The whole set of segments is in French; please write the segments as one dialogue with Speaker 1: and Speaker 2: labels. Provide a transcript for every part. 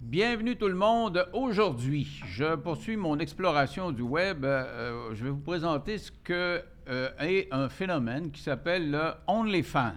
Speaker 1: Bienvenue tout le monde. Aujourd'hui, je poursuis mon exploration du web. Euh, je vais vous présenter ce que euh, est un phénomène qui s'appelle le OnlyFans.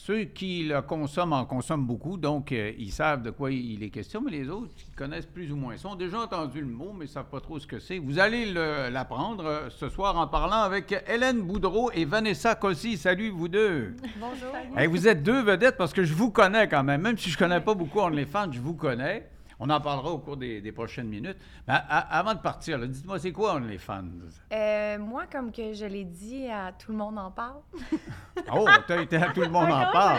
Speaker 1: Ceux qui le consomment en consomment beaucoup, donc euh, ils savent de quoi il est question, mais les autres qui connaissent plus ou moins ça ont déjà entendu le mot, mais ne savent pas trop ce que c'est. Vous allez le- l'apprendre euh, ce soir en parlant avec Hélène Boudreau et Vanessa Cossi. Salut vous deux.
Speaker 2: Bonjour.
Speaker 1: Hey, vous êtes deux vedettes parce que je vous connais quand même. Même si je ne connais pas beaucoup OnlyFans, je vous connais. On en parlera au cours des, des prochaines minutes. Mais a- a- avant de partir, là, dites-moi, c'est quoi OnlyFans?
Speaker 2: Euh, moi, comme que je l'ai dit à tout le monde en parle.
Speaker 1: Oh, t'as été à tout le monde en parle.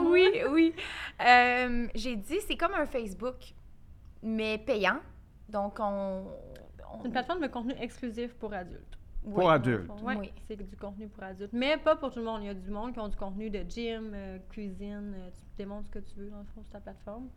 Speaker 2: Oui, oui. Euh, J'ai dit, c'est comme un Facebook, mais payant. Donc, on. on-
Speaker 3: C'est une plateforme de contenu exclusif pour adultes.
Speaker 1: Pour
Speaker 2: ouais.
Speaker 1: adultes.
Speaker 3: Ouais,
Speaker 2: Oui.
Speaker 3: C'est du contenu pour adultes. Mais pas pour tout le monde. Il y a du monde qui ont du contenu de gym, euh, cuisine. euh, tu démontres ce que tu veux, dans le fond, sur ta plateforme.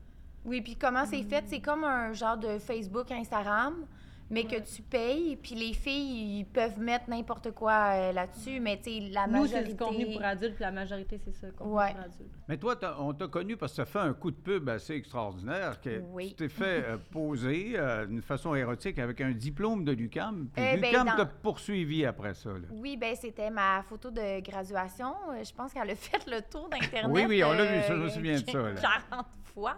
Speaker 2: Oui, puis comment c'est fait? C'est comme un genre de Facebook, Instagram, mais
Speaker 3: Ouais.
Speaker 2: que tu payes. Puis les filles, ils peuvent mettre n'importe quoi euh, là-dessus, mais tu sais, la
Speaker 3: Nous, c'est
Speaker 2: majorité.
Speaker 3: du contenu pour adultes, puis la majorité, c'est ça, contenu
Speaker 2: Ouais.
Speaker 3: pour adultes.
Speaker 1: Mais toi, t'as- on t'a connu parce que ça fait un coup de pub assez extraordinaire. Que
Speaker 2: Oui.
Speaker 1: Tu t'es fait euh, poser euh, d'une façon érotique avec un diplôme de l'UCAM. Puis
Speaker 2: Eh ben,
Speaker 1: l'UCAM
Speaker 2: dans-
Speaker 1: t'a poursuivi après ça. là.
Speaker 2: Oui, ben c'était ma photo de graduation. Euh, Je pense qu'elle a fait le tour d'Internet.
Speaker 1: Oui, oui, on l'a vu, ça, je me souviens de ça, là.
Speaker 2: 40 fois.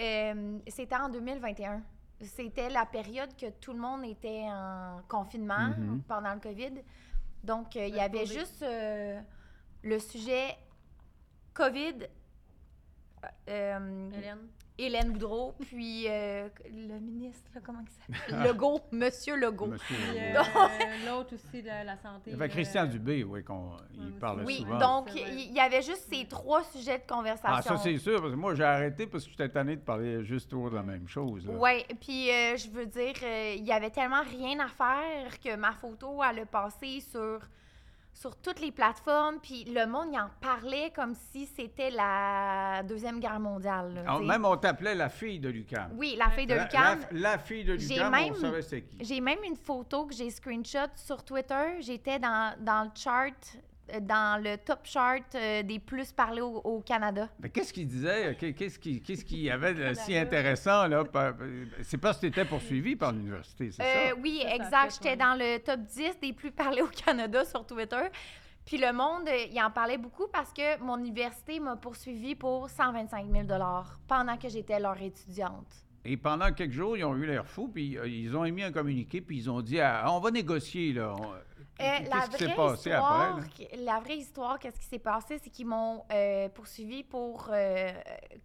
Speaker 2: Euh, c'était en 2021. C'était la période que tout le monde était en confinement
Speaker 1: Mhm.
Speaker 2: pendant le COVID. Donc, euh, il y
Speaker 3: Ouais,
Speaker 2: avait
Speaker 3: COVID.
Speaker 2: juste euh, le sujet COVID. euh, euh,
Speaker 3: Hélène?
Speaker 2: Hélène Boudreau, puis euh, le ministre, là, comment il s'appelle? Legault, Monsieur Legault.
Speaker 1: Monsieur-
Speaker 3: Puis, euh,
Speaker 1: Non.
Speaker 3: L'autre aussi, de la santé.
Speaker 1: Il y avait
Speaker 3: euh,
Speaker 1: Christian Dubé, oui, qu'on il
Speaker 3: oui,
Speaker 1: parle
Speaker 2: Oui,
Speaker 1: souvent.
Speaker 2: donc
Speaker 3: Ça, ouais.
Speaker 2: il il y avait juste ces trois sujets de conversation.
Speaker 1: Ah, ça, c'est sûr, parce que moi, j'ai arrêté parce que j'étais tanné de parler juste toujours de la même chose. là.
Speaker 2: Oui, puis euh, je veux dire, euh, il y avait tellement rien à faire que ma photo, elle a passé sur, sur toutes les plateformes, puis le monde, il en parlait comme si c'était la Deuxième Guerre mondiale. là,
Speaker 1: Ah,
Speaker 2: tu sais.
Speaker 1: même on t'appelait la fille de Lucam.
Speaker 2: Oui, la fille de
Speaker 1: la,
Speaker 2: Lucam.
Speaker 1: la- la fille de
Speaker 2: J'ai
Speaker 1: Lucam, on
Speaker 2: même-
Speaker 1: savait c'est qui.
Speaker 2: J'ai même une photo que j'ai screenshot sur Twitter. J'étais dans, dans le chart, euh, dans le top chart euh, des plus parlés au, au Canada.
Speaker 1: Mais qu'est-ce qu'il disait? Qu'est- Qu'est-ce qu'il qu'est-ce qu'il y avait de si intéressant? là par- C'est parce que tu étais poursuivi par l'université, c'est
Speaker 2: Euh,
Speaker 1: ça?
Speaker 2: oui,
Speaker 3: Ça, ça
Speaker 2: exact.
Speaker 3: fait
Speaker 2: J'étais dans le top 10 des plus parlés au Canada sur Twitter. Puis le monde, euh, il en parlait beaucoup parce que mon université m'a poursuivi pour 125 000 pendant que j'étais leur étudiante.
Speaker 1: Et pendant quelques jours, ils ont eu l'air fous, puis euh, ils ont émis un communiqué, puis ils ont dit ah, on va négocier. là. On-
Speaker 2: Euh, la,
Speaker 1: Qu'est-ce qui s'est
Speaker 2: vraie
Speaker 1: passé après?
Speaker 2: histoire,
Speaker 1: là?
Speaker 2: qui- la vraie histoire, qu'est-ce qui s'est passé, c'est qu'ils m'ont euh, poursuivi pour euh,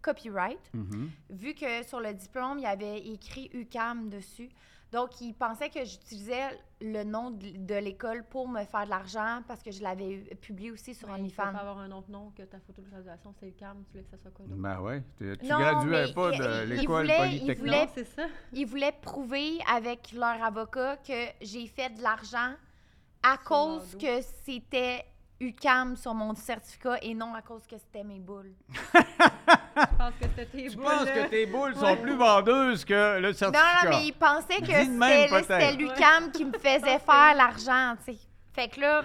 Speaker 2: copyright.
Speaker 1: Mhm.
Speaker 2: vu que sur le diplôme, il y avait écrit UCAM dessus. Donc, ils pensaient que j'utilisais le nom de de l'école pour me faire de l'argent parce que je l'avais publié aussi sur
Speaker 3: Ouais, il faut pas
Speaker 2: OnlyFans.
Speaker 3: avoir un autre nom que ta photo de graduation, c'est calme, tu voulais que ça soit quoi d'autre?
Speaker 1: Ben oui, tu tu
Speaker 2: Non,
Speaker 1: graduais
Speaker 2: mais
Speaker 1: pas
Speaker 2: il-
Speaker 1: de
Speaker 2: il- il
Speaker 1: l'école
Speaker 2: voulait- il
Speaker 1: polytechnique.
Speaker 2: voulait-
Speaker 3: Non, c'est ça.
Speaker 2: Ils voulaient prouver avec leur avocat que j'ai fait de l'argent à cause
Speaker 3: mon dos.
Speaker 2: que c'était UCAM sur mon certificat et non à cause que c'était mes boules.
Speaker 3: Je pense que c'était tes
Speaker 1: Tu
Speaker 3: boules,
Speaker 1: penses que
Speaker 3: là.
Speaker 1: tes boules sont
Speaker 3: Ouais.
Speaker 1: plus vendeuses que le
Speaker 2: Non,
Speaker 1: certificat?
Speaker 2: non, mais ils pensaient que
Speaker 1: Dis de même,
Speaker 2: c'était-
Speaker 1: peut-être.
Speaker 2: c'était l'UCAM qui me faisait faire l'argent, tu sais. Fait que là,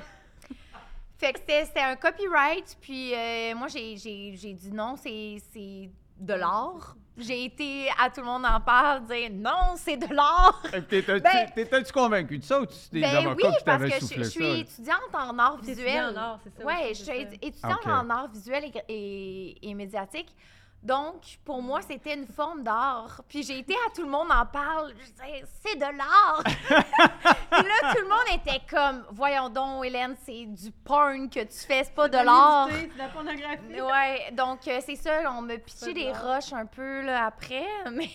Speaker 2: fait que c'était c'était un copyright, puis euh, moi, j'ai- j'ai j'ai dit non, c'est c'est de l'or. J'ai été à tout le monde en parle dire non, c'est de l'or.
Speaker 1: Et T'étais-tu
Speaker 2: Ben-
Speaker 1: t'étais-tu convaincu de ça ou c'est des
Speaker 2: Ben
Speaker 1: avocats
Speaker 2: oui,
Speaker 1: qui
Speaker 2: parce
Speaker 1: t'avaient
Speaker 2: que je,
Speaker 1: soufflé
Speaker 2: je suis
Speaker 1: ça?
Speaker 2: étudiante en art
Speaker 3: T'es étudiante
Speaker 2: visuel.
Speaker 3: en art, c'est ça
Speaker 2: Oui,
Speaker 3: aussi,
Speaker 2: je
Speaker 3: c'est
Speaker 2: suis
Speaker 3: ça.
Speaker 2: étu- étudiante
Speaker 1: Ah, Ok.
Speaker 2: en art visuel et, et- et médiatique. Donc, pour moi, c'était une forme d'art. Puis j'ai été à tout le monde en parle. Je disais, c'est de l'art! Puis là, tout le monde était comme, voyons donc, Hélène, c'est du porn que tu fais, c'est pas de l'art.
Speaker 3: nudité, c'est de la pornographie.
Speaker 2: Ouais, donc euh, c'est ça, là, on me pitchait
Speaker 3: de
Speaker 2: des
Speaker 3: l'art.
Speaker 2: roches un peu là, après, mais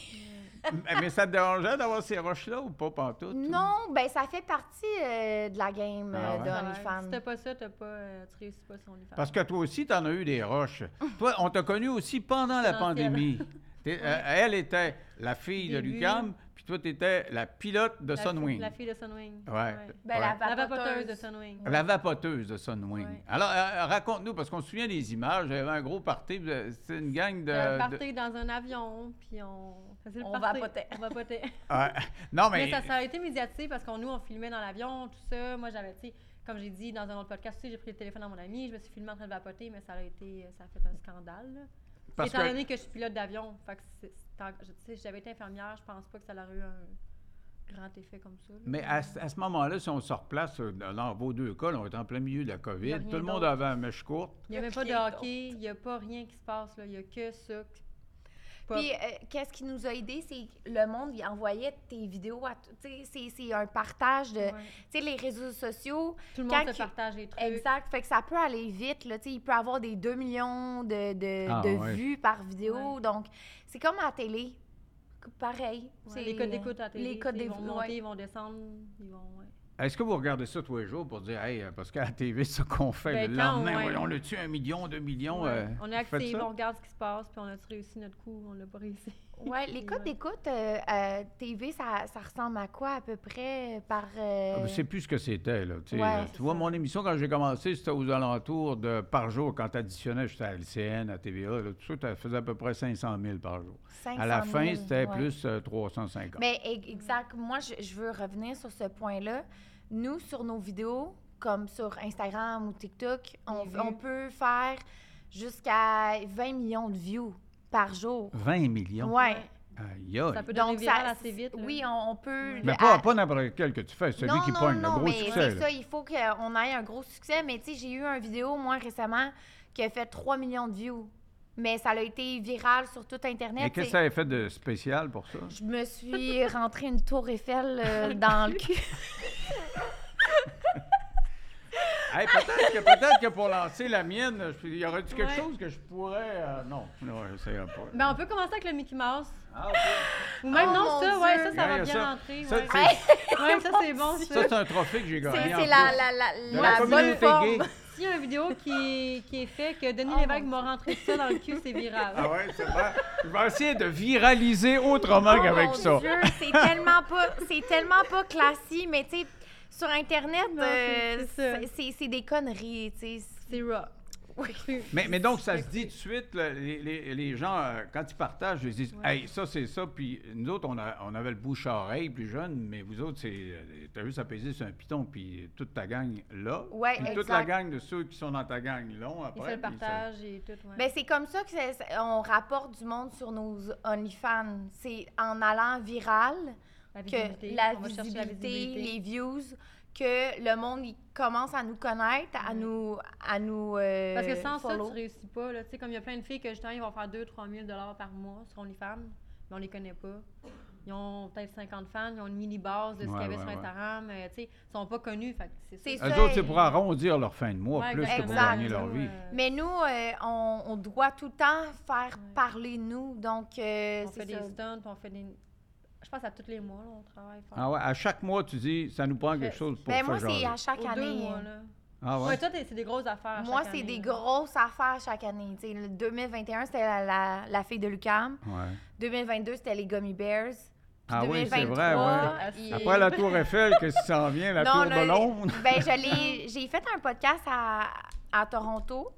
Speaker 1: Mais- Mais ça te dérangeait d'avoir ces roches-là ou pas pantoute? ou-
Speaker 2: non, ben ça fait partie euh, de la game
Speaker 1: Ah
Speaker 2: euh,
Speaker 1: ouais?
Speaker 2: de
Speaker 3: Ouais,
Speaker 2: OnlyFans.
Speaker 3: Si t'as pas ça, t'as pas, euh, tu réussis pas sur OnlyFans.
Speaker 1: Parce que toi aussi, t'en as eu des roches. toi, on t'a connu aussi pendant la
Speaker 3: Financière.
Speaker 1: pandémie. T'es- euh, elle était la fille de
Speaker 3: Début.
Speaker 1: Lucam, puis toi, t'étais la pilote de
Speaker 3: La-
Speaker 1: Sunwing.
Speaker 3: La fille de Sunwing.
Speaker 1: Ouais.
Speaker 2: Ben,
Speaker 1: Ouais.
Speaker 2: la
Speaker 3: La
Speaker 2: vapoteuse.
Speaker 3: vapoteuse de Sunwing.
Speaker 1: La vapoteuse de Sunwing.
Speaker 3: Ouais.
Speaker 1: Alors, euh, raconte-nous, parce qu'on se souvient des images, il y avait un gros party, euh, c'est une gang de...
Speaker 2: Euh,
Speaker 3: On
Speaker 1: de-
Speaker 3: partait dans un avion, puis on faisait le
Speaker 2: On
Speaker 3: party.
Speaker 2: vapotait.
Speaker 3: On vapotait.
Speaker 1: Ah, non, mais...
Speaker 3: Mais ça, ça a été médiatisé parce qu'on nous, on filmait dans l'avion, tout ça. Moi, j'avais, tu sais, comme j'ai dit dans un autre podcast, tu sais, j'ai pris le téléphone à mon ami, je me suis filmée en train de vapoter, mais ça a été, ça a fait un scandale. là.
Speaker 1: parce
Speaker 3: Étant
Speaker 1: que-
Speaker 3: donné que je suis pilote d'avion, fait que c'est- tant que- je- tu sais, si j'avais été infirmière, je pense pas que ça aurait eu un grand effet comme ça. là.
Speaker 1: Mais à, ce- à ce moment-là, si on se replace euh, dans, dans vos deux cas, là, on est en plein milieu de la
Speaker 3: Il y a
Speaker 1: COVID,
Speaker 3: rien
Speaker 1: tout le monde
Speaker 3: d'autre.
Speaker 1: avait un mèche courte.
Speaker 3: Il n'y a même pas de
Speaker 2: Rien
Speaker 3: hockey, il n'y a pas rien qui se passe, là. Il n'y a que ça. qui- Pop.
Speaker 2: Puis, euh, qu'est-ce qui nous a aidé, c'est que le monde il envoyait tes vidéos à tout. tu sais, C'est c'est un partage de.
Speaker 3: Ouais. Euh,
Speaker 2: Tu sais, les réseaux sociaux.
Speaker 3: Tout le
Speaker 2: quand
Speaker 3: monde se
Speaker 2: que-
Speaker 3: partage les trucs.
Speaker 2: Exact. Fait que ça peut aller vite. Là, Tu sais, il peut avoir des 2 millions de, de,
Speaker 1: Ah,
Speaker 2: de
Speaker 1: ouais.
Speaker 2: vues par vidéo.
Speaker 3: Ouais.
Speaker 2: Donc, c'est comme à la télé. C- Pareil.
Speaker 3: Ouais,
Speaker 2: C'est-
Speaker 3: les codes d'écoute à la télé,
Speaker 2: les codes
Speaker 3: tu sais, ils vont
Speaker 2: d'écoute,
Speaker 3: monter,
Speaker 2: ouais.
Speaker 3: ils vont descendre, ils vont... ouais.
Speaker 1: Est-ce que vous regardez ça tous les jours pour dire, hey, euh, parce qu'à la TV, c'est ce qu'on fait
Speaker 3: Ben,
Speaker 1: le
Speaker 3: quand,
Speaker 1: lendemain,
Speaker 3: ouais.
Speaker 1: voyons, on a tué un million, deux millions.
Speaker 3: Ouais.
Speaker 1: euh,
Speaker 3: on est
Speaker 1: vous faites
Speaker 3: actifs,
Speaker 1: ça?
Speaker 3: on regarde ce qui se passe, puis on a réussi notre coup, on l'a pas réussi.
Speaker 2: euh, Ouais, les codes
Speaker 3: Ouais.
Speaker 2: d'écoute euh, euh, TV, ça, ça ressemble à quoi à peu près par. euh,
Speaker 1: Ah, ben, c'est plus ce que c'était. Là, tu sais,
Speaker 2: Ouais,
Speaker 1: euh,
Speaker 2: c'est
Speaker 1: tu vois,
Speaker 3: ça.
Speaker 1: mon émission, quand j'ai commencé, c'était aux alentours de par jour. Quand tu additionnais, j'étais à LCN, à TVA, là, tout ça, tu faisais à peu près 500 000 par jour.
Speaker 2: 500
Speaker 1: À la
Speaker 2: 000,
Speaker 1: fin, c'était
Speaker 2: ouais.
Speaker 1: plus euh, 350.
Speaker 2: Mais e- exact. Moi, je, je veux revenir sur ce point-là. Nous, sur nos vidéos, comme sur Instagram ou TikTok, on,
Speaker 3: Les vues.
Speaker 2: on peut faire jusqu'à 20 millions de views par jour.
Speaker 1: 20 millions.
Speaker 2: Ouais.
Speaker 3: Ouais.
Speaker 1: Aïe, aïe.
Speaker 3: Ça peut devenir viral assez vite. là.
Speaker 2: Oui, on, on peut.
Speaker 1: Mais
Speaker 2: le-
Speaker 1: pas,
Speaker 2: à-
Speaker 1: pas n'importe quel que tu fais, celui
Speaker 2: non,
Speaker 1: qui
Speaker 2: non,
Speaker 1: pogne, le
Speaker 2: non,
Speaker 1: gros
Speaker 2: mais
Speaker 1: succès.
Speaker 2: C'est
Speaker 1: là.
Speaker 2: ça, il faut qu'on ait un gros succès. Mais tu sais, j'ai eu un vidéo, moi, récemment, qui a fait 3 millions de views. Mais ça a été viral sur tout Internet.
Speaker 1: Mais qu'est-ce
Speaker 2: tu
Speaker 1: que
Speaker 2: sais.
Speaker 1: ça avait fait de spécial pour ça?
Speaker 2: Je me suis rentrée une tour Eiffel euh, dans le cul.
Speaker 1: Hey, peut-être, que, peut-être que pour lancer la mienne, je- il y aurait-tu quelque
Speaker 3: Ouais.
Speaker 1: chose que je pourrais. euh, non, non, j'essaierai pas.
Speaker 3: Ben, on peut commencer avec le Mickey Mouse.
Speaker 1: Ah, ok.
Speaker 3: Ou même,
Speaker 2: Oh
Speaker 3: non,
Speaker 2: mon
Speaker 3: ça, ouais,
Speaker 2: Dieu.
Speaker 3: ça, ça
Speaker 1: Ouais,
Speaker 3: va
Speaker 1: ça-
Speaker 3: bien entrer.
Speaker 1: ça,
Speaker 3: ouais.
Speaker 1: c'est-
Speaker 3: Ouais, ça, c'est bon,
Speaker 1: Ça,
Speaker 3: ça.
Speaker 1: c'est un trophée que j'ai
Speaker 2: C'est
Speaker 1: gagné. en
Speaker 2: c'est
Speaker 1: plus.
Speaker 2: la, la, la,
Speaker 1: De
Speaker 2: la bonne
Speaker 1: communauté
Speaker 2: forme.
Speaker 1: gay.
Speaker 3: S'il y a une vidéo qui, qui est faite que Denis
Speaker 2: Oh,
Speaker 3: Lévesque
Speaker 2: mon
Speaker 3: m'a rentré ça dans le cul, c'est viral.
Speaker 1: Ah ouais, c'est vrai. Je vais essayer de viraliser autrement
Speaker 2: Oh
Speaker 1: qu'avec
Speaker 2: mon
Speaker 1: ça.
Speaker 2: Dieu, c'est tellement pas, c'est tellement pas classique, mais tu sais, sur Internet,
Speaker 3: Non, c'est-
Speaker 2: euh,
Speaker 3: c'est ça.
Speaker 2: c'est c'est- c'est des conneries, tu sais.
Speaker 3: C'est raw.
Speaker 2: Oui.
Speaker 3: C'est cru.
Speaker 1: Mais, mais donc, ça se dit tout de suite, là, les, les- les gens, euh, quand ils partagent, ils disent
Speaker 3: Ouais.
Speaker 1: Hey, ça, c'est ça. Puis nous autres, on, a- on avait le bouche à oreille plus jeune, mais vous autres, c'est, euh, t'as juste à peser sur un piton, puis toute ta gang là.
Speaker 2: Ouais,
Speaker 1: puis toute
Speaker 2: exact.
Speaker 1: la gang de ceux qui sont dans ta gang l'ont
Speaker 3: Et
Speaker 1: après.
Speaker 3: ça le
Speaker 1: puis ça-
Speaker 3: partage et tout, ouais.
Speaker 2: Ben, c'est comme ça que c'est- c'est- on rapporte du monde sur nos OnlyFans. C'est en allant viral
Speaker 3: la
Speaker 2: que
Speaker 3: visibilité,
Speaker 2: la
Speaker 3: on va chercher
Speaker 2: visibilité,
Speaker 3: la visibilité.
Speaker 2: les views, que le monde il commence à nous connaître, à
Speaker 3: Ouais.
Speaker 2: nous, à nous euh,
Speaker 3: Parce que sans
Speaker 2: follow.
Speaker 3: ça, tu réussis pas. là. Tu sais, comme il y a plein de filles que justement, ils vont faire 2-3 000 dollars par mois sur OnlyFans, mais on les connaît pas. Ils ont peut-être 50 fans, ils ont une mini-base de ce
Speaker 1: Ouais,
Speaker 3: qu'il y avait
Speaker 1: ouais,
Speaker 3: sur
Speaker 1: ouais.
Speaker 3: Instagram. euh, tu sais, ils sont pas connus, fait que c'est
Speaker 2: C'est
Speaker 3: sûr.
Speaker 2: ça,
Speaker 1: Eux autres, c'est
Speaker 2: ils-
Speaker 1: pour arrondir leur fin de mois
Speaker 3: Ouais,
Speaker 1: plus que pour
Speaker 2: exactement.
Speaker 1: gagner leur vie.
Speaker 3: Euh,
Speaker 2: Mais nous, euh, on, on doit tout le temps faire
Speaker 3: Ouais.
Speaker 2: parler de nous. Donc, euh,
Speaker 3: on
Speaker 2: c'est
Speaker 3: fait
Speaker 2: ça.
Speaker 3: des stunts, on fait des... Je pense à tous les mois, là, on travaille fort.
Speaker 1: Ah ouais, à chaque mois, tu dis Ça nous prend quelque
Speaker 3: Fait-
Speaker 1: chose pour
Speaker 2: Ben,
Speaker 1: faire
Speaker 2: moi, c'est
Speaker 1: jaser.
Speaker 2: à chaque
Speaker 3: Aux deux
Speaker 2: année.
Speaker 3: mois,
Speaker 2: hein.
Speaker 3: là.
Speaker 1: Ah ouais?
Speaker 3: Ouais, toi, t'es- c'est des grosses affaires. à
Speaker 2: Moi,
Speaker 3: chaque
Speaker 2: c'est
Speaker 3: année,
Speaker 2: des
Speaker 3: là.
Speaker 2: grosses affaires chaque année. Tu sais, le 2021, c'était la, la, la fille de Lucam.
Speaker 1: Ouais.
Speaker 2: 2022, c'était les Gummy Bears.
Speaker 1: Ah oui, c'est
Speaker 2: 2023,
Speaker 1: vrai, ouais.
Speaker 2: il-
Speaker 1: Après la Tour Eiffel, qu'est-ce qui s'en vient? La
Speaker 2: Non,
Speaker 1: Tour
Speaker 2: là,
Speaker 1: de Londres?
Speaker 2: Ben, je l'ai- j'ai fait un podcast à, à Toronto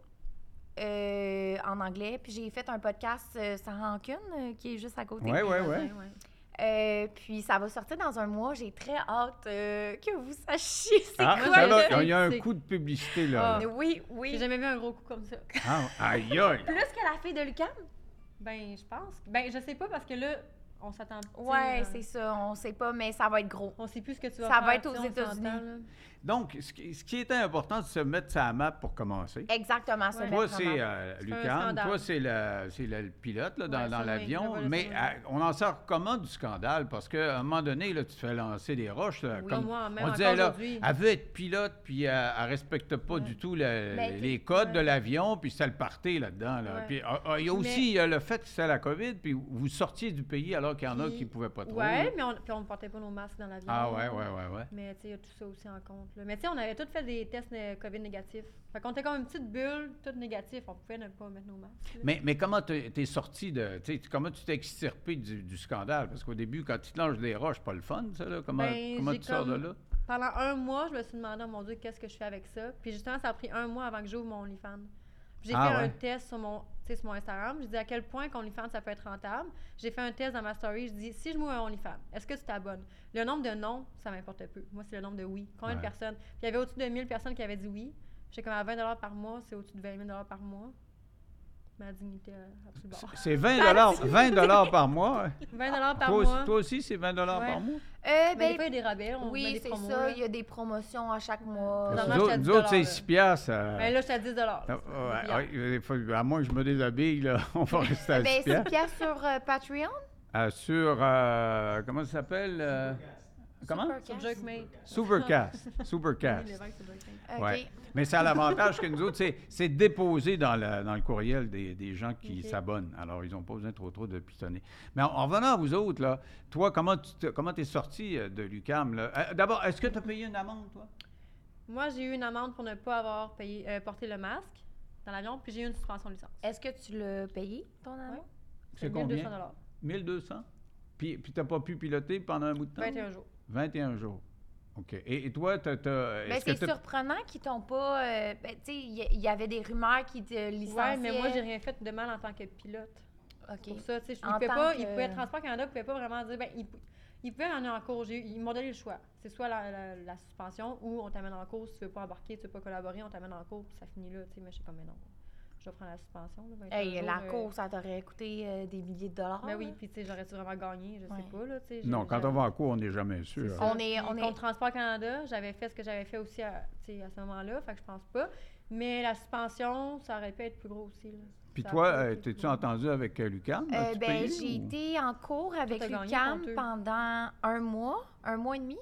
Speaker 2: euh, en anglais, puis j'ai fait un podcast euh, sur Cancun, euh, qui est juste à côté.
Speaker 1: Ouais, ouais, ouais.
Speaker 3: Ouais, ouais.
Speaker 2: Euh, puis ça va sortir dans un mois. J'ai très hâte euh, que vous sachiez c'est
Speaker 1: Ah,
Speaker 2: quoi.
Speaker 1: ça,
Speaker 2: le-
Speaker 1: là, il y a un
Speaker 3: c'est-
Speaker 1: coup de publicité, là.
Speaker 3: Ah.
Speaker 2: Oui,
Speaker 3: J'ai
Speaker 2: oui.
Speaker 3: jamais vu un gros coup comme ça.
Speaker 1: Ah, aïe, aïe.
Speaker 2: Plus que la fille de Lucam.
Speaker 3: Ben, je pense. Ben, je sais pas parce que là, on s'attend. tu sais,
Speaker 2: Ouais,
Speaker 3: euh,
Speaker 2: c'est ça. On sait pas, mais ça va être gros.
Speaker 3: On sait plus ce que tu vas
Speaker 2: Ça
Speaker 3: faire.
Speaker 2: va être
Speaker 3: tu sais,
Speaker 2: aux
Speaker 3: on s'entend,
Speaker 2: États-Unis.
Speaker 3: là.
Speaker 1: Donc, ce qui, ce qui était important, c'est de se mettre sa map pour commencer.
Speaker 2: Exactement. se
Speaker 3: Ouais.
Speaker 2: mettre
Speaker 1: Toi,
Speaker 2: en
Speaker 1: c'est
Speaker 2: avant.
Speaker 1: euh,
Speaker 3: C'est un
Speaker 1: Lucan,
Speaker 3: scandale.
Speaker 1: toi, c'est le, c'est le- le pilote là, dans,
Speaker 3: Ouais,
Speaker 1: dans
Speaker 3: c'est
Speaker 1: l'avion,
Speaker 3: vrai,
Speaker 1: mais
Speaker 3: voilà,
Speaker 1: euh, on en sort comment du scandale? Parce qu'à un moment donné, là, tu te fais lancer des roches. là,
Speaker 3: Oui,
Speaker 1: Euh, comme
Speaker 3: moi, même
Speaker 1: on
Speaker 3: encore
Speaker 1: disait, là,
Speaker 3: aujourd'hui.
Speaker 1: elle veut être pilote, puis euh, elle ne respecte pas
Speaker 3: Ouais. Ben,
Speaker 1: du tout le-
Speaker 2: Mais-
Speaker 1: les codes
Speaker 3: ouais.
Speaker 1: de l'avion, puis ça le partait là-dedans. là.
Speaker 3: Ouais.
Speaker 1: Puis ah, ah, il y a aussi il y a le fait que c'était la COVID, puis vous sortiez du pays alors qu'il y en a qui
Speaker 3: Puis-
Speaker 1: ne pouvaient pas trop. là.
Speaker 3: Ouais, mais on, puis on portait pas nos masques dans l'avion.
Speaker 1: Ah ouais, ouais, ouais, ouais.
Speaker 3: Mais tu sais, il y a tout ça aussi en compte. là. Mais tu sais, on avait tous fait des tests né- COVID négatifs. Fait qu'on était comme une petite bulle, tout négatif. On pouvait ne pas mettre nos masques. là.
Speaker 1: Mais, mais comment t'es t'es sorti de. tu sais, Comment tu t'es extirpé du, du scandale? Parce qu'au début, quand tu te lances des roches, pas le fun, ça, là. Comment,
Speaker 3: Ben,
Speaker 1: comment
Speaker 3: j'ai
Speaker 1: tu sors de
Speaker 3: comme-
Speaker 1: là?
Speaker 3: Pendant un mois, je me suis demandé, oh mon Dieu, qu'est-ce que je fais avec ça? Puis justement, ça a pris un mois avant que j'ouvre mon OnlyFans. Puis J'ai
Speaker 1: Ah,
Speaker 3: fait
Speaker 1: ouais.
Speaker 3: un test sur mon, tu sais, sur mon Instagram. J'ai dit à quel point qu'OnlyFans, ça peut être rentable. J'ai fait un test dans ma story. Je dis, si je m'ouvre un OnlyFans, est-ce que tu t'abonnes? Le nombre de non, ça m'importe peu. Moi, c'est le nombre de oui. Combien de
Speaker 1: Ouais.
Speaker 3: personnes? Puis il y avait au-dessus de 1000 personnes qui avaient dit oui. J'étais comme à 20 par mois, c'est au-dessus de 20 000 par mois. ma dignité euh, à, à plus bord.
Speaker 1: C'est 20 dollars, 20 dollars par mois.
Speaker 3: 20 par
Speaker 1: toi, aussi-
Speaker 3: mois.
Speaker 1: toi aussi, c'est 20 dollars
Speaker 3: Ouais.
Speaker 1: par mois.
Speaker 2: Euh,
Speaker 3: Mais des
Speaker 2: ben,
Speaker 3: fois, il y a des rabais, on met
Speaker 2: oui,
Speaker 3: des
Speaker 2: c'est
Speaker 3: promos.
Speaker 2: ça.
Speaker 3: là.
Speaker 2: Il y a des promotions à chaque mois.
Speaker 3: Dans
Speaker 1: Nous
Speaker 3: ma- marche
Speaker 1: autres-
Speaker 3: à 10
Speaker 1: nous autres, Ben, c'est
Speaker 3: là.
Speaker 1: 6 piastres. euh,
Speaker 3: Ben là, je suis à 10 là.
Speaker 1: euh, ouais,
Speaker 3: Puis,
Speaker 1: ouais, des fois, à moins que je me déshabille, là, on va
Speaker 3: Eh
Speaker 1: rester à 6
Speaker 2: Ben, c'est
Speaker 1: piastres.
Speaker 2: Pierre sur euh, Patreon.
Speaker 1: Euh, sur, euh, comment ça s'appelle? euh, comment?
Speaker 2: Supercast.
Speaker 3: Sur Jokemate.
Speaker 1: Supercast.
Speaker 3: Oui, le
Speaker 1: Supercast.
Speaker 3: vent, c'est Jokemate.
Speaker 2: OK.
Speaker 1: Ouais. Mais ça a l'avantage que nous autres, c'est- c'est déposé dans le, dans le courriel des, des gens qui
Speaker 3: Ok.
Speaker 1: s'abonnent. Alors, ils n'ont pas besoin trop trop de pitonner. Mais en, en revenant à vous autres, là, toi, comment tu te- comment es sorti euh, de l'UCAM? là? Euh, D'abord, est-ce que tu as payé une amende, toi?
Speaker 3: Moi, j'ai eu une amende pour ne pas avoir payé, euh, porté le masque dans l'avion, puis j'ai eu une suspension de licence.
Speaker 2: Est-ce que tu l'as payé, ton amant?
Speaker 1: C'est
Speaker 3: 1200
Speaker 1: combien? 1200? Puis, puis tu n'as pas pu piloter pendant un bout
Speaker 2: Ah.
Speaker 1: de temps?
Speaker 3: 21 jours.
Speaker 1: 21 jours. OK. Et, et toi, tu as.
Speaker 2: Ben, c'est surprenant qu'ils t'ont pas. euh, ben, tu sais, il y, il y avait des rumeurs qui te licenciaient.
Speaker 3: Ouais, mais moi, j'ai rien fait de mal en tant que pilote.
Speaker 2: OK.
Speaker 3: Pour ça, tu sais, je-
Speaker 2: En
Speaker 3: ils pouvaient
Speaker 2: tant
Speaker 3: pas,
Speaker 2: que-
Speaker 3: ils pouvaient- Transport Canada pouvait pas vraiment dire, ben, ils, pou- ils pouvaient en en cours. J'ai eu- Ils m'ont donné le choix. C'est soit la, la- la suspension ou on t'amène en cours. Si tu veux pas embarquer, tu veux pas collaborer, on t'amène en cours, puis ça finit là. Tu sais, mais je suis comme, mais non, je vais prendre la suspension. là, 21
Speaker 2: Hey,
Speaker 3: jours,
Speaker 2: la
Speaker 3: euh,
Speaker 2: course, ça t'aurait coûté euh, des milliers de dollars.
Speaker 3: Ben oui,
Speaker 2: là.
Speaker 3: puis tu sais, j'aurais-tu vraiment gagné, je
Speaker 2: Ouais.
Speaker 3: sais pas, là, tu sais. j'ai-
Speaker 1: Non, quand on
Speaker 3: j'aurais-
Speaker 1: va en cours, on n'est jamais
Speaker 3: C'est
Speaker 1: sûr.
Speaker 3: ça.
Speaker 2: On est-
Speaker 3: Puis
Speaker 2: on est-
Speaker 3: Contre Transport Canada, j'avais fait ce que j'avais fait aussi à, tu sais, à ce moment-là, fait que je pense pas. Mais la suspension, ça aurait pu être plus gros aussi. Là.
Speaker 1: Puis
Speaker 3: Ça
Speaker 1: toi,
Speaker 3: aurait pu
Speaker 1: euh,
Speaker 3: être plus
Speaker 1: t'es-tu
Speaker 3: gros.
Speaker 1: entendu avec euh, l'UCAM?
Speaker 2: Euh,
Speaker 1: As-tu
Speaker 2: ben,
Speaker 1: payé
Speaker 2: j'ai
Speaker 1: ou-
Speaker 2: été en cours avec
Speaker 3: t'as gagné,
Speaker 2: l'UCAM
Speaker 3: conteux.
Speaker 2: pendant un mois, un mois et demi.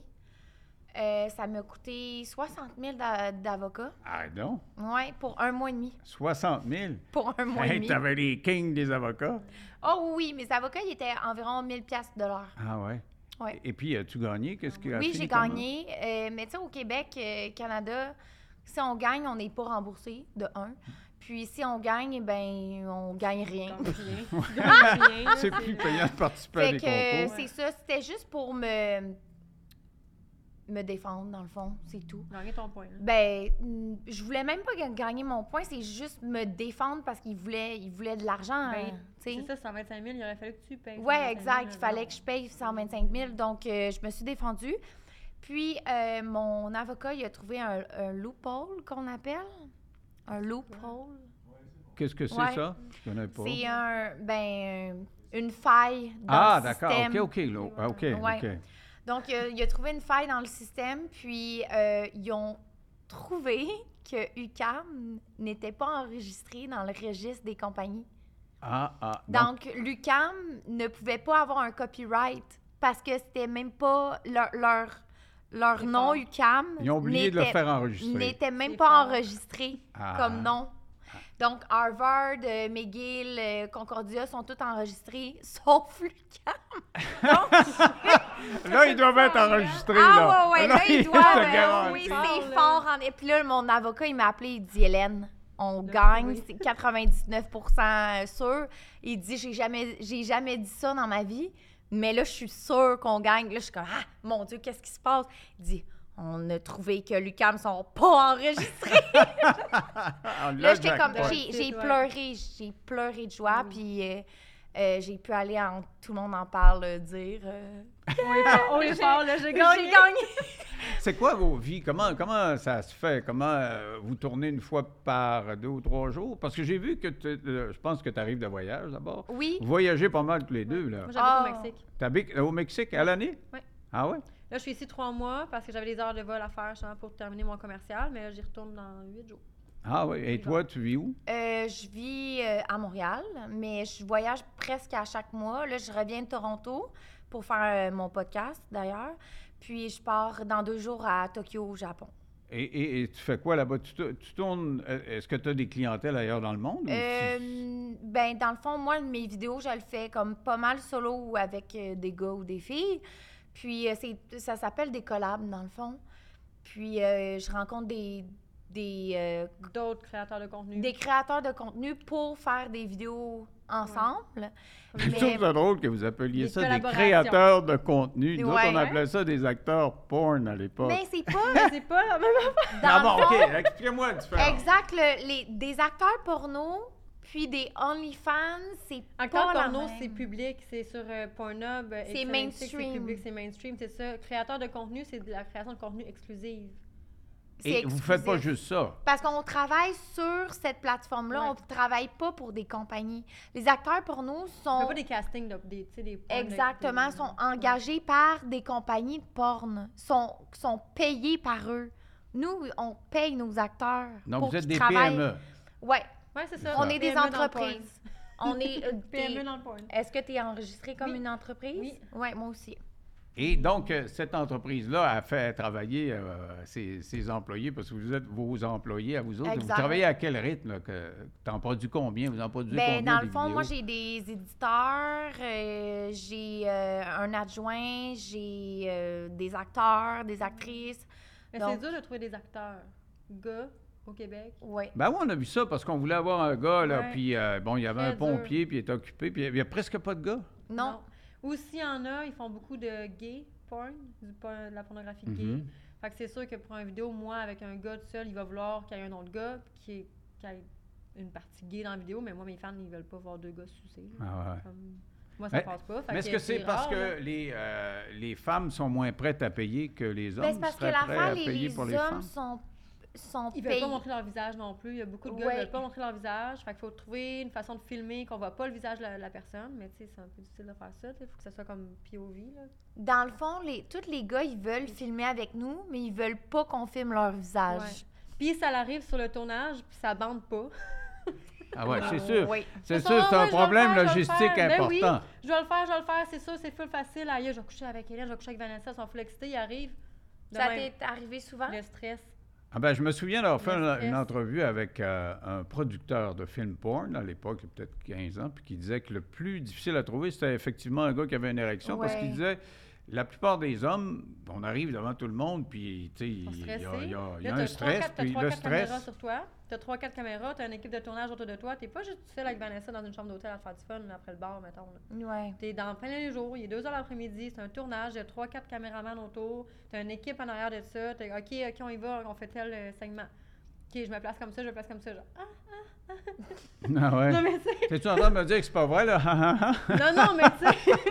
Speaker 2: Euh, ça m'a coûté 60 000 d'a- d'avocats.
Speaker 1: Ah non,
Speaker 2: Oui, pour un mois et demi.
Speaker 1: 60 000.
Speaker 2: Pour un mois et
Speaker 1: Hey,
Speaker 2: demi.
Speaker 1: t'avais les kings des avocats.
Speaker 2: Oh oui, mes avocats, ils étaient environ 1000 piastres de l'heure.
Speaker 1: Ah ouais.
Speaker 2: Ouais.
Speaker 1: Et puis, as-tu gagné? Qu'est-ce que
Speaker 2: Oui, j'ai gagné. euh, mais tu sais, au Québec, euh, Canada, si on gagne, on n'est pas remboursé, de un. Puis si on gagne, ben on gagne rien.
Speaker 3: Donc, rien. Donc, rien, là,
Speaker 1: C'est plus payant de participer à
Speaker 2: Fait
Speaker 1: des
Speaker 2: que euh,
Speaker 1: concours.
Speaker 2: c'est ça, c'était juste pour me me défendre dans le fond, c'est tout.
Speaker 3: Gagner ton point. là.
Speaker 2: Ben, mm, je voulais même pas ga- gagner mon point, c'est juste me défendre parce qu'il voulait, il voulait de l'argent.
Speaker 3: Ben,
Speaker 2: hein, tu sais.
Speaker 3: C'est ça, 125 000, il aurait fallu que tu payes.
Speaker 2: Ouais,
Speaker 3: 125 000,
Speaker 2: exact. Il fallait que je paye 125 000. Donc, euh, je me suis défendue. Puis, euh, mon avocat, il a trouvé un, un loophole qu'on appelle. Un loophole.
Speaker 3: Drôle.
Speaker 1: Qu'est-ce que c'est,
Speaker 2: Ouais.
Speaker 1: ça? Je connais pas.
Speaker 2: C'est un, ben, une faille dans
Speaker 1: Ah,
Speaker 2: le
Speaker 1: d'accord.
Speaker 2: système.
Speaker 1: OK, OK. là. Ah, OK,
Speaker 2: Ouais.
Speaker 1: OK.
Speaker 2: Donc, il a, il a trouvé une faille dans le système. Puis, euh, ils ont trouvé que UCAM n'était pas enregistré dans le registre des compagnies.
Speaker 1: Ah, ah. Donc,
Speaker 2: Donc, l'UCAM ne pouvait pas avoir un copyright parce que c'était même pas leur, leur, leur
Speaker 3: C'est
Speaker 2: nom
Speaker 3: fort.
Speaker 2: UCAM.
Speaker 1: ils ont oublié de le
Speaker 2: n'était-
Speaker 1: faire enregistrer.
Speaker 2: N'était même
Speaker 3: C'est
Speaker 2: pas
Speaker 3: fort.
Speaker 2: enregistré
Speaker 1: Ah.
Speaker 2: comme nom. Donc, Harvard, euh, McGill, euh, Concordia sont tous enregistrés, sauf l'UCAM.
Speaker 1: Là, ils doivent être enregistrés.
Speaker 2: Ah, ouais, ouais, là,
Speaker 1: ils
Speaker 2: ils
Speaker 1: te
Speaker 2: doivent. euh,
Speaker 1: garantissent.
Speaker 2: oui,
Speaker 3: garantis.
Speaker 2: c'est fort. en- Et puis là, mon avocat, il m'a appelé, il dit Hélène, on
Speaker 3: Le
Speaker 2: gagne,
Speaker 3: prouvé.
Speaker 2: c'est 99 sûr. Il dit J'ai jamais, j'ai jamais dit ça dans ma vie, mais là, je suis sûre qu'on gagne. Là, je suis comme Ah, mon Dieu, qu'est-ce qui se passe Il dit On a trouvé que Lucam sont pas enregistrés.
Speaker 1: Ah,
Speaker 2: là, j'étais comme
Speaker 1: jackpot.
Speaker 2: J'ai j'ai
Speaker 3: Ouais. Mm.
Speaker 2: pleuré, j'ai pleuré de joie,
Speaker 3: Oui.
Speaker 2: puis. euh, euh, j'ai pu aller en tout le monde en parle euh, dire euh,
Speaker 3: On est fort, on est fort, là, Ah, j'ai
Speaker 2: j'ai
Speaker 3: gagné.
Speaker 2: gagné
Speaker 1: C'est quoi vos vies? Comment, comment ça se fait? Comment euh, vous tournez une fois par deux ou trois jours? Parce que j'ai vu que tu- euh, je pense que tu arrives de voyage d'abord.
Speaker 2: oui
Speaker 1: Vous voyagez pas mal tous les deux, là.
Speaker 3: Moi,
Speaker 2: Ah.
Speaker 3: j'habite au Mexique.
Speaker 1: T'habites euh, au Mexique à l'année?
Speaker 3: Ouais.
Speaker 1: Ah ouais?
Speaker 3: Là, je suis ici trois mois parce que j'avais des heures de vol à faire justement, pour terminer mon commercial, mais là, j'y retourne dans huit jours.
Speaker 1: Ah ouais. Et
Speaker 3: Hiver.
Speaker 1: toi, tu vis où?
Speaker 2: Euh, je vis euh, à Montréal, mais je voyage presque à chaque mois. Là, je reviens de Toronto pour faire euh, mon podcast, d'ailleurs. Puis je pars dans deux jours à Tokyo, au Japon.
Speaker 1: Et, et- et tu fais quoi là-bas? Tu, tou- tu tournes. euh, Est-ce que tu as des clientèles ailleurs dans le monde? ou tu-
Speaker 2: Euh, ben, dans le fond, moi, mes vidéos, je le fais comme pas mal solo ou avec euh, des gars ou des filles. Puis euh, c'est- ça s'appelle des collabs, dans le fond. Puis euh, je rencontre des, des, euh,
Speaker 3: D'autres créateurs de contenu.
Speaker 2: des créateurs de contenu pour faire des vidéos ensemble.
Speaker 1: Je
Speaker 2: mais-
Speaker 1: trouve ça drôle que vous appeliez
Speaker 3: Des
Speaker 1: ça des
Speaker 3: collaborations.
Speaker 1: créateurs de contenu. Nous autres,
Speaker 2: Ouais.
Speaker 1: on appelait ça des acteurs porn à l'époque.
Speaker 2: Mais ben, c'est pas
Speaker 3: C'est pas la même
Speaker 2: dans
Speaker 1: Ah
Speaker 2: le
Speaker 1: bon,
Speaker 2: fond,
Speaker 1: OK, explique-moi la différence.
Speaker 2: Exact. le- les, des acteurs porno, puis des OnlyFans, c'est
Speaker 3: Encore
Speaker 2: pas la
Speaker 3: porno,
Speaker 2: même.
Speaker 3: c'est public, c'est sur euh, Pornhub, euh,
Speaker 2: C'est
Speaker 3: Xanaxix,
Speaker 2: mainstream.
Speaker 3: C'est public, c'est mainstream, c'est ça. Créateur de contenu, c'est de la création de contenu exclusive.
Speaker 1: Et vous ne faites pas
Speaker 2: exclusif.
Speaker 1: juste ça.
Speaker 2: Parce qu'on travaille sur cette plateforme-là,
Speaker 3: Ouais.
Speaker 2: on ne travaille pas pour des compagnies. Les acteurs pour nous
Speaker 3: On
Speaker 2: sont
Speaker 3: fait pas des castings, de, des, tu sais, des porn,
Speaker 2: exactement
Speaker 3: des-
Speaker 2: sont engagés par des compagnies de porn, sont sont payés par eux. Nous, on paye nos acteurs.
Speaker 1: Donc,
Speaker 2: pour
Speaker 1: vous êtes
Speaker 2: qu'ils
Speaker 1: des E.
Speaker 2: travaillent.
Speaker 1: PME.
Speaker 2: Ouais,
Speaker 3: Ouais, E c'est ça.
Speaker 1: On
Speaker 2: est des
Speaker 3: PME dans le
Speaker 2: entreprises. on est. euh,
Speaker 3: porn. PME
Speaker 2: des-
Speaker 3: dans le porn.
Speaker 2: Est-ce que tu es enregistré comme
Speaker 3: E Oui.
Speaker 2: une entreprise?
Speaker 3: Oui.
Speaker 2: Ouais, moi aussi.
Speaker 1: Et donc, euh, cette entreprise-là a fait travailler euh, ses, ses employés, parce que vous êtes vos employés à vous autres. Vous
Speaker 2: Exact.
Speaker 1: travaillez à quel rythme? là, que T'en produis combien? Vous en produisez
Speaker 2: Ben,
Speaker 1: combien?
Speaker 2: dans
Speaker 1: des
Speaker 2: le fond, moi,
Speaker 1: vidéos?
Speaker 2: j'ai des éditeurs, euh, j'ai euh, un adjoint, j'ai euh, des acteurs, des actrices.
Speaker 3: Mais
Speaker 2: Donc-
Speaker 3: c'est dur de trouver des acteurs gars au Québec.
Speaker 2: Ouais.
Speaker 1: Ben oui, on a vu ça parce qu'on voulait avoir un gars, là,
Speaker 3: Ouais.
Speaker 1: puis euh, bon, il y avait
Speaker 3: Très
Speaker 1: un
Speaker 3: dur.
Speaker 1: pompier, puis il est occupé, puis il n'y a, presque pas de gars.
Speaker 2: Non.
Speaker 3: Ou s'il y en a, ils font beaucoup de gay porn, du porn- de la pornographie gay.
Speaker 1: Mhm.
Speaker 3: Fait que c'est sûr que pour une vidéo, moi, avec un gars tout seul, il va vouloir qu'il y ait un autre gars, puis qu'il y ait- qu'il y ait une partie gay dans la vidéo, mais moi, mes fans, ils veulent pas voir deux gars sucer. là.
Speaker 1: Ah ouais.
Speaker 3: Comme, moi, ça
Speaker 1: Mais-
Speaker 3: passe pas. Fait
Speaker 1: Mais est-ce que c'est parce
Speaker 3: rare, là.
Speaker 1: que les, euh, les femmes sont moins prêtes à payer que les hommes?
Speaker 2: Ben, c'est parce que
Speaker 1: seraient prêts
Speaker 2: l'affaire,
Speaker 1: à
Speaker 2: les,
Speaker 1: payer
Speaker 2: les
Speaker 1: pour les femmes?
Speaker 2: hommes sont, sont
Speaker 3: Ils veulent
Speaker 2: payés.
Speaker 3: pas montrer leur visage non plus. Il y a beaucoup de gars qui
Speaker 2: Ouais.
Speaker 3: veulent pas montrer leur visage. Fait qu'il faut trouver une façon de filmer qu'on voit pas le visage de la, la personne. Mais tu sais, c'est un peu difficile de faire ça. Il faut que ça soit comme POV. Là.
Speaker 2: Dans le fond, les, tous les gars, ils veulent filmer avec nous, mais ils veulent pas qu'on filme leur visage.
Speaker 3: Puis ça l'arrive sur le tournage, puis ça bande pas.
Speaker 1: Ah ouais, c'est sûr.
Speaker 2: Oui.
Speaker 1: C'est
Speaker 3: Ils
Speaker 1: sûr,
Speaker 3: sont,
Speaker 1: c'est
Speaker 3: Ah,
Speaker 1: un
Speaker 3: ouais, je vais le
Speaker 1: problème
Speaker 3: faire, je vais le
Speaker 1: logistique
Speaker 3: faire. Ben oui.
Speaker 1: important.
Speaker 3: Je vais le faire, je vais le faire, c'est sûr, c'est full facile. Aïe, je vais coucher avec Hélène, je vais coucher avec Vanessa, ils sont full excités, ils arrivent. De
Speaker 2: Ça
Speaker 3: même,
Speaker 2: t'est arrivé souvent?
Speaker 3: le stress.
Speaker 1: Ah ben, je me souviens d'avoir fait
Speaker 3: Le
Speaker 1: une,
Speaker 3: stress.
Speaker 1: une entrevue avec euh, un producteur de film porn à l'époque, il y a peut-être 15 ans, puis qui disait que le plus difficile à trouver, c'était effectivement un gars qui avait une érection, parce
Speaker 2: Ouais.
Speaker 1: qu'il disait la plupart des hommes, on arrive devant tout le monde, puis tu sais, il
Speaker 3: Ils sont
Speaker 1: y a,
Speaker 3: stressés.
Speaker 1: il y a- il y a
Speaker 3: Là,
Speaker 1: un
Speaker 3: t'as trois,
Speaker 1: stress,
Speaker 3: quatre- t'as
Speaker 1: puis
Speaker 3: trois,
Speaker 1: le
Speaker 3: quatre caméras
Speaker 1: stress.
Speaker 3: sur toi. T'as trois, quatre caméras, t'as une équipe de tournage autour de toi. T'es pas juste seul avec Vanessa dans une chambre d'hôtel à te faire du fun là, après le bar, mettons. là.
Speaker 2: Ouais.
Speaker 3: T'es dans plein les jours, il est 2 h l'après-midi, c'est un tournage, il y a 3-4 caméramans autour, t'as une équipe en arrière de ça, t'es OK, OK, on y va, on fait tel euh, segment. OK, je me place comme ça, je me place comme ça. Genre, ah,
Speaker 1: Ah ouais.
Speaker 3: non, mais tu sais,
Speaker 1: T'es-tu en train de me dire que c'est pas vrai, là?
Speaker 3: non, non, mais tu sais,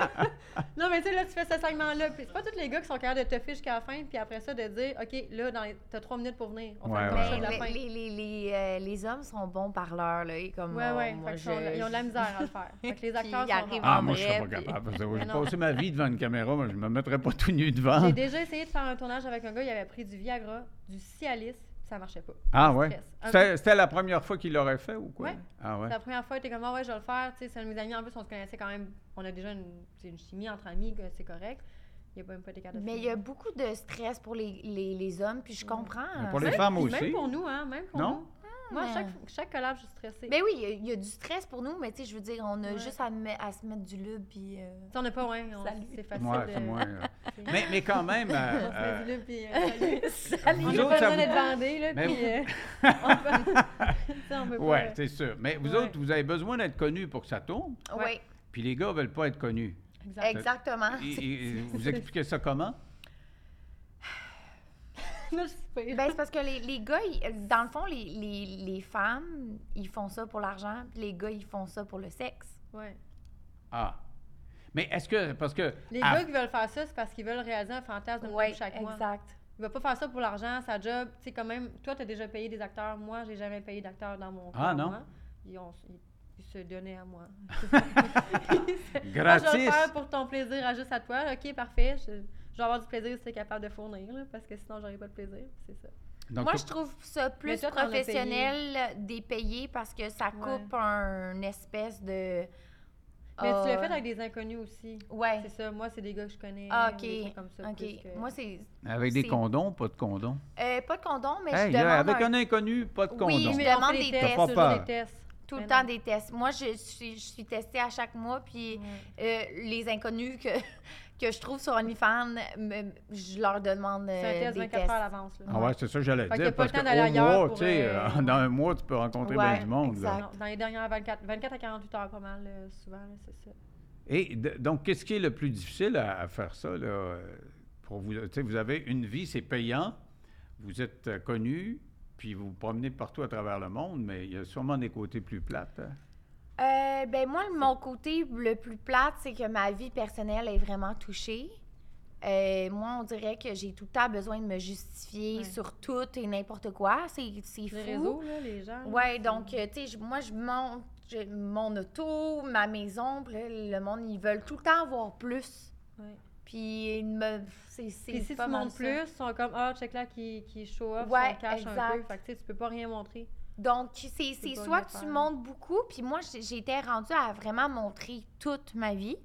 Speaker 3: non, mais tu sais, là, tu fais ce segment-là. Puis c'est pas tous les gars qui sont capables de te ficher jusqu'à la fin, puis après ça, de dire, OK, là, dans les- t'as 3 minutes pour venir, on fait
Speaker 1: Ouais,
Speaker 3: le
Speaker 1: ouais,
Speaker 3: commercial
Speaker 2: Ben,
Speaker 3: de la fin.
Speaker 2: les, les, les, les, euh, les hommes sont bons parleurs, là. et Comme,
Speaker 3: Ouais,
Speaker 2: euh,
Speaker 3: ouais,
Speaker 2: moi,
Speaker 3: fait
Speaker 2: je-
Speaker 3: qu'ils sont- ils ont de la misère à le faire. Fait que les
Speaker 2: Puis
Speaker 3: acteurs
Speaker 2: ils
Speaker 3: sont
Speaker 2: arrivent
Speaker 3: rares.
Speaker 1: Ah, moi, je serais pas
Speaker 2: André, puis-
Speaker 1: capable. J'ai
Speaker 3: non.
Speaker 1: passé ma vie devant une caméra, mais je me mettrais pas tout nu devant.
Speaker 3: J'ai déjà essayé de faire un tournage avec un gars, il avait pris du Viagra, du Cialis, ça marchait pas.
Speaker 1: Ah
Speaker 3: Le
Speaker 1: ouais?
Speaker 3: stress. Un peu-
Speaker 1: C'était c'était la première fois qu'il l'aurait fait ou quoi?
Speaker 3: Ouais.
Speaker 1: Ah ouais?
Speaker 3: La première fois, était comme, ah ouais, je vais le faire. Tu sais, c'est un de mes amis. En plus, on se connaissait quand même. On a déjà une, c'est une chimie entre amis, que c'est correct. Il n'y a pas même pas des cartes de
Speaker 2: Mais il y a beaucoup de stress pour les, les, les hommes, puis je
Speaker 3: Ouais.
Speaker 2: comprends.
Speaker 1: Mais pour
Speaker 2: hein.
Speaker 1: les femmes
Speaker 3: Puis
Speaker 1: aussi.
Speaker 3: Même pour nous, hein, même pour
Speaker 1: Non?
Speaker 3: nous. Moi,
Speaker 2: Ah, mais-
Speaker 3: chaque, chaque collab, je suis stressée.
Speaker 2: Ben oui, il y a- il y, a du stress pour nous, mais tu sais, je veux dire, on a
Speaker 3: Ouais.
Speaker 2: juste à, me- à se mettre du lube, puis... euh,
Speaker 3: Tu sais, on n'a pas, ouais, on-
Speaker 2: Salut.
Speaker 3: c'est facile.
Speaker 1: Ouais,
Speaker 3: de-
Speaker 1: c'est moins, euh,
Speaker 3: c'est-
Speaker 1: mais, mais quand même, euh,
Speaker 3: on se
Speaker 1: euh,
Speaker 3: met du lait, puis, euh, salut.
Speaker 1: Vous
Speaker 3: On n'a
Speaker 1: autres,
Speaker 3: pas
Speaker 1: ça
Speaker 3: besoin
Speaker 1: vous-
Speaker 3: d'être vendés, là,
Speaker 1: Mais
Speaker 3: puis...
Speaker 1: vous-
Speaker 3: euh, on peut- tu sais, on peut pas... euh,
Speaker 1: Oui, c'est sûr. Mais vous
Speaker 3: Ouais.
Speaker 1: autres, vous avez besoin d'être connus pour que ça tourne,
Speaker 2: Oui,
Speaker 3: Ouais.
Speaker 1: puis les gars ne veulent pas être connus.
Speaker 3: Exact.
Speaker 2: exactement.
Speaker 3: Ah,
Speaker 1: Et- et- et vous expliquez ça comment?
Speaker 3: Non, je sais pas.
Speaker 2: Ben, c'est parce que les, les gars, ils- dans le fond, les, les, les femmes, ils font ça pour l'argent, puis les gars, ils font ça pour le sexe.
Speaker 3: Ouais.
Speaker 1: Ah. Mais est-ce que. Parce que.
Speaker 3: Les
Speaker 1: ah,
Speaker 3: gars qui veulent faire ça, c'est parce qu'ils veulent réaliser un fantasme de
Speaker 2: Ouais,
Speaker 3: chaque mois.
Speaker 2: exact.
Speaker 3: Il va pas faire ça pour l'argent, sa job. Tu sais, quand même, toi, tu as déjà payé des acteurs. Moi, j'ai jamais payé d'acteurs dans mon
Speaker 1: Ah,
Speaker 3: dans
Speaker 1: non?
Speaker 3: moi. Ils, ont- ils- ils se donnaient à moi. Ah, je vais
Speaker 1: gratis.
Speaker 3: le faire pour ton plaisir, à juste à toi. OK, parfait. Je, je vais avoir du plaisir si tu es capable de fournir, là, parce que sinon, j'aurais pas de plaisir. C'est ça.
Speaker 1: Donc,
Speaker 2: Moi, je trouve ça plus
Speaker 3: toi, t'en as payé.
Speaker 2: professionnel dépayé parce que ça
Speaker 3: Ouais.
Speaker 2: coupe un une espèce de...
Speaker 3: Mais tu l'as
Speaker 2: Ah,
Speaker 3: fait avec des inconnus aussi.
Speaker 2: Ouais,
Speaker 3: C'est ça. Moi, c'est des gars que je connais.
Speaker 2: Ah,
Speaker 3: ou
Speaker 2: OK.
Speaker 3: Des trucs comme ça.
Speaker 2: OK.
Speaker 3: plus que-
Speaker 2: Moi, c'est...
Speaker 1: avec des
Speaker 2: c'est-
Speaker 1: condoms, pas de condoms.
Speaker 2: euh, pas de condom, mais
Speaker 1: Hey,
Speaker 2: je demande
Speaker 1: là, avec un
Speaker 2: un-
Speaker 1: inconnu, pas de
Speaker 2: Oui,
Speaker 1: condom.
Speaker 2: je
Speaker 3: Mais on
Speaker 2: demande
Speaker 3: fait
Speaker 2: des
Speaker 1: tests. T'as pas
Speaker 3: toujours
Speaker 1: peur.
Speaker 3: des tests.
Speaker 2: tout le
Speaker 3: Mais
Speaker 2: temps
Speaker 3: non. Mm.
Speaker 2: des tests. Moi, je suis, je suis testée à chaque mois, puis
Speaker 3: Ouais.
Speaker 2: euh, les inconnus que, que je trouve sur OnlyFans, me- je leur demande euh,
Speaker 3: C'est un test
Speaker 2: des
Speaker 3: 24
Speaker 2: tests.
Speaker 3: heures à l'avance. là.
Speaker 1: Ah ouais, c'est ça que j'allais
Speaker 3: Fait qu'il y a
Speaker 1: dire.
Speaker 3: pas le
Speaker 1: Parce
Speaker 3: temps d'aller
Speaker 1: qu'au
Speaker 3: ailleurs
Speaker 1: mois,
Speaker 3: pour,
Speaker 1: tu sais,
Speaker 3: euh,
Speaker 1: euh, dans un mois, tu peux rencontrer bien
Speaker 2: Ouais,
Speaker 1: du monde. là.
Speaker 2: exact.
Speaker 3: Non, dans les dernières 24, 24 à 48 heures, pas mal, euh, souvent, là, c'est ça.
Speaker 1: Et de- donc, qu'est-ce qui est le plus difficile à, à faire ça? Là, euh, pour vous, tu sais, vous avez une vie, c'est payant, vous êtes euh, connu, puis vous vous promenez partout à travers le monde, mais il y a sûrement des côtés plus plates. hein.
Speaker 2: Euh, ben moi, le- mon côté le plus plate, c'est que ma vie personnelle est vraiment touchée. Euh, moi, on dirait que j'ai tout le temps besoin de me justifier
Speaker 3: Ouais.
Speaker 2: sur tout et n'importe quoi. C'est c'est fou.
Speaker 3: Les réseaux, là, les gens. là,
Speaker 2: Ouais,
Speaker 3: c'est-
Speaker 2: donc, euh, tu sais, je- moi, je monte je- mon auto, ma maison, puis là, le monde, ils veulent tout le temps avoir plus.
Speaker 3: Ouais.
Speaker 2: Puis, ils me- c'est
Speaker 3: Puis
Speaker 2: c'est
Speaker 3: si
Speaker 2: pas
Speaker 3: tu
Speaker 2: mal
Speaker 3: montres
Speaker 2: ça.
Speaker 3: plus, ils sont comme Ah, check là qui, qui show off,
Speaker 2: Ouais,
Speaker 3: son cache un peu.
Speaker 2: exact.
Speaker 3: Fait que tu sais, tu peux pas rien montrer.
Speaker 2: Donc, c'est c'est
Speaker 3: pas
Speaker 2: soit
Speaker 3: une
Speaker 2: que tu
Speaker 3: affaire.
Speaker 2: montes beaucoup, puis moi, j'- j'étais rendue à vraiment montrer toute ma vie.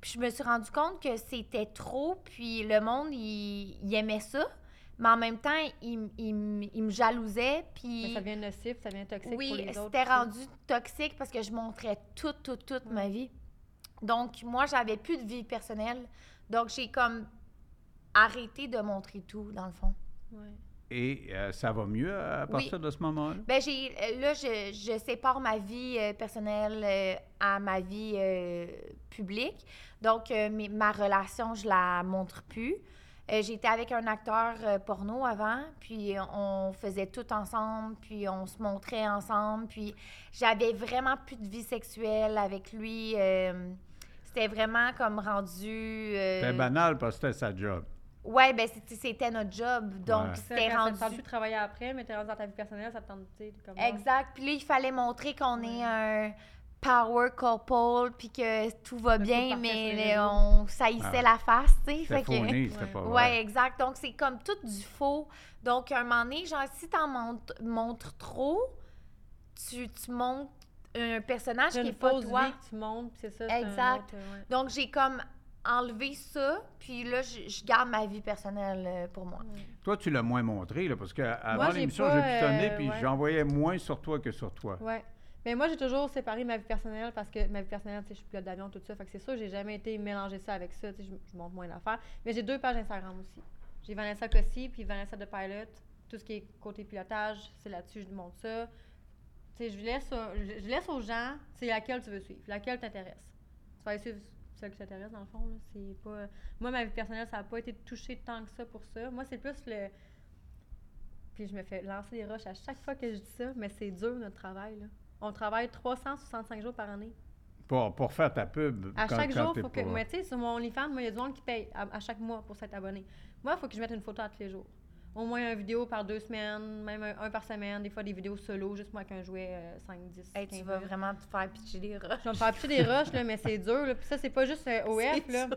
Speaker 2: Puis je me suis rendu compte que c'était trop, puis le monde, il, il aimait ça. Mais en même temps, il, m- il m- il me jalousait, puis...
Speaker 3: Mais ça devient nocif, ça devient toxique pour
Speaker 2: Oui,
Speaker 3: les autres.
Speaker 2: c'était
Speaker 3: aussi.
Speaker 2: rendu toxique parce que je montrais toute, toute, toute ma vie. Donc, moi, j'avais plus de vie personnelle. Donc, j'ai comme arrêté de montrer tout, dans le fond.
Speaker 3: Ouais.
Speaker 1: Et euh, ça va mieux à
Speaker 2: Oui.
Speaker 1: partir de ce moment-là?
Speaker 2: Ben, j'ai, euh, là, je, je sépare ma vie euh, personnelle euh, à ma vie euh, publique. Donc, euh, mes- ma relation, je la montre plus. Euh, J'étais avec un acteur euh, porno avant, puis on faisait tout ensemble, puis on se montrait ensemble, puis j'avais vraiment plus de vie sexuelle avec lui. euh, c'était vraiment comme rendu. euh,
Speaker 1: C'était banal parce que c'était sa job.
Speaker 2: Ouais, ben c'était- c'était notre job, donc
Speaker 1: Ouais.
Speaker 3: C'est
Speaker 2: c'était
Speaker 3: quand Ça te tente
Speaker 2: rendu
Speaker 3: plus de travailler après, mais t'es rendu dans ta vie personnelle, ça te tente, tu sais, t'es comme Ah,
Speaker 2: Exact. Puis là, il fallait montrer qu'on
Speaker 3: Ouais.
Speaker 2: est un power couple, puis que tout va
Speaker 3: Le
Speaker 2: bien,
Speaker 3: couple parfait sur les
Speaker 2: mais
Speaker 3: réseaux.
Speaker 2: on saillissait
Speaker 1: Ah ouais.
Speaker 2: la face, tu sais.
Speaker 1: C'était
Speaker 2: Fait que...
Speaker 1: fourni, c'était
Speaker 3: Ouais.
Speaker 1: pas
Speaker 2: Ouais,
Speaker 1: vrai.
Speaker 2: exact. Donc, c'est comme tout du faux. Donc, à un moment donné, genre, si t'en montes- montres trop, tu, tu montes un personnage
Speaker 3: J'ai
Speaker 2: qui
Speaker 3: une
Speaker 2: est pas
Speaker 3: fausse
Speaker 2: toi.
Speaker 3: vie que tu montes, puis c'est ça. c'est un
Speaker 2: Exact.
Speaker 3: autre, euh, ouais.
Speaker 2: Donc, j'ai comme enlevé ça, puis là, je, je garde ma vie personnelle euh, pour moi.
Speaker 1: Toi, tu l'as moins montré, là, parce qu'avant
Speaker 3: j'ai
Speaker 1: l'émission,
Speaker 3: pas,
Speaker 1: j'ai pitonné,
Speaker 3: euh,
Speaker 1: puis
Speaker 3: ouais.
Speaker 1: j'envoyais moins sur toi que sur toi.
Speaker 3: Ouais. Mais moi, j'ai toujours séparé ma vie personnelle parce que ma vie personnelle, tu sais, je suis pilote d'avion, tout ça. Fait que c'est sûr, j'ai jamais été mélanger ça avec ça. Tu sais, je, je montre moins d'affaires. Mais j'ai deux pages Instagram aussi. J'ai Vanessa Cossi puis Vanessa de Pilot. Tout ce qui est côté pilotage, c'est là-dessus, je montre ça. Tu sais, je laisse, au- je, je laisse aux gens, c'est laquelle tu veux suivre, laquelle t'intéresse. Tu vas aller suivre celle qui t'intéresse, dans le fond. là. C'est pas... Moi, ma vie personnelle, ça n'a pas été touché tant que ça pour ça. Moi, c'est plus le. Puis je me fais lancer des roches à chaque fois que je dis ça, mais c'est dur notre travail. Là. On travaille 365 jours par année.
Speaker 1: Pour, pour faire ta pub.
Speaker 3: À
Speaker 1: quand-
Speaker 3: chaque
Speaker 1: quand
Speaker 3: jour,
Speaker 1: t'es
Speaker 3: faut que.
Speaker 1: pas-
Speaker 3: Mais tu sais, sur mon OnlyFans, moi, il y a du monde qui paye à, à chaque mois pour s'être abonné. Moi, il faut que je mette une photo à tous les jours. Au moins une vidéo par deux semaines, même un, un par semaine, des fois des vidéos solo, juste moi qu'un jouet 5, 10.
Speaker 2: Hey,
Speaker 3: 15
Speaker 2: tu vas
Speaker 3: minutes.
Speaker 2: vraiment te faire pitcher des roches.
Speaker 3: Je vais me faire picher des roches, là, mais c'est dur. Là. Puis ça, c'est pas juste euh, OF.
Speaker 2: C'est
Speaker 3: Là.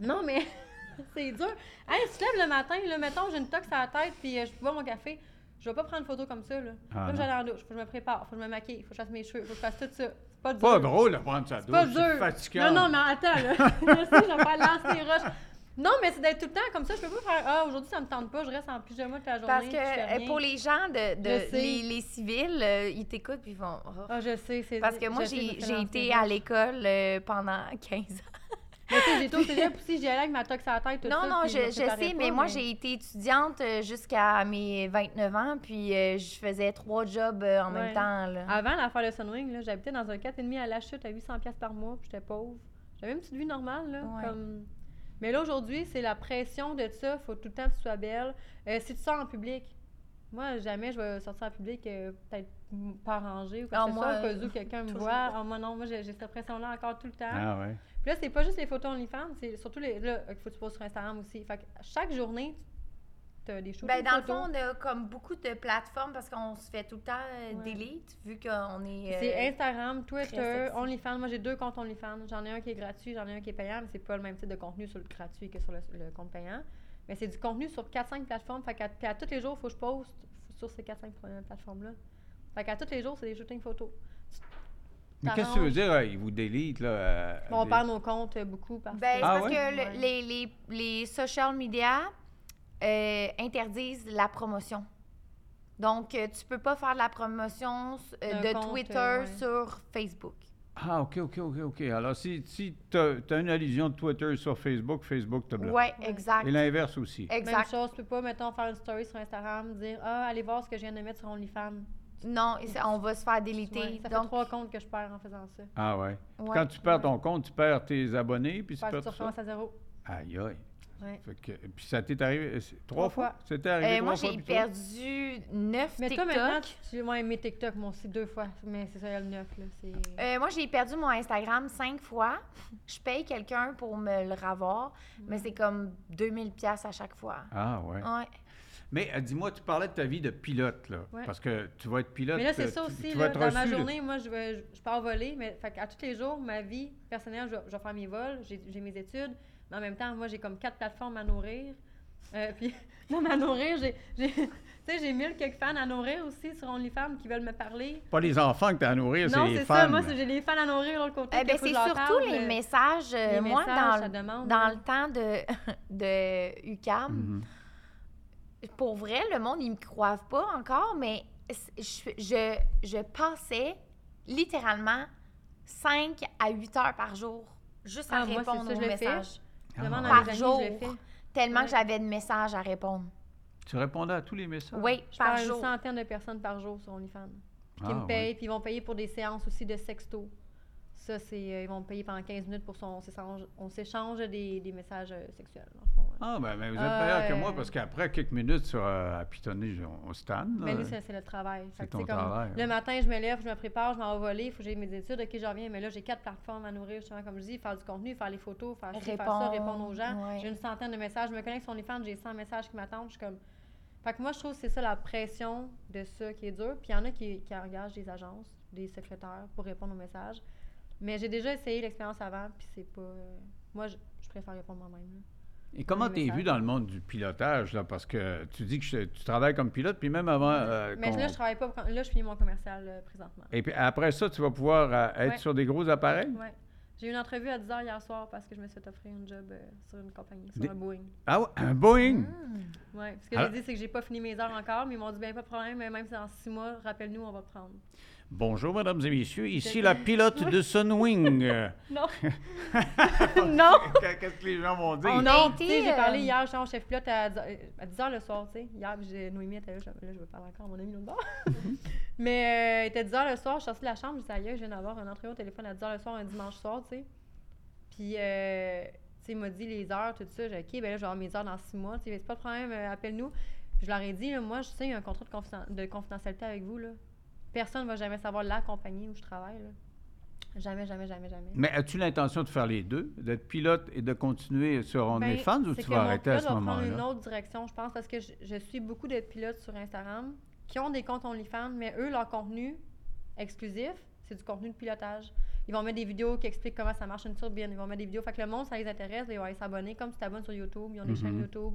Speaker 3: Non, mais c'est dur. Hey, tu te lèves le matin, là, mettons, j'ai une tox à la tête, puis euh, je bois mon café. Je vais pas prendre une photo comme ça. Là,
Speaker 1: Ah,
Speaker 3: Faut que
Speaker 1: non.
Speaker 3: j'aille en douche, faut que je me prépare, faut que je me maquille, faut que je fasse mes cheveux, faut que je fasse tout ça. C'est pas dur.
Speaker 1: Pas drôle de prendre sa
Speaker 3: C'est pas
Speaker 1: douche. C'est
Speaker 3: dur.
Speaker 1: fatigant.
Speaker 3: Non, non, mais attends, là. Merci, je vais me faire lancer les roches. Non, mais c'est d'être tout le temps comme ça. Je peux pas faire Ah, aujourd'hui, ça me tente pas, je reste en pyjama toute la journée.
Speaker 2: Parce
Speaker 3: je
Speaker 2: que
Speaker 3: fais
Speaker 2: euh, pour
Speaker 3: rien.
Speaker 2: les gens, de, de-
Speaker 3: Je sais.
Speaker 2: les, les civils, euh, ils t'écoutent puis ils vont. Oh.
Speaker 3: Ah, je sais, c'est.
Speaker 2: Parce que moi,
Speaker 3: je sais, je me
Speaker 2: j'ai
Speaker 3: fais
Speaker 2: j'ai
Speaker 3: lancer les
Speaker 2: été
Speaker 3: roches.
Speaker 2: à l'école euh, pendant 15 ans.
Speaker 3: Mais tu sais, j'étais au cégep aussi, j'y allais avec ma tox à la tête. Tout
Speaker 2: Non,
Speaker 3: ça,
Speaker 2: non,
Speaker 3: puis
Speaker 2: je,
Speaker 3: me
Speaker 2: je sais,
Speaker 3: préparais
Speaker 2: mais,
Speaker 3: pas,
Speaker 2: moi, j'ai été étudiante euh, jusqu'à mes 29 ans, puis euh, je faisais trois jobs euh, en
Speaker 3: Ouais. Ah,
Speaker 2: même temps. là.
Speaker 3: Avant l'affaire de Sunwing, là, j'habitais dans un 4,5 à la chute à 800$ piastres par mois, puis j'étais pauvre. J'avais une petite vie normale. Là,
Speaker 2: Ouais.
Speaker 3: comme... Mais là, aujourd'hui, c'est la pression de ça. faut tout le temps que tu sois belle. Euh, si tu sors en public, moi, jamais je vais sortir en public, euh, peut-être m- pas rangée ou quoi
Speaker 2: Ah,
Speaker 3: que ce
Speaker 2: moi,
Speaker 3: soit, au cas
Speaker 2: euh,
Speaker 3: où quelqu'un me
Speaker 2: toujours.
Speaker 3: voit. Ah, moi, non, moi, j'ai j'ai cette pression-là encore tout le temps.
Speaker 1: Ah ouais.
Speaker 3: Puis là, c'est pas juste les photos OnlyFans, c'est surtout les. Là, il faut que tu poses sur Instagram aussi. Fait que chaque journée, tu as des choses.
Speaker 2: Ben, dans le fond, on a comme beaucoup de plateformes parce qu'on se fait tout le temps euh,
Speaker 3: Ouais.
Speaker 2: delete, vu qu'on est. euh,
Speaker 3: C'est Instagram,
Speaker 2: très
Speaker 3: Twitter,
Speaker 2: sexy.
Speaker 3: OnlyFans. Moi, j'ai deux comptes OnlyFans. J'en ai un qui est gratuit, j'en ai un qui est payant, mais c'est pas le même type de contenu sur le gratuit que sur le, le compte payant. Mais c'est du contenu sur 4-5 plateformes. Fait qu'à, puis à tous les jours, il faut que je poste sur ces 4-5 premières plateformes-là. Fait qu'à tous les jours, c'est des shootings photos.
Speaker 1: Mais qu'est-ce que tu veux dire, euh, ils vous délitent, là? euh,
Speaker 3: Bon, on
Speaker 1: des-
Speaker 3: perd nos comptes euh, beaucoup parce
Speaker 2: Ben, c'est
Speaker 1: Ah
Speaker 2: parce
Speaker 1: ouais?
Speaker 2: que le-
Speaker 3: Ouais.
Speaker 2: les, les, les social media euh, interdisent la promotion. Donc, euh, tu peux pas faire de la promotion euh,
Speaker 3: D'un
Speaker 2: de
Speaker 3: compte,
Speaker 2: Twitter
Speaker 3: euh, ouais.
Speaker 2: sur Facebook.
Speaker 1: Ah, OK, OK, OK, OK. Alors, si, si tu as, une allusion de Twitter sur Facebook, Facebook te
Speaker 2: Oui,
Speaker 1: bloque.
Speaker 2: ouais,
Speaker 3: Ouais.
Speaker 2: exact.
Speaker 1: Et l'inverse aussi.
Speaker 3: Même
Speaker 2: Exact.
Speaker 3: chose, tu peux pas, mettons, faire une story sur Instagram, dire Ah, allez voir ce que je viens de mettre sur OnlyFans.
Speaker 2: Non, et ça- on va se faire
Speaker 3: Ouais,
Speaker 2: déliter.
Speaker 3: ça fait
Speaker 2: donc,
Speaker 3: trois comptes que je perds en faisant ça.
Speaker 1: Ah ouais.
Speaker 2: ouais.
Speaker 1: Quand tu perds ton compte, tu perds tes abonnés, puis tu
Speaker 3: Fait que
Speaker 1: perds
Speaker 3: tu
Speaker 1: tout ça.
Speaker 3: recommences à zéro.
Speaker 1: Aïe, aïe.
Speaker 3: Ouais.
Speaker 1: Fait que- et puis ça t'est arrivé euh, c'est- trois
Speaker 3: Trois
Speaker 1: fois?
Speaker 3: fois.
Speaker 1: C'était arrivé
Speaker 2: Euh, moi,
Speaker 1: trois fois?
Speaker 2: j'ai
Speaker 1: puis toi?
Speaker 2: perdu neuf
Speaker 3: Mais toi,
Speaker 2: TikTok.
Speaker 3: maintenant, tu, tu ouais, mes TikTok, moi aussi, deux fois. Mais c'est ça, il y a le neuf, là. C'est...
Speaker 2: Euh, moi, j'ai perdu mon Instagram cinq fois. Je paye quelqu'un pour me le ravoir, mais c'est comme 2000 pièces à chaque fois.
Speaker 1: Ah, ouais.
Speaker 2: Ouais.
Speaker 1: Mais euh, dis-moi, tu parlais de ta vie de pilote, là.
Speaker 3: Ouais.
Speaker 1: Parce que tu vas être pilote.
Speaker 3: Mais là, c'est
Speaker 1: euh,
Speaker 3: ça
Speaker 1: tu-
Speaker 3: aussi.
Speaker 1: tu vas
Speaker 3: là,
Speaker 1: être
Speaker 3: dans ma
Speaker 1: reçu, là.
Speaker 3: journée, moi, je, vais- je, je pars voler, mais fait, à tous les jours, ma vie personnelle, je, vais- je vais faire mes vols, j'ai j'ai mes études, mais en même temps, moi, j'ai comme quatre plateformes à nourrir. Euh, puis, même à nourrir, j'ai- j'ai tu sais, j'ai mille quelques fans à nourrir aussi sur OnlyFans qui veulent me parler.
Speaker 1: Pas les enfants que tu as à nourrir, c'est
Speaker 3: non,
Speaker 1: les
Speaker 3: c'est
Speaker 1: femmes.
Speaker 3: ça, moi, c'est- j'ai les fans à nourrir de l'autre côté.
Speaker 2: Eh ben,
Speaker 3: qu'il faut
Speaker 2: c'est
Speaker 3: que je leur
Speaker 2: surtout
Speaker 3: parle,
Speaker 2: les
Speaker 3: euh,
Speaker 2: messages. euh,
Speaker 3: les
Speaker 2: moi,
Speaker 3: messages, ça
Speaker 2: dans, le-
Speaker 3: demande,
Speaker 2: dans
Speaker 3: là.
Speaker 2: le temps de, de UCAM,
Speaker 1: Mhm.
Speaker 2: pour vrai, le monde, ils me croivent pas encore, mais c- je, je, je passais littéralement 5 à 8 heures par jour juste à
Speaker 3: Ah, moi, c'est
Speaker 2: répondre
Speaker 3: ça, je
Speaker 2: aux
Speaker 3: le fais.
Speaker 2: messages.
Speaker 3: Je demande à
Speaker 1: Ah,
Speaker 2: Par
Speaker 3: mes amis,
Speaker 2: jour.
Speaker 3: je le fais.
Speaker 2: Tellement
Speaker 3: Ouais.
Speaker 2: que j'avais de messages à répondre.
Speaker 1: Tu répondais à tous les messages?
Speaker 2: Oui,
Speaker 3: Ah. Je
Speaker 2: par
Speaker 3: parle à une
Speaker 2: jour.
Speaker 3: centaine de personnes par jour sur OnlyFans. qui
Speaker 1: Ah,
Speaker 3: me
Speaker 1: ouais.
Speaker 3: payent, puis ils vont payer pour des séances aussi de sexto. Ça, c'est, euh, ils vont me payer pendant 15 minutes pour son, on s'échange, on s'échange des, des messages euh, sexuels, dans le fond. ouais.
Speaker 1: Ah, ben, mais vous êtes
Speaker 3: Ah,
Speaker 1: meilleur que
Speaker 3: euh,
Speaker 1: moi parce qu'après quelques minutes sur, euh, à pitonner, je- on, on se tanne. là.
Speaker 3: Mais lui, Ben ça, c'est le travail.
Speaker 1: C'est
Speaker 3: Fait que
Speaker 1: ton
Speaker 3: c'est comme,
Speaker 1: travail, ouais.
Speaker 3: Le matin, je me lève, je me prépare, je m'en vais voler, il faut que j'ai mes études, ok, j'en reviens, mais là, j'ai quatre plateformes à nourrir, justement, comme je dis, faire du contenu, faire les photos, faire, ci, faire ça,
Speaker 2: Répondre,
Speaker 3: répondre aux gens.
Speaker 2: ouais.
Speaker 3: J'ai une centaine de messages, je me connecte sur OnlyFans, j'ai 100 messages qui m'attendent, je suis comme... Fait que moi, je trouve que c'est ça la pression de ça qui est dur. Puis il y en a qui, qui engagent des agences, des secrétaires pour répondre aux messages. Mais j'ai déjà essayé l'expérience avant, puis c'est pas... euh, Moi, je, je préfère répondre moi-même. là.
Speaker 1: Et comment
Speaker 3: les
Speaker 1: t'es vu
Speaker 3: messages.
Speaker 1: dans le monde du pilotage, là? Parce que tu dis que je- tu travailles comme pilote, puis même avant. euh,
Speaker 3: mais
Speaker 1: qu'on-
Speaker 3: là, je travaille pas... Là, je finis mon commercial euh, présentement.
Speaker 1: Et puis après ça, tu vas pouvoir euh, être
Speaker 3: Ouais.
Speaker 1: sur des gros appareils?
Speaker 3: Ouais. J'ai eu une entrevue à 10 h hier soir parce que je me suis fait offrir un job euh, sur une compagnie, sur
Speaker 1: Des-
Speaker 3: un Boeing.
Speaker 1: Ah ouais, un Boeing!
Speaker 2: Hmm.
Speaker 3: Ouais. Ce que
Speaker 1: Ah.
Speaker 3: j'ai dit, c'est que j'ai pas fini mes heures encore, mais ils m'ont dit, ben pas de problème, euh, même si dans 6 mois, rappelle-nous, on va prendre.
Speaker 1: Bonjour, mesdames et messieurs, ici la pilote de Sunwing. Euh,
Speaker 3: Non! non!
Speaker 1: Qu'est-ce que les gens vont dire?
Speaker 2: On a
Speaker 3: non!
Speaker 2: été,
Speaker 3: Tu sais, j'ai parlé
Speaker 2: euh,
Speaker 3: hier, je suis en chef pilote à 10 h le soir, tu sais. Hier, puis j'ai Noémie était là, je- là, je veux parler encore à mon ami l'autre bord. mais euh, il était 10 h le soir, je suis sortie de la chambre, je disais, aïe, je viens d'avoir un entrevue au téléphone à 10 h le soir, un dimanche soir, tu sais. Puis, euh, tu sais, il m'a dit les heures, tout ça. J'ai dit, OK, ben là, je vais avoir mes heures dans six mois. Tu sais, c'est pas de problème, euh, appelle-nous. Puis je leur ai dit, là, moi, je sais, il y a un contrat de, confiden- de confidentialité avec vous, là. Personne ne va jamais savoir la compagnie où je travaille, là. Jamais, jamais, jamais, jamais.
Speaker 1: Mais as-tu l'intention de faire les deux, d'être pilote et de continuer sur
Speaker 3: Ben,
Speaker 1: OnlyFans ou
Speaker 3: c'est
Speaker 1: tu
Speaker 3: que
Speaker 1: vas
Speaker 3: mon
Speaker 1: arrêter à
Speaker 3: pilote
Speaker 1: ce
Speaker 3: va prendre une
Speaker 1: moment-là?
Speaker 3: autre direction, je pense, parce que je, je suis beaucoup de pilotes sur Instagram qui ont des comptes OnlyFans, mais eux, leur contenu exclusif, c'est du contenu de pilotage. Ils vont mettre des vidéos qui expliquent comment ça marche une turbine. Ils vont mettre des vidéos. Fait que le monde, ça les intéresse. Ils vont aller s'abonner comme tu t'abonnes sur YouTube. Ils ont des
Speaker 1: Mhm.
Speaker 3: chaînes YouTube.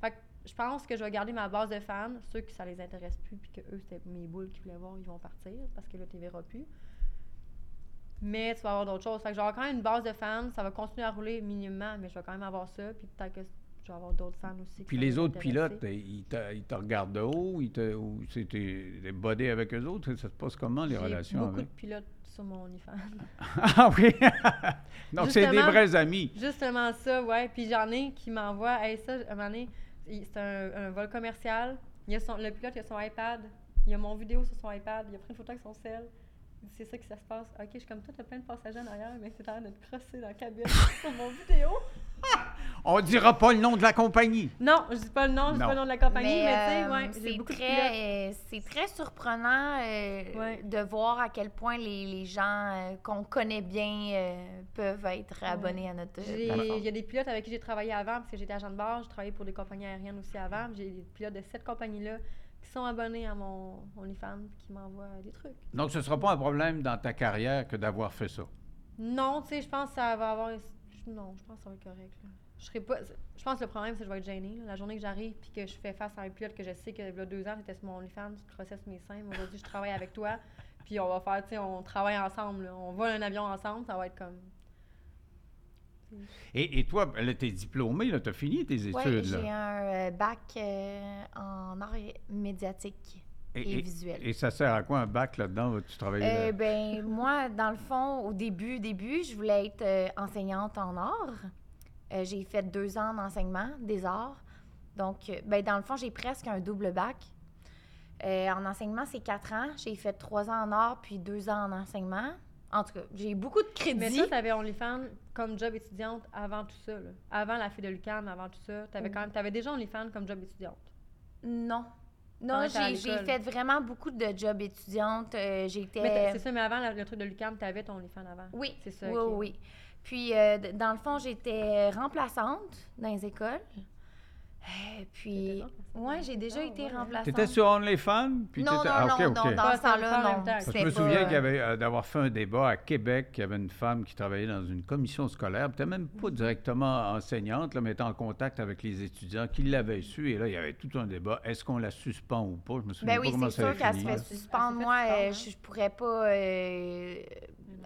Speaker 3: Fait que je pense que je vais garder ma base de fans. Ceux qui ça les intéresse plus, puis que eux, c'était mes boules qui voulaient voir, ils vont partir parce que là, tu les verras plus. Mais tu vas avoir d'autres choses. Fait que je vais avoir quand même une base de fans. Ça va continuer à rouler minimum, mais je vais quand même avoir ça. Puis peut-être que je vais avoir d'autres fans aussi. qui
Speaker 1: Puis
Speaker 3: vont
Speaker 1: les autres
Speaker 3: m'intéresser.
Speaker 1: pilotes, hein, ils te, ils te regardent de haut, ils te, ou c'est t'es t'es bodé avec eux autres, ça se passe comment les
Speaker 3: J'ai
Speaker 1: relations
Speaker 3: beaucoup
Speaker 1: avec?
Speaker 3: de pilotes sur mon OnlyFans.
Speaker 1: Ah oui! Donc c'est des
Speaker 3: Justement-
Speaker 1: vrais amis.
Speaker 3: Justement ça, ouais. Puis j'en ai qui m'envoie, hey, ça, à un moment donné, il- c'est un, un vol commercial. Il a son, le pilote, il a son iPad. Il a mon vidéo sur son iPad. Il a pris une photo avec son sel. Il dit, C'est ça que ça se passe. Ok, je suis comme toi, t'as plein de passagers en arrière, mais c'est en train de te crosser dans la cabine sur mon vidéo.
Speaker 1: On dira pas le nom de la compagnie.
Speaker 3: Non, je dis pas le nom, je dis
Speaker 1: Non.
Speaker 3: pas le nom de la compagnie,
Speaker 2: euh,
Speaker 3: mais, tu sais, ouais, j'ai
Speaker 2: c'est
Speaker 3: beaucoup de pilotes.
Speaker 2: très, euh, c'est très surprenant euh,
Speaker 3: Ouais.
Speaker 2: de voir à quel point les, les gens euh, qu'on connaît bien euh, peuvent être abonnés à notre euh,
Speaker 3: J'ai-
Speaker 2: plateforme.
Speaker 3: Il y a des pilotes avec qui j'ai travaillé avant, parce que j'étais agent de bord, j'ai travaillé pour des compagnies aériennes aussi avant. J'ai des pilotes de cette compagnie-là qui sont abonnés à mon OnlyFans puis qui m'envoient des trucs.
Speaker 1: Donc ce sera pas un problème dans ta carrière que d'avoir fait ça.
Speaker 3: Non, tu sais, je pense que ça va avoir. Non, je pense que ça va être correct. là. Je serai pas. Je pense que le problème, c'est que je vais être gênée. là. La journée que j'arrive puis que je fais face à un pilote que je sais que là, deux ans, j'étais sur mon OnlyFans, tu crossais sur mes seins, mais aujourd'hui, je travaille avec toi. Puis on va faire, tu sais, on travaille ensemble. là. On vole un avion ensemble, ça va être comme.
Speaker 1: Et, et toi, ben là, t'es diplômé, là, t'as fini tes études.
Speaker 2: Ouais,
Speaker 1: là.
Speaker 2: j'ai un euh, bac euh, en arts et- médiatiques
Speaker 1: Et-
Speaker 2: et,
Speaker 1: et-
Speaker 2: visuels.
Speaker 1: Et ça sert à quoi un bac là-dedans? Vas-tu travailler là-
Speaker 2: Euh, ben, moi, dans le fond, au début, début, je voulais être euh, enseignante en arts. Euh, j'ai fait deux ans d'enseignement des arts. Donc, euh, ben, dans le fond, j'ai presque un double bac. Euh, en enseignement, c'est quatre ans. J'ai fait trois ans en arts, puis deux ans en enseignement. En tout cas, j'ai eu beaucoup de
Speaker 3: Mais
Speaker 2: crédit.
Speaker 3: toi, t'avais OnlyFans comme job étudiante avant tout ça, là. Avant la fille de Lucam, avant tout ça.
Speaker 2: Mm.
Speaker 3: T'avais quand même, t'avais déjà OnlyFans comme job étudiante.
Speaker 2: Non.
Speaker 3: Quand
Speaker 2: Non,
Speaker 3: t'étais à
Speaker 2: j'ai j'ai
Speaker 3: l'école.
Speaker 2: fait vraiment beaucoup de jobs étudiantes. euh,
Speaker 3: Mais t'as-
Speaker 2: J'étais.
Speaker 3: c'est ça, mais avant la- le truc de Lucam, t'avais ton OnlyFans avant.
Speaker 2: Oui,
Speaker 3: C'est ça,
Speaker 2: oui,
Speaker 3: ok.
Speaker 2: oui. Puis, euh, d- dans le fond, j'étais remplaçante dans les écoles. Euh, puis,
Speaker 3: T'étais remplaçante dans
Speaker 2: oui,
Speaker 3: les
Speaker 2: j'ai déjà
Speaker 3: écoles,
Speaker 2: été
Speaker 3: Ah, ouais.
Speaker 2: remplaçante.
Speaker 1: T'étais sur OnlyFans? puis
Speaker 2: Non, non,
Speaker 1: t'étais- ah,
Speaker 2: non,
Speaker 1: ok, ok.
Speaker 2: non, dans ce
Speaker 3: Pas sur le
Speaker 2: temps-là,
Speaker 3: temps en
Speaker 2: non.
Speaker 3: même temps.
Speaker 1: Parce que
Speaker 2: c'était
Speaker 1: je me
Speaker 2: pas-
Speaker 1: souviens qu'il y avait, euh, d'avoir fait un débat à Québec, il y avait une femme qui travaillait dans une commission scolaire, peut-être même pas directement enseignante, là, mais était en contact avec les étudiants qui l'avaient su, et là, il y avait tout un débat, est-ce qu'on la suspend ou pas? Je me souviens
Speaker 2: Ben
Speaker 1: pas
Speaker 2: oui,
Speaker 1: comment ça
Speaker 2: c'est sûr
Speaker 1: avait
Speaker 2: qu'elle se
Speaker 1: fini,
Speaker 2: fait
Speaker 1: là.
Speaker 3: Elle
Speaker 2: suspendre.
Speaker 3: s'est fait
Speaker 2: Moi, euh,
Speaker 3: suspendre,
Speaker 2: je, je pourrais pas euh,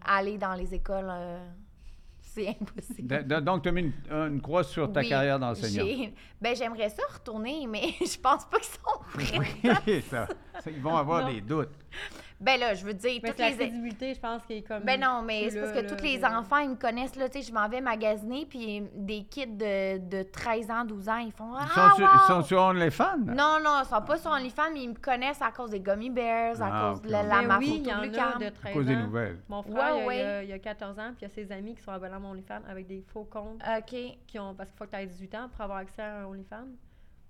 Speaker 2: aller dans les écoles. euh, c'est impossible.
Speaker 1: Da- da- Donc, tu as mis une, une croix sur ta
Speaker 2: Oui,
Speaker 1: carrière d'enseignant.
Speaker 2: j'ai- Ben, j'aimerais ça retourner, mais je pense pas qu'ils sont prêts.
Speaker 1: Oui, ça- ça, ils vont avoir
Speaker 3: Non.
Speaker 1: des doutes.
Speaker 2: Ben là, je veux dire,
Speaker 3: Mais
Speaker 2: toutes
Speaker 3: c'est la
Speaker 2: les...
Speaker 3: crédibilité, je pense, qui est comme.
Speaker 2: Ben non, mais
Speaker 3: plus
Speaker 2: c'est parce
Speaker 3: là,
Speaker 2: que
Speaker 3: là,
Speaker 2: tous les
Speaker 3: de-
Speaker 2: enfants, ils me connaissent, là, tu sais, je m'en vais magasiner, puis des kids de, de 13 ans, 12 ans, ils font «
Speaker 1: Ils
Speaker 2: Ah,
Speaker 1: sont, sur, ils
Speaker 2: wow!
Speaker 1: sont sur OnlyFans?
Speaker 2: Non, non, ils sont pas sur OnlyFans, mais ils me connaissent à cause des Gummy Bears, à
Speaker 1: Ah,
Speaker 2: cause
Speaker 1: ok,
Speaker 2: de la,
Speaker 1: ok.
Speaker 2: la
Speaker 3: Ben
Speaker 2: ma
Speaker 3: oui, il
Speaker 2: photo
Speaker 3: y
Speaker 2: de
Speaker 3: en
Speaker 2: Lucam.
Speaker 3: a de
Speaker 1: À
Speaker 3: 13
Speaker 2: ben
Speaker 1: cause des
Speaker 3: ans.
Speaker 1: nouvelles.
Speaker 3: Mon
Speaker 2: Ouais,
Speaker 3: frère, il, a, il a-
Speaker 2: ouais.
Speaker 3: il a 14 ans, puis il y a ses amis qui sont abonnés à mon OnlyFans avec des faux comptes.
Speaker 2: OK.
Speaker 3: Qui ont, parce qu'il faut que tu aies 18 ans pour avoir accès à un OnlyFans.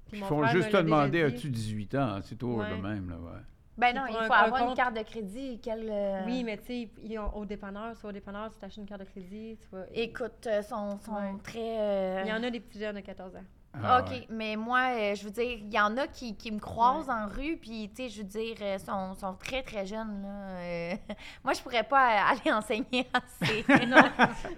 Speaker 3: Puis
Speaker 1: Ils
Speaker 3: mon
Speaker 1: font
Speaker 3: frère
Speaker 1: juste
Speaker 3: me
Speaker 1: te
Speaker 3: l'a déjà
Speaker 1: demander,
Speaker 3: dit.
Speaker 1: as-tu 18 ans? C'est tout
Speaker 3: Ouais.
Speaker 1: de même, là, ouais.
Speaker 2: Ben
Speaker 3: Puis
Speaker 2: non, il
Speaker 3: pour
Speaker 2: faut
Speaker 3: un- un
Speaker 2: avoir une
Speaker 3: compte-
Speaker 2: carte de crédit, quelle... euh,
Speaker 3: Oui, mais tu sais, ils ont- au dépanneur, soit au dépanneur, tu t'achètes une carte de crédit, tu vois.
Speaker 2: Écoute, euh, sont, sont
Speaker 3: Ouais.
Speaker 2: très... euh,
Speaker 3: Il y en a des petits jeunes de 14 ans.
Speaker 1: Ah,
Speaker 2: OK,
Speaker 1: ouais.
Speaker 2: mais moi, euh, je veux dire, il y en a qui, qui me croisent en rue, puis, tu sais, je veux dire, euh, sont, sont très, très jeunes, là. euh, moi, je pourrais pas euh, aller enseigner à ces...
Speaker 3: non,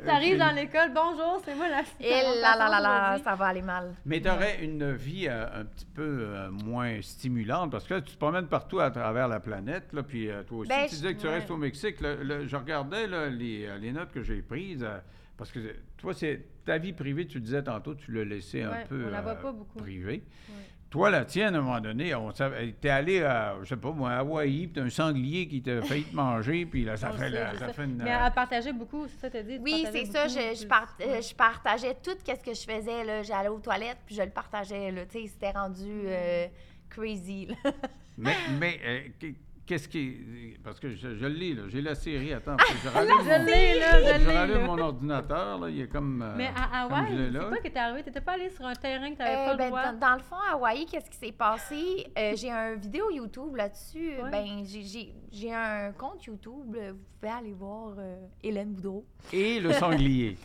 Speaker 3: t'arrives dans l'école, bonjour, c'est moi la
Speaker 2: Et Eh, là, là, là, là, ça va aller mal.
Speaker 1: Mais tu aurais une vie euh, un petit peu euh, moins stimulante parce que là, tu te promènes partout à travers la planète. Là, puis euh, toi aussi,
Speaker 2: Ben,
Speaker 1: tu
Speaker 2: je-
Speaker 1: disais que tu
Speaker 3: ouais.
Speaker 1: restes au Mexique. là, là, je regardais là, les, euh, les notes que j'ai prises euh, parce que euh, toi, c'est ta vie privée, tu disais tantôt, tu l'as laissée un
Speaker 3: Ouais,
Speaker 1: peu
Speaker 3: on la voit
Speaker 1: euh,
Speaker 3: pas beaucoup.
Speaker 1: privée.
Speaker 3: Ouais.
Speaker 1: Toi, la tienne, à un moment donné, on savait, t'es allé à, je sais pas moi, à Hawaï, puis t'as un sanglier qui t'a failli te manger, puis là, ça,
Speaker 3: On
Speaker 1: fait,
Speaker 3: le
Speaker 1: la-
Speaker 3: sait, c'est
Speaker 1: ça
Speaker 3: ça.
Speaker 1: fait une...
Speaker 3: Mais
Speaker 1: euh,
Speaker 3: elle partageait beaucoup, c'est ça que t'as dit? tu
Speaker 2: Oui, c'est ça,
Speaker 3: partageais beaucoup,
Speaker 2: je, je,
Speaker 3: tu-
Speaker 2: part-
Speaker 3: ouais.
Speaker 2: euh, je partageais tout quest ce que je faisais, là. J'allais aux toilettes, puis je le partageais, là. Tu sais, c'était rendu
Speaker 3: Mm.
Speaker 2: euh, crazy, là.
Speaker 1: Mais, mais euh, qu- qu'est-ce qui. Parce que je, je lis, là. J'ai la série. Attends, parce que je rallume,
Speaker 3: Ah! Je l'ai, là, je
Speaker 1: mon, je
Speaker 3: l'ai,
Speaker 1: rallume
Speaker 3: là.
Speaker 1: mon ordinateur. Là, il est comme. euh,
Speaker 3: Mais
Speaker 2: ah.
Speaker 3: à
Speaker 1: comme je l'ai
Speaker 3: Hawaï,
Speaker 1: là.
Speaker 3: c'est quoi que t'es arrivé? T'étais pas allé sur un terrain que
Speaker 2: Euh,
Speaker 3: t'avais pas le
Speaker 2: ben,
Speaker 3: droit?
Speaker 2: dans, dans le fond, à Hawaï, qu'est-ce qui s'est passé? Euh, j'ai un vidéo YouTube là-dessus.
Speaker 3: Ouais.
Speaker 2: Ben, j'ai- j'ai j'ai un compte YouTube. là. Vous pouvez aller voir euh, Hélène Boudreau.
Speaker 1: Et le sanglier.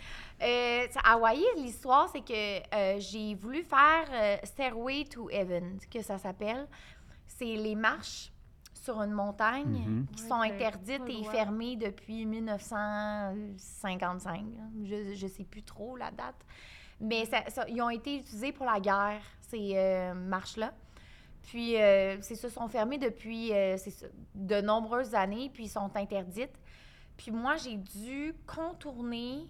Speaker 2: Euh, ça- à Hawaï, l'histoire, c'est que euh, j'ai voulu faire euh, Stairway to Heaven, que ça s'appelle. C'est les marches sur une montagne
Speaker 1: Mhm.
Speaker 2: qui
Speaker 3: Ouais,
Speaker 2: sont
Speaker 3: t'as
Speaker 2: interdites
Speaker 3: pas le
Speaker 2: et
Speaker 3: droit.
Speaker 2: fermées depuis 1955. là. Je ne sais plus trop la date. Mais ça- ça- ils ont été utilisés pour la guerre, ces euh, marches-là. Puis, euh, c'est ça, sont fermées depuis euh, c'est ça, de nombreuses années, puis ils sont interdites. Puis moi, j'ai dû contourner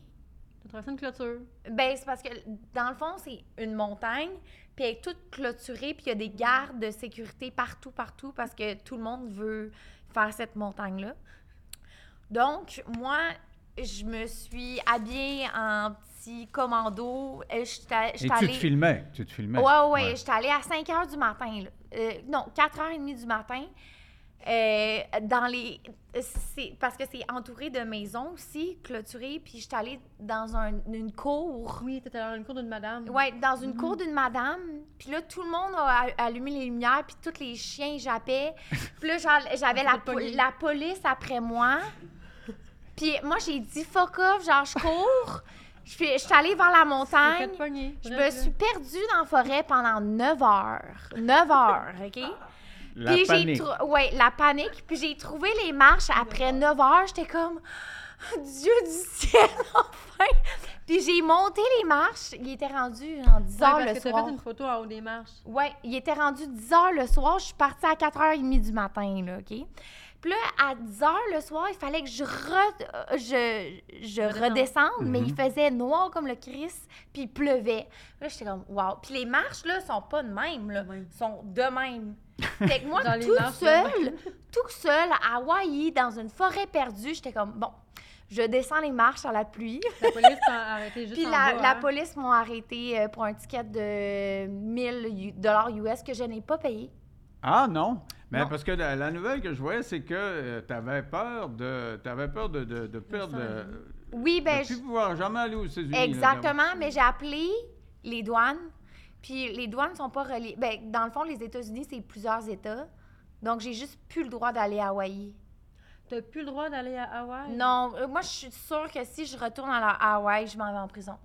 Speaker 3: T'as traversé une clôture.
Speaker 2: ben, c'est parce que, dans le fond, c'est une montagne, puis elle est toute clôturée, puis il y a des gardes de sécurité partout, partout, parce que tout le monde veut faire cette montagne-là. Donc, moi, je me suis habillée en petit commando. euh, Je suis allée- je
Speaker 1: Et
Speaker 2: suis
Speaker 1: tu te
Speaker 2: allée...
Speaker 1: filmais. Tu te filmais.
Speaker 2: Ouais, ouais, ouais, j'étais allée à 5 h du matin. là. Euh, non, 4 h 30 du matin. Euh, dans les. c'est- Parce que c'est entouré de maisons aussi, clôturées, puis j'étais allée dans un- une cour.
Speaker 3: Oui, t'étais dans une cour d'une madame.
Speaker 2: Ouais, dans une cour d'une madame. Puis là, tout le monde a a- allumé les lumières, puis tous les chiens jappaient. Puis là, genre, j'avais la, po-
Speaker 3: pogné.
Speaker 2: la police après moi. Puis moi, j'ai dit fuck off, genre, je cours. Je suis je suis allée vers la
Speaker 3: T'es fait
Speaker 2: montagne.
Speaker 3: pogner.
Speaker 2: Je
Speaker 3: Bref, là.
Speaker 2: me suis perdue dans la forêt pendant 9 heures. 9 heures, OK?
Speaker 3: Ah.
Speaker 1: La
Speaker 2: puis j'ai
Speaker 1: panique.
Speaker 2: trou- ouais, la panique. Puis j'ai trouvé les marches après 9 heures. J'étais comme, oh, Dieu du ciel, enfin! Puis j'ai monté les marches. Il était rendu en 10
Speaker 3: Ouais,
Speaker 2: heures
Speaker 3: parce
Speaker 2: le
Speaker 3: que t'as
Speaker 2: soir.
Speaker 3: fait une photo en haut des marches.
Speaker 2: Ouais, il était rendu 10 heures le soir. Je suis partie à 4h30 du matin, là, OK? Puis là, à 10 heures le soir, il fallait que je, re- euh, je, je
Speaker 3: Redescende.
Speaker 2: redescende, mais il
Speaker 1: Mhm.
Speaker 2: faisait noir comme le Christ, puis il pleuvait. Là, j'étais comme, wow. Puis les marches, là, sont pas de même, là.
Speaker 3: De même.
Speaker 2: sont de même. Fait que moi,
Speaker 3: Dans les
Speaker 2: toute
Speaker 3: marches, là.
Speaker 2: seule, toute seule, à Hawaï, dans une forêt perdue, j'étais comme, bon, je descends les marches à la pluie.
Speaker 3: La police t'a arrêté juste
Speaker 2: Puis
Speaker 3: en
Speaker 2: la,
Speaker 3: bas,
Speaker 2: la
Speaker 3: hein.
Speaker 2: police m'a arrêté euh, pour un ticket de 1000 US que je n'ai pas payé.
Speaker 1: Ah non! Mais
Speaker 2: Non.
Speaker 1: parce que la, la nouvelle que je voyais, c'est que tu avais peur de, t'avais peur de, de, de perdre.
Speaker 3: sang,
Speaker 1: euh,
Speaker 2: Oui,
Speaker 1: de
Speaker 2: ben,
Speaker 1: plus
Speaker 2: je-
Speaker 1: pouvoir jamais aller aux États-Unis. là,
Speaker 2: exactement, mais j'ai appelé les douanes, puis les douanes sont pas reliées. Ben, dans le fond, les États-Unis, c'est plusieurs États, donc j'ai juste plus le droit d'aller à Hawaï.
Speaker 3: T'as plus le droit d'aller à Hawaï?
Speaker 2: Non, euh, moi, je suis sûre que si je retourne à la Hawaï, je m'en vais en prison.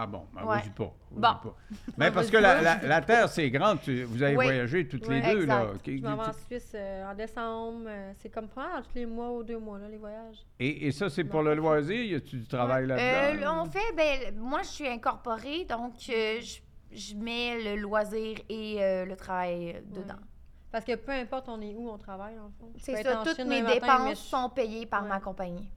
Speaker 1: Ah bon, ben,
Speaker 2: Ouais.
Speaker 1: vous dis pas. vous dis
Speaker 2: Bon.
Speaker 1: pas. Mais parce
Speaker 3: vas-y
Speaker 1: que la,
Speaker 3: pas.
Speaker 1: la- la Terre, c'est grande. tu- vous avez
Speaker 2: Oui.
Speaker 1: voyagé toutes les
Speaker 2: Ouais.
Speaker 1: deux, là.
Speaker 2: Exact.
Speaker 1: Qui-
Speaker 3: Je m'en vais en
Speaker 1: qui-
Speaker 3: Suisse euh, en décembre. euh, c'est comme pendant tous les mois ou deux mois, là, les voyages.
Speaker 1: Et, et ça, c'est pour le loisir? Y a-tu du travail
Speaker 2: Euh,
Speaker 1: là-dedans?
Speaker 2: on fait, ben, moi, je suis incorporée, donc euh, je, je mets le loisir et euh, le travail euh, dedans.
Speaker 3: Parce que peu importe on est où, on travaille, dans le fond. Je peux
Speaker 2: C'est
Speaker 3: être
Speaker 2: ça,
Speaker 3: en
Speaker 2: toutes
Speaker 3: Chine
Speaker 2: mes
Speaker 3: demain matin, mais
Speaker 2: dépenses
Speaker 3: je-
Speaker 2: sont payées par
Speaker 3: Ouais.
Speaker 2: ma compagnie.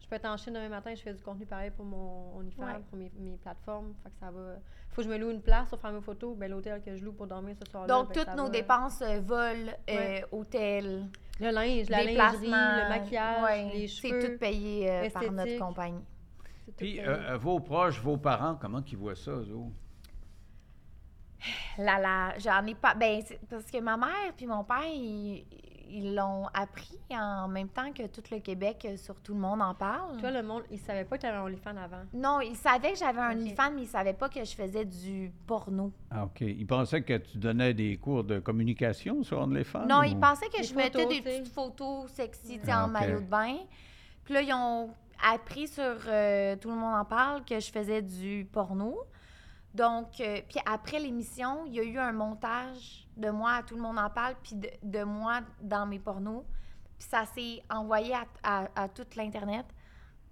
Speaker 3: Je peux être en Chine demain matin, je fais du contenu pareil pour mon OnlyFans,
Speaker 2: Ouais.
Speaker 3: pour mes, mes plateformes. Fait que ça va. Faut que je me loue une place pour faire mes photos. Ben, l'hôtel que je loue pour dormir ce soir-là.
Speaker 2: Donc,
Speaker 3: ben,
Speaker 2: toutes
Speaker 3: ça
Speaker 2: nos
Speaker 3: va.
Speaker 2: dépenses, euh, vol, euh,
Speaker 3: Ouais.
Speaker 2: hôtel,
Speaker 3: Le linge, la lingerie,
Speaker 2: déplacement,
Speaker 3: le maquillage,
Speaker 2: ouais,
Speaker 3: les
Speaker 2: C'est
Speaker 3: cheveux.
Speaker 2: tout payé euh, par notre
Speaker 3: esthétique.
Speaker 2: compagnie.
Speaker 3: C'est tout
Speaker 1: Puis,
Speaker 3: payé.
Speaker 1: euh, euh, vos proches, vos parents, comment qu'ils voient ça, eux autres?
Speaker 2: Là, là, j'en ai pas. Ben, c'est parce que ma mère puis mon père, ils ils l'ont appris en même temps que tout le Québec, euh, sur tout le monde en parle.
Speaker 3: Toi, le monde, ils savaient pas que t'avais un OnlyFans avant.
Speaker 2: Non, ils savaient que j'avais un
Speaker 3: Ok.
Speaker 2: OnlyFans, mais ils savaient pas que je faisais du porno.
Speaker 1: Ah, OK. Ils pensaient que tu donnais des cours de communication sur OnlyFans?
Speaker 2: non,
Speaker 1: ou-
Speaker 2: ils pensaient que
Speaker 3: Des
Speaker 2: je mettais
Speaker 3: photos,
Speaker 2: des
Speaker 3: tu sais.
Speaker 2: petites photos sexy, tu sais,
Speaker 1: Ah,
Speaker 2: en
Speaker 1: ok.
Speaker 2: maillot de bain. Puis là, ils ont appris sur euh, Tout le monde en parle que je faisais du porno. Donc, euh, puis après l'émission, il y a eu un montage de moi à Tout le monde en parle, puis de, de moi dans mes pornos. Puis ça s'est envoyé à, à- à toute l'Internet.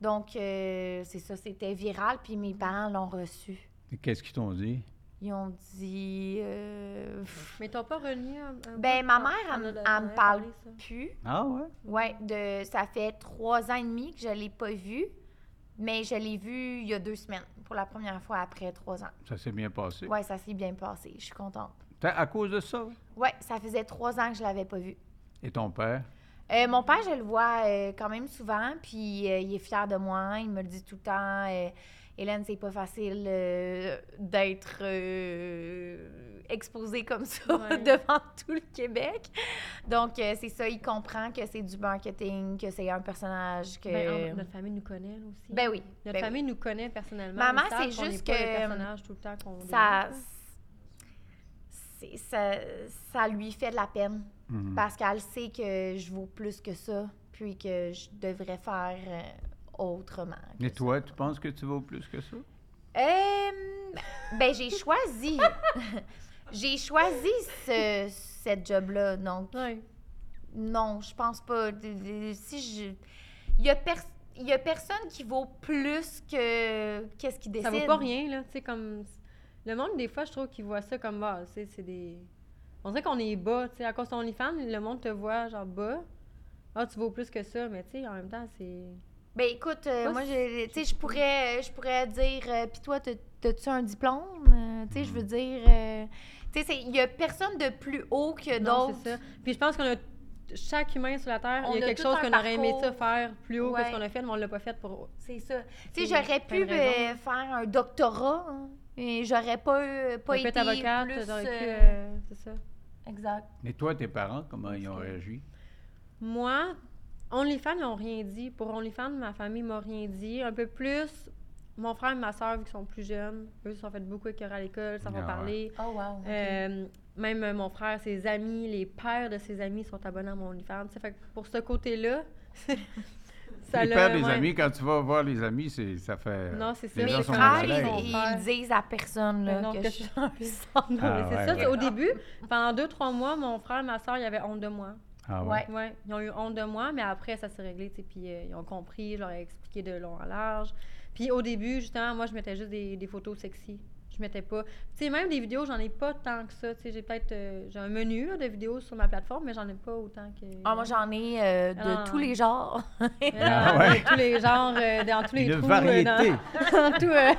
Speaker 2: Donc, euh, c'est ça, c'était viral, puis mes parents l'ont reçu.
Speaker 1: Et Qu'est-ce qu'ils t'ont dit?
Speaker 2: Ils ont dit euh, pff,
Speaker 3: Mais t'as pas renié un, un
Speaker 2: Ben,
Speaker 3: bout?
Speaker 2: ma mère,
Speaker 3: Ah,
Speaker 2: elle
Speaker 3: on en a-
Speaker 2: me-
Speaker 3: on
Speaker 2: elle
Speaker 3: en
Speaker 2: me parle.
Speaker 3: avait parlé, ça.
Speaker 2: pu.
Speaker 1: Ah, ouais?
Speaker 2: Ouais, de ça fait trois ans et demi que je l'ai pas vu, mais je l'ai vu il y a deux semaines pour la première fois après trois ans.
Speaker 1: Ça s'est bien passé.
Speaker 2: Ouais, ça s'est bien passé. Je suis contente.
Speaker 1: T'as- À cause de ça?
Speaker 2: Ouais, ça faisait trois ans que je l'avais pas vu.
Speaker 1: Et ton père?
Speaker 2: Euh, mon père, je le vois euh, quand même souvent, puis euh, il est fier de moi. Il me le dit tout le temps. euh, Hélène, c'est pas facile euh, d'être euh, exposée comme ça
Speaker 3: Ouais.
Speaker 2: devant tout le Québec. Donc, euh, c'est ça, il comprend que c'est du marketing, que c'est un personnage, que...
Speaker 3: Ben, en- notre famille nous connaît là, aussi.
Speaker 2: euh, Ben oui.
Speaker 3: notre
Speaker 2: ben oui.
Speaker 3: famille nous connaît personnellement.
Speaker 2: Maman,
Speaker 3: Ils savent
Speaker 2: c'est
Speaker 3: qu'on
Speaker 2: juste
Speaker 3: n'est pas
Speaker 2: que,
Speaker 3: le personnage tout le temps qu'on
Speaker 2: ça,
Speaker 3: développe.
Speaker 2: c'est- ça, ça lui fait de la peine
Speaker 1: Mhm.
Speaker 2: parce qu'elle sait que je vaux plus que ça, puis que je devrais faire euh, autrement. que
Speaker 1: Et
Speaker 2: ça.
Speaker 1: toi, tu penses que tu vaux plus que ça?
Speaker 2: Euh, ben j'ai choisi, j'ai choisi ce cette job-là, donc
Speaker 3: Ouais.
Speaker 2: non, je pense pas. De- de- Si je, il y a pers- il y a personne qui vaut plus que qu'est-ce qu'il
Speaker 3: Ça
Speaker 2: décide.
Speaker 3: vaut pas rien, là. Tu sais, comme. Le monde, des fois, je trouve qu'ils voient ça comme bas. Tu sais, c'est des. On dirait qu'on est bas. Tu sais, à cause de ton OnlyFans, le monde te voit, genre, bas. Ah, tu vaux plus que ça, mais tu sais, en même temps, c'est.
Speaker 2: Ben écoute, euh,
Speaker 3: Moi,
Speaker 2: moi, je-
Speaker 3: c'est-
Speaker 2: tu sais, je pourrais, je pourrais dire, euh, puis toi, t'as- t'as-tu un diplôme? Euh, tu sais, je
Speaker 3: Mm.
Speaker 2: veux dire, euh, tu sais, c'est- il y a personne de plus haut que
Speaker 3: Non,
Speaker 2: d'autres.
Speaker 3: c'est ça. Puis je pense qu'on a. Chaque humain sur la Terre,
Speaker 2: On
Speaker 3: il y
Speaker 2: a
Speaker 3: a quelque
Speaker 2: tout
Speaker 3: chose
Speaker 2: un
Speaker 3: qu'on aurait aimé ça
Speaker 2: parcours.
Speaker 3: faire plus haut que
Speaker 2: Ouais.
Speaker 3: ce qu'on a fait, mais on l'a pas fait pour.
Speaker 2: C'est ça. Tu sais,
Speaker 3: C'est-
Speaker 2: j'aurais
Speaker 3: t'as
Speaker 2: pu
Speaker 3: une raison. hein.
Speaker 2: euh, faire un doctorat, hein, et j'aurais pas, eu- pas
Speaker 3: On
Speaker 2: été
Speaker 3: peut être avocate,
Speaker 2: plus,
Speaker 3: t'aurais pu,
Speaker 2: euh,
Speaker 3: euh, c'est ça.
Speaker 2: Exact.
Speaker 1: Et toi, tes parents, comment ils ont réagi?
Speaker 3: Moi, OnlyFans n'ont rien dit. Pour OnlyFans, ma famille m'a rien dit. Un peu plus, mon frère et ma soeur, vu qu'ils sont plus jeunes, eux, ils se sont fait beaucoup écœurer à l'école, ça
Speaker 1: Ah
Speaker 3: va
Speaker 1: ouais.
Speaker 3: parler.
Speaker 2: Oh wow. ok.
Speaker 3: Euh, même euh, mon frère, ses amis, les pères de ses amis sont abonnés à mon OnlyFans. Ça fait que pour ce côté-là, ça
Speaker 1: Tu
Speaker 3: l'a-
Speaker 1: perds des
Speaker 3: ouais.
Speaker 1: amis. Quand tu vas voir les amis, c'est, ça fait. euh,
Speaker 3: Non, c'est ça.
Speaker 1: les
Speaker 2: Mes
Speaker 1: gens
Speaker 3: gens
Speaker 1: sont
Speaker 2: frères,
Speaker 1: mal à
Speaker 2: ils,
Speaker 1: l'aise.
Speaker 3: ils-
Speaker 2: ils disent à personne là,
Speaker 3: Mais non,
Speaker 2: que,
Speaker 3: que
Speaker 2: je
Speaker 3: je-
Speaker 2: suis un sang.
Speaker 3: Non, mais
Speaker 1: Ah,
Speaker 3: c'est
Speaker 1: ouais,
Speaker 3: ça.
Speaker 1: ouais.
Speaker 3: c'est Au début, pendant deux, trois mois, mon frère et ma soeur, ils avaient honte de moi.
Speaker 1: Ah ouais.
Speaker 2: Ouais.
Speaker 3: Ouais, ils ont eu honte de moi, mais après, ça s'est réglé, tu sais, puis euh, ils ont compris, je leur ai expliqué de long en large. Puis au début, justement, moi, je mettais juste des, des photos sexy. Je mettais pas... Tu sais, même des vidéos, j'en ai pas tant que ça, tu sais, j'ai peut-être... euh, j'ai un menu, là, de vidéos sur ma plateforme, mais j'en ai pas autant que...
Speaker 2: Ah, moi, j'en ai euh, de
Speaker 3: Ah.
Speaker 2: tous les genres.
Speaker 1: Ah ouais.
Speaker 3: Dans tous les genres, euh, dans tous les
Speaker 1: Une
Speaker 3: trous,
Speaker 1: variété.
Speaker 3: euh, dans, dans tout... euh,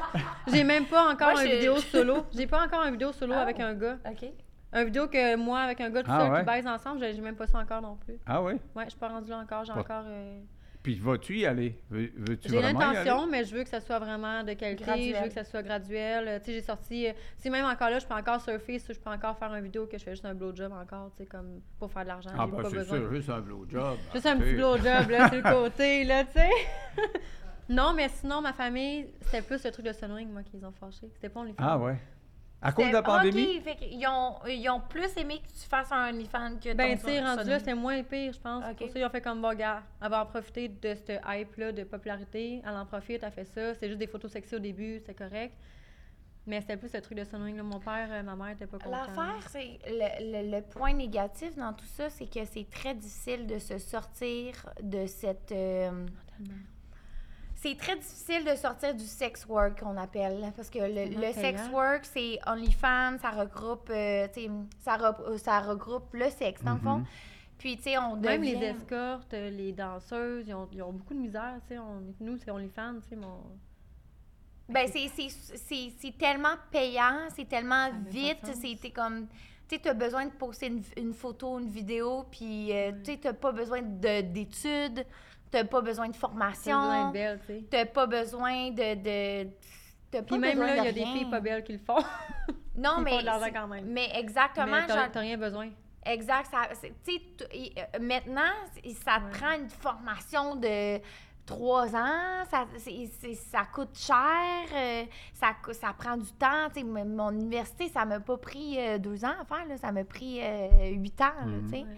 Speaker 3: j'ai même pas encore
Speaker 2: Moi,
Speaker 3: une
Speaker 2: je-
Speaker 3: vidéo solo. J'ai pas encore une vidéo solo
Speaker 2: Ah.
Speaker 3: avec un gars.
Speaker 2: OK.
Speaker 3: Un vidéo que moi, avec un gars tout
Speaker 1: Ah
Speaker 3: seul,
Speaker 1: ouais.
Speaker 3: qui baise ensemble, j'ai j'ai même pas ça encore non plus.
Speaker 1: Ah ouais.
Speaker 3: Ouais, je suis pas rendue là encore. J'ai
Speaker 1: Pas-
Speaker 3: encore. euh,
Speaker 1: Puis vas-tu y aller? Veux- Veux-tu
Speaker 3: J'ai
Speaker 1: vraiment y aller?
Speaker 3: l'intention, mais je veux que ça soit vraiment de qualité, je
Speaker 2: Graduel.
Speaker 3: veux que ça soit graduel. Euh, Tu sais, j'ai sorti, euh, si même encore là, je peux encore surfer, si je peux encore faire une vidéo que je fais juste un blowjob encore, tu sais, comme pour faire de l'argent,
Speaker 1: Ah,
Speaker 3: j'ai
Speaker 1: ben,
Speaker 3: pas
Speaker 1: c'est
Speaker 3: besoin.
Speaker 1: sûr, juste un blowjob. ah,
Speaker 3: Juste un
Speaker 1: tu
Speaker 3: petit
Speaker 1: sais.
Speaker 3: blowjob, là, sur le côté, là, tu sais. non, mais sinon, ma famille, c'était plus le truc de Sunwing, moi, qu'ils ont fâché. C'était pas on les fait.
Speaker 1: Ah, ouais. À cause de la
Speaker 2: C'était-
Speaker 1: pandémie?
Speaker 2: OK, fait qu'ils ont, ils ont plus aimé que tu fasses un OnlyFans que
Speaker 3: Ben,
Speaker 2: ton
Speaker 3: tu sais,
Speaker 2: son-
Speaker 3: rendu
Speaker 2: son-
Speaker 3: là, c'était moins pire, je pense.
Speaker 2: Ok.
Speaker 3: Pour ça, ils ont fait comme bagarre. Elle va en profiter de ce hype-là de popularité. Elle en profite, elle fait ça. C'est juste des photos sexy au début, c'est correct. Mais c'était plus le truc de Sunwing, là. Mon père, euh, ma mère était pas contente.
Speaker 2: L'affaire, c'est le, le- le point négatif dans tout ça, c'est que c'est très difficile de se sortir de cette. euh,
Speaker 3: Tellement.
Speaker 2: c'est très difficile de sortir du sex work qu'on appelle parce que le,
Speaker 3: Tellement
Speaker 2: le sex
Speaker 3: payant.
Speaker 2: work c'est OnlyFans, ça regroupe, euh, tu sais, ça, re- euh, ça regroupe le sexe dans le fond.
Speaker 1: Mhm.
Speaker 2: Puis tu sais, on devient.
Speaker 3: Mm-hmm. Même les escortes, euh, les danseuses, ils ont, ils ont beaucoup de misère, tu sais. On, nous, c'est on les fans, tu sais, mon...
Speaker 2: Ben, c'est- c'est- c'est c'est tellement payant, c'est tellement
Speaker 3: Ça n'a pas de
Speaker 2: vite,
Speaker 3: sens.
Speaker 2: c'est t'es comme... Tu as besoin de poster une, une photo, une vidéo, puis euh,
Speaker 3: Ouais.
Speaker 2: tu n'as pas besoin de- d'études, tu n'as pas besoin de
Speaker 3: C'est besoin
Speaker 2: formation,
Speaker 3: d'être belle, tu sais.
Speaker 2: tu n'as pas besoin de... de t'as pas
Speaker 3: Puis même
Speaker 2: besoin
Speaker 3: là, il
Speaker 2: de
Speaker 3: y a des
Speaker 2: rien.
Speaker 3: filles pas belles qui le font.
Speaker 2: Non,
Speaker 3: Ils
Speaker 2: mais,
Speaker 3: font de l'argent
Speaker 2: c'est-
Speaker 3: quand même.
Speaker 2: mais exactement,
Speaker 3: mais t'as
Speaker 2: genre,
Speaker 3: t'as rien besoin.
Speaker 2: exact. ça- c'est- tu sais, t- il- euh, maintenant, c'est- ça te
Speaker 3: Ouais.
Speaker 2: prend une formation de trois ans, ça, c'est- c'est- ça coûte cher, euh, ça, cou- ça prend du temps. Tu sais, m- mon université, ça m'a pas pris euh, deux ans à faire, là, ça m'a pris euh, huit ans. là,
Speaker 1: Mhm.
Speaker 2: tu sais.
Speaker 3: Ouais.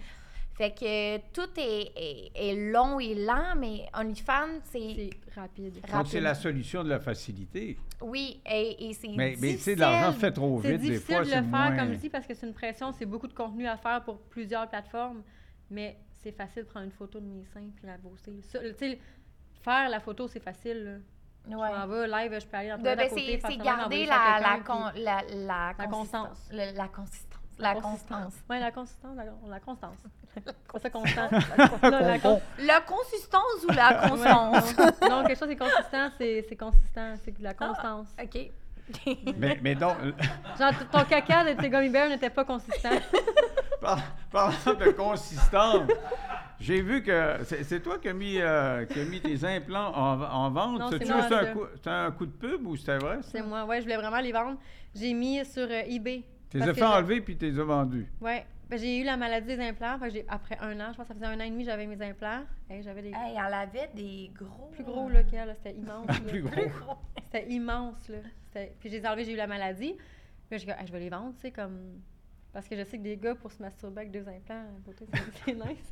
Speaker 2: Fait que euh, tout est, est- est long et lent, mais OnlyFans, c'est
Speaker 3: C'est rapide.
Speaker 1: Donc, c'est
Speaker 2: rapide.
Speaker 1: la solution de la facilité.
Speaker 2: Oui, et, et c'est
Speaker 1: Mais, mais tu sais,
Speaker 2: difficile.
Speaker 1: l'argent se fait trop
Speaker 3: C'est
Speaker 1: vite, des
Speaker 3: difficile
Speaker 1: fois,
Speaker 3: de
Speaker 1: c'est
Speaker 3: le
Speaker 1: moins...
Speaker 3: faire comme je dis parce que c'est une pression, c'est beaucoup de contenu à faire pour plusieurs plateformes, mais c'est facile de prendre une photo de mes seins puis la bosser. Ça, Tu sais, faire la photo, c'est facile. Là.
Speaker 2: Ouais.
Speaker 3: Je m'en vais live, je peux aller en
Speaker 2: De-
Speaker 3: toilette à
Speaker 2: ben,
Speaker 3: côté,
Speaker 2: c'est
Speaker 3: faire
Speaker 2: c'est
Speaker 3: semblant
Speaker 2: garder
Speaker 3: d'envoyer ça
Speaker 2: la,
Speaker 3: à
Speaker 2: la,
Speaker 3: quelqu'un,
Speaker 2: con-
Speaker 3: puis-
Speaker 2: la, la,
Speaker 3: La
Speaker 2: consistance.
Speaker 3: constance.
Speaker 2: Le- la consistance. La constance.
Speaker 3: Oui, la consistance, la, la constance. C'est ça, constance. Non, la con-
Speaker 2: La consistance ou la constance?
Speaker 3: non, quelque chose est consistant, c'est c'est consistant, c'est
Speaker 2: Ah,
Speaker 3: de la constance.
Speaker 2: OK.
Speaker 1: Mais, mais donc,
Speaker 3: Genre, t- ton caca de tes gummy bears n'était pas consistant.
Speaker 1: par- parlant de consistance, j'ai vu que c'est c'est toi qui as mis, euh, qui as mis tes implants en, en vente.
Speaker 3: Non,
Speaker 1: Ça,
Speaker 3: c'est
Speaker 1: tu
Speaker 3: moi,
Speaker 1: veux, c'est un,
Speaker 3: ça.
Speaker 1: coup, c'est un coup de pub ou c'était vrai? ça?
Speaker 3: C'est moi, ouais, je voulais vraiment les vendre. J'ai mis sur euh, eBay.
Speaker 1: Tu les
Speaker 3: parce
Speaker 1: as
Speaker 3: que
Speaker 1: fait
Speaker 3: je-
Speaker 1: enlever puis tu les as vendus.
Speaker 3: Ouais, ben, j'ai eu la maladie des implants. fait que j'ai- après un an, je pense que ça faisait un an et demi, j'avais mes implants. Hey, j'avais des
Speaker 2: Hey, elle avait des gros...
Speaker 3: plus gros là, qu'elle, là, c'était immense. là.
Speaker 1: Ah, Plus gros.
Speaker 3: C'était immense, là. C'était- Puis j'ai enlevé, j'ai eu la maladie. Puis j'ai dit, Hey, je vais les vendre, tu sais, comme. Parce que je sais que des gars, pour se masturber avec deux implants, à côté, c'est- c'est nice.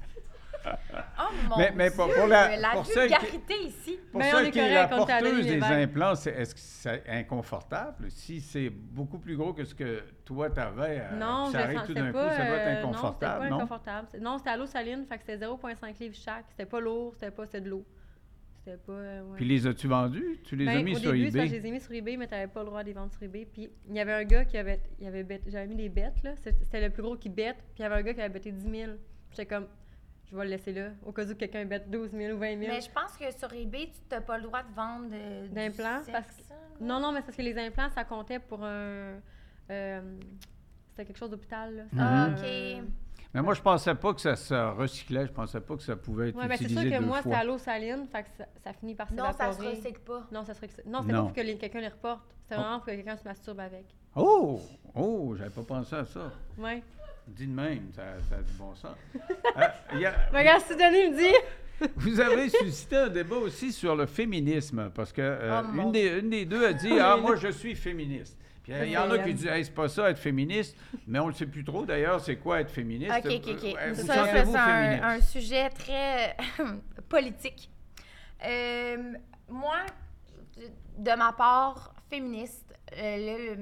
Speaker 2: Oh, mon
Speaker 1: Mais- mais
Speaker 2: Dieu!
Speaker 1: pour- pour la- pour celle qui-
Speaker 2: vulgarité ici.
Speaker 1: Pour
Speaker 3: Ben, on
Speaker 1: ceux
Speaker 3: est
Speaker 1: qui est la
Speaker 3: correct, on t'a donné
Speaker 1: porteuse des
Speaker 3: l'hiver.
Speaker 1: implants, c'est- est-ce que c'est inconfortable? Si c'est beaucoup plus gros que ce que toi t'avais, euh,
Speaker 3: non,
Speaker 1: puis
Speaker 3: je
Speaker 1: ça
Speaker 3: le
Speaker 1: arrive
Speaker 3: sentais
Speaker 1: tout d'un coup,
Speaker 3: pas,
Speaker 1: ça doit être
Speaker 3: euh, non, c'était pas
Speaker 1: inconfortable, non?
Speaker 3: inconfortable. C'est- Non, c'était à l'eau saline, fait que c'était 0,5 livres chaque. C'était pas lourd, c'était pas, c'était de l'eau. C'était pas. euh, ouais.
Speaker 1: Puis les as-tu vendus? Tu les
Speaker 3: Ben,
Speaker 1: as mis
Speaker 3: au
Speaker 1: sur
Speaker 3: début, c'est parce
Speaker 1: eBay?
Speaker 3: que je les ai mis sur eBay, mais t'avais pas le droit de les vendre sur eBay. Puis il y avait un gars qui avait. il avait bet- J'avais mis des bêtes, là. C'est- C'était le plus gros qui bête. Puis il y avait un gars qui avait bêté 10 000. Puis j'étais comme, je vais le laisser là, au cas où quelqu'un bête 12 000 ou 20 000.
Speaker 2: Mais je pense que sur eBay, tu n'as pas le droit de vendre de- du
Speaker 3: D'implants,
Speaker 2: sexe,
Speaker 3: parce que-
Speaker 2: hein?
Speaker 3: Non, non, mais c'est parce que les implants, ça comptait pour un. euh, C'était quelque chose d'hôpital, là. Euh, C'était
Speaker 2: Ah,
Speaker 1: Mhm.
Speaker 2: OK.
Speaker 3: un-
Speaker 1: Mais moi, je pensais pas que ça se recyclait. Je pensais pas que ça pouvait être
Speaker 3: Ouais,
Speaker 2: ben,
Speaker 3: mais c'est sûr
Speaker 1: utilisé
Speaker 3: que
Speaker 1: deux
Speaker 3: moi, c'était
Speaker 1: fois.
Speaker 3: à l'eau saline, fait que ça, ça finit par
Speaker 2: Non, ça se
Speaker 3: s'évaporer.
Speaker 2: recycle pas.
Speaker 3: Non, ça serait que ça- Non, c'était pas
Speaker 1: Non.
Speaker 3: pour que les- quelqu'un les reporte. C'était
Speaker 1: Oh.
Speaker 3: vraiment pour que quelqu'un se masturbe avec.
Speaker 1: Oh! Oh! J'avais pas pensé à ça.
Speaker 3: Ouais.
Speaker 1: Dis de même, ça, ça a du bon sens. Euh, il y a-
Speaker 3: Regarde, si Denis me dit.
Speaker 1: vous avez suscité un débat aussi sur le féminisme, parce que euh,
Speaker 2: Oh, mon
Speaker 1: une, des, une des deux a dit Ah, moi, je suis féministe. Puis euh, il y en a
Speaker 3: Mais,
Speaker 1: qui
Speaker 3: euh,
Speaker 1: disent Hey, c'est pas ça, être féministe, mais on le sait plus trop d'ailleurs, c'est quoi être féministe.
Speaker 2: OK, OK, OK.
Speaker 1: Euh, Vous
Speaker 2: Ça, ça,
Speaker 1: sentez-vous
Speaker 2: c'est un,
Speaker 1: féministe?
Speaker 2: un sujet très politique. Euh, moi, de de ma part, féministe, euh,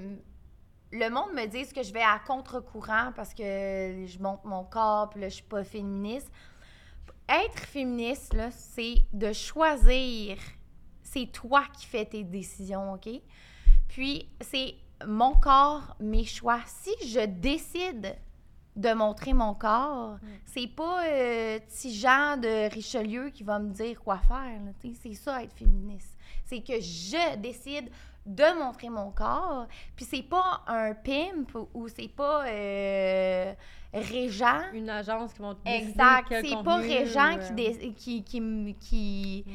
Speaker 2: le, le monde me dit que je vais à contre-courant parce que je monte mon corps, puis là, je suis pas féministe. Être féministe, là, c'est de choisir. C'est toi qui fais tes décisions, OK? Puis, c'est mon corps, mes choix. Si je décide de montrer mon corps. C'est pas euh, petit Jean de Richelieu qui va me dire quoi faire. là, tu sais. C'est ça être féministe. C'est que je décide, de montrer mon corps. Puis c'est pas un pimp ou c'est pas euh, régent.
Speaker 3: Une agence qui vont te décider
Speaker 2: Exact.
Speaker 3: quel
Speaker 2: C'est pas
Speaker 3: euh, contenu,
Speaker 2: régent
Speaker 3: euh,
Speaker 2: qui, dé- qui, qui, m- qui,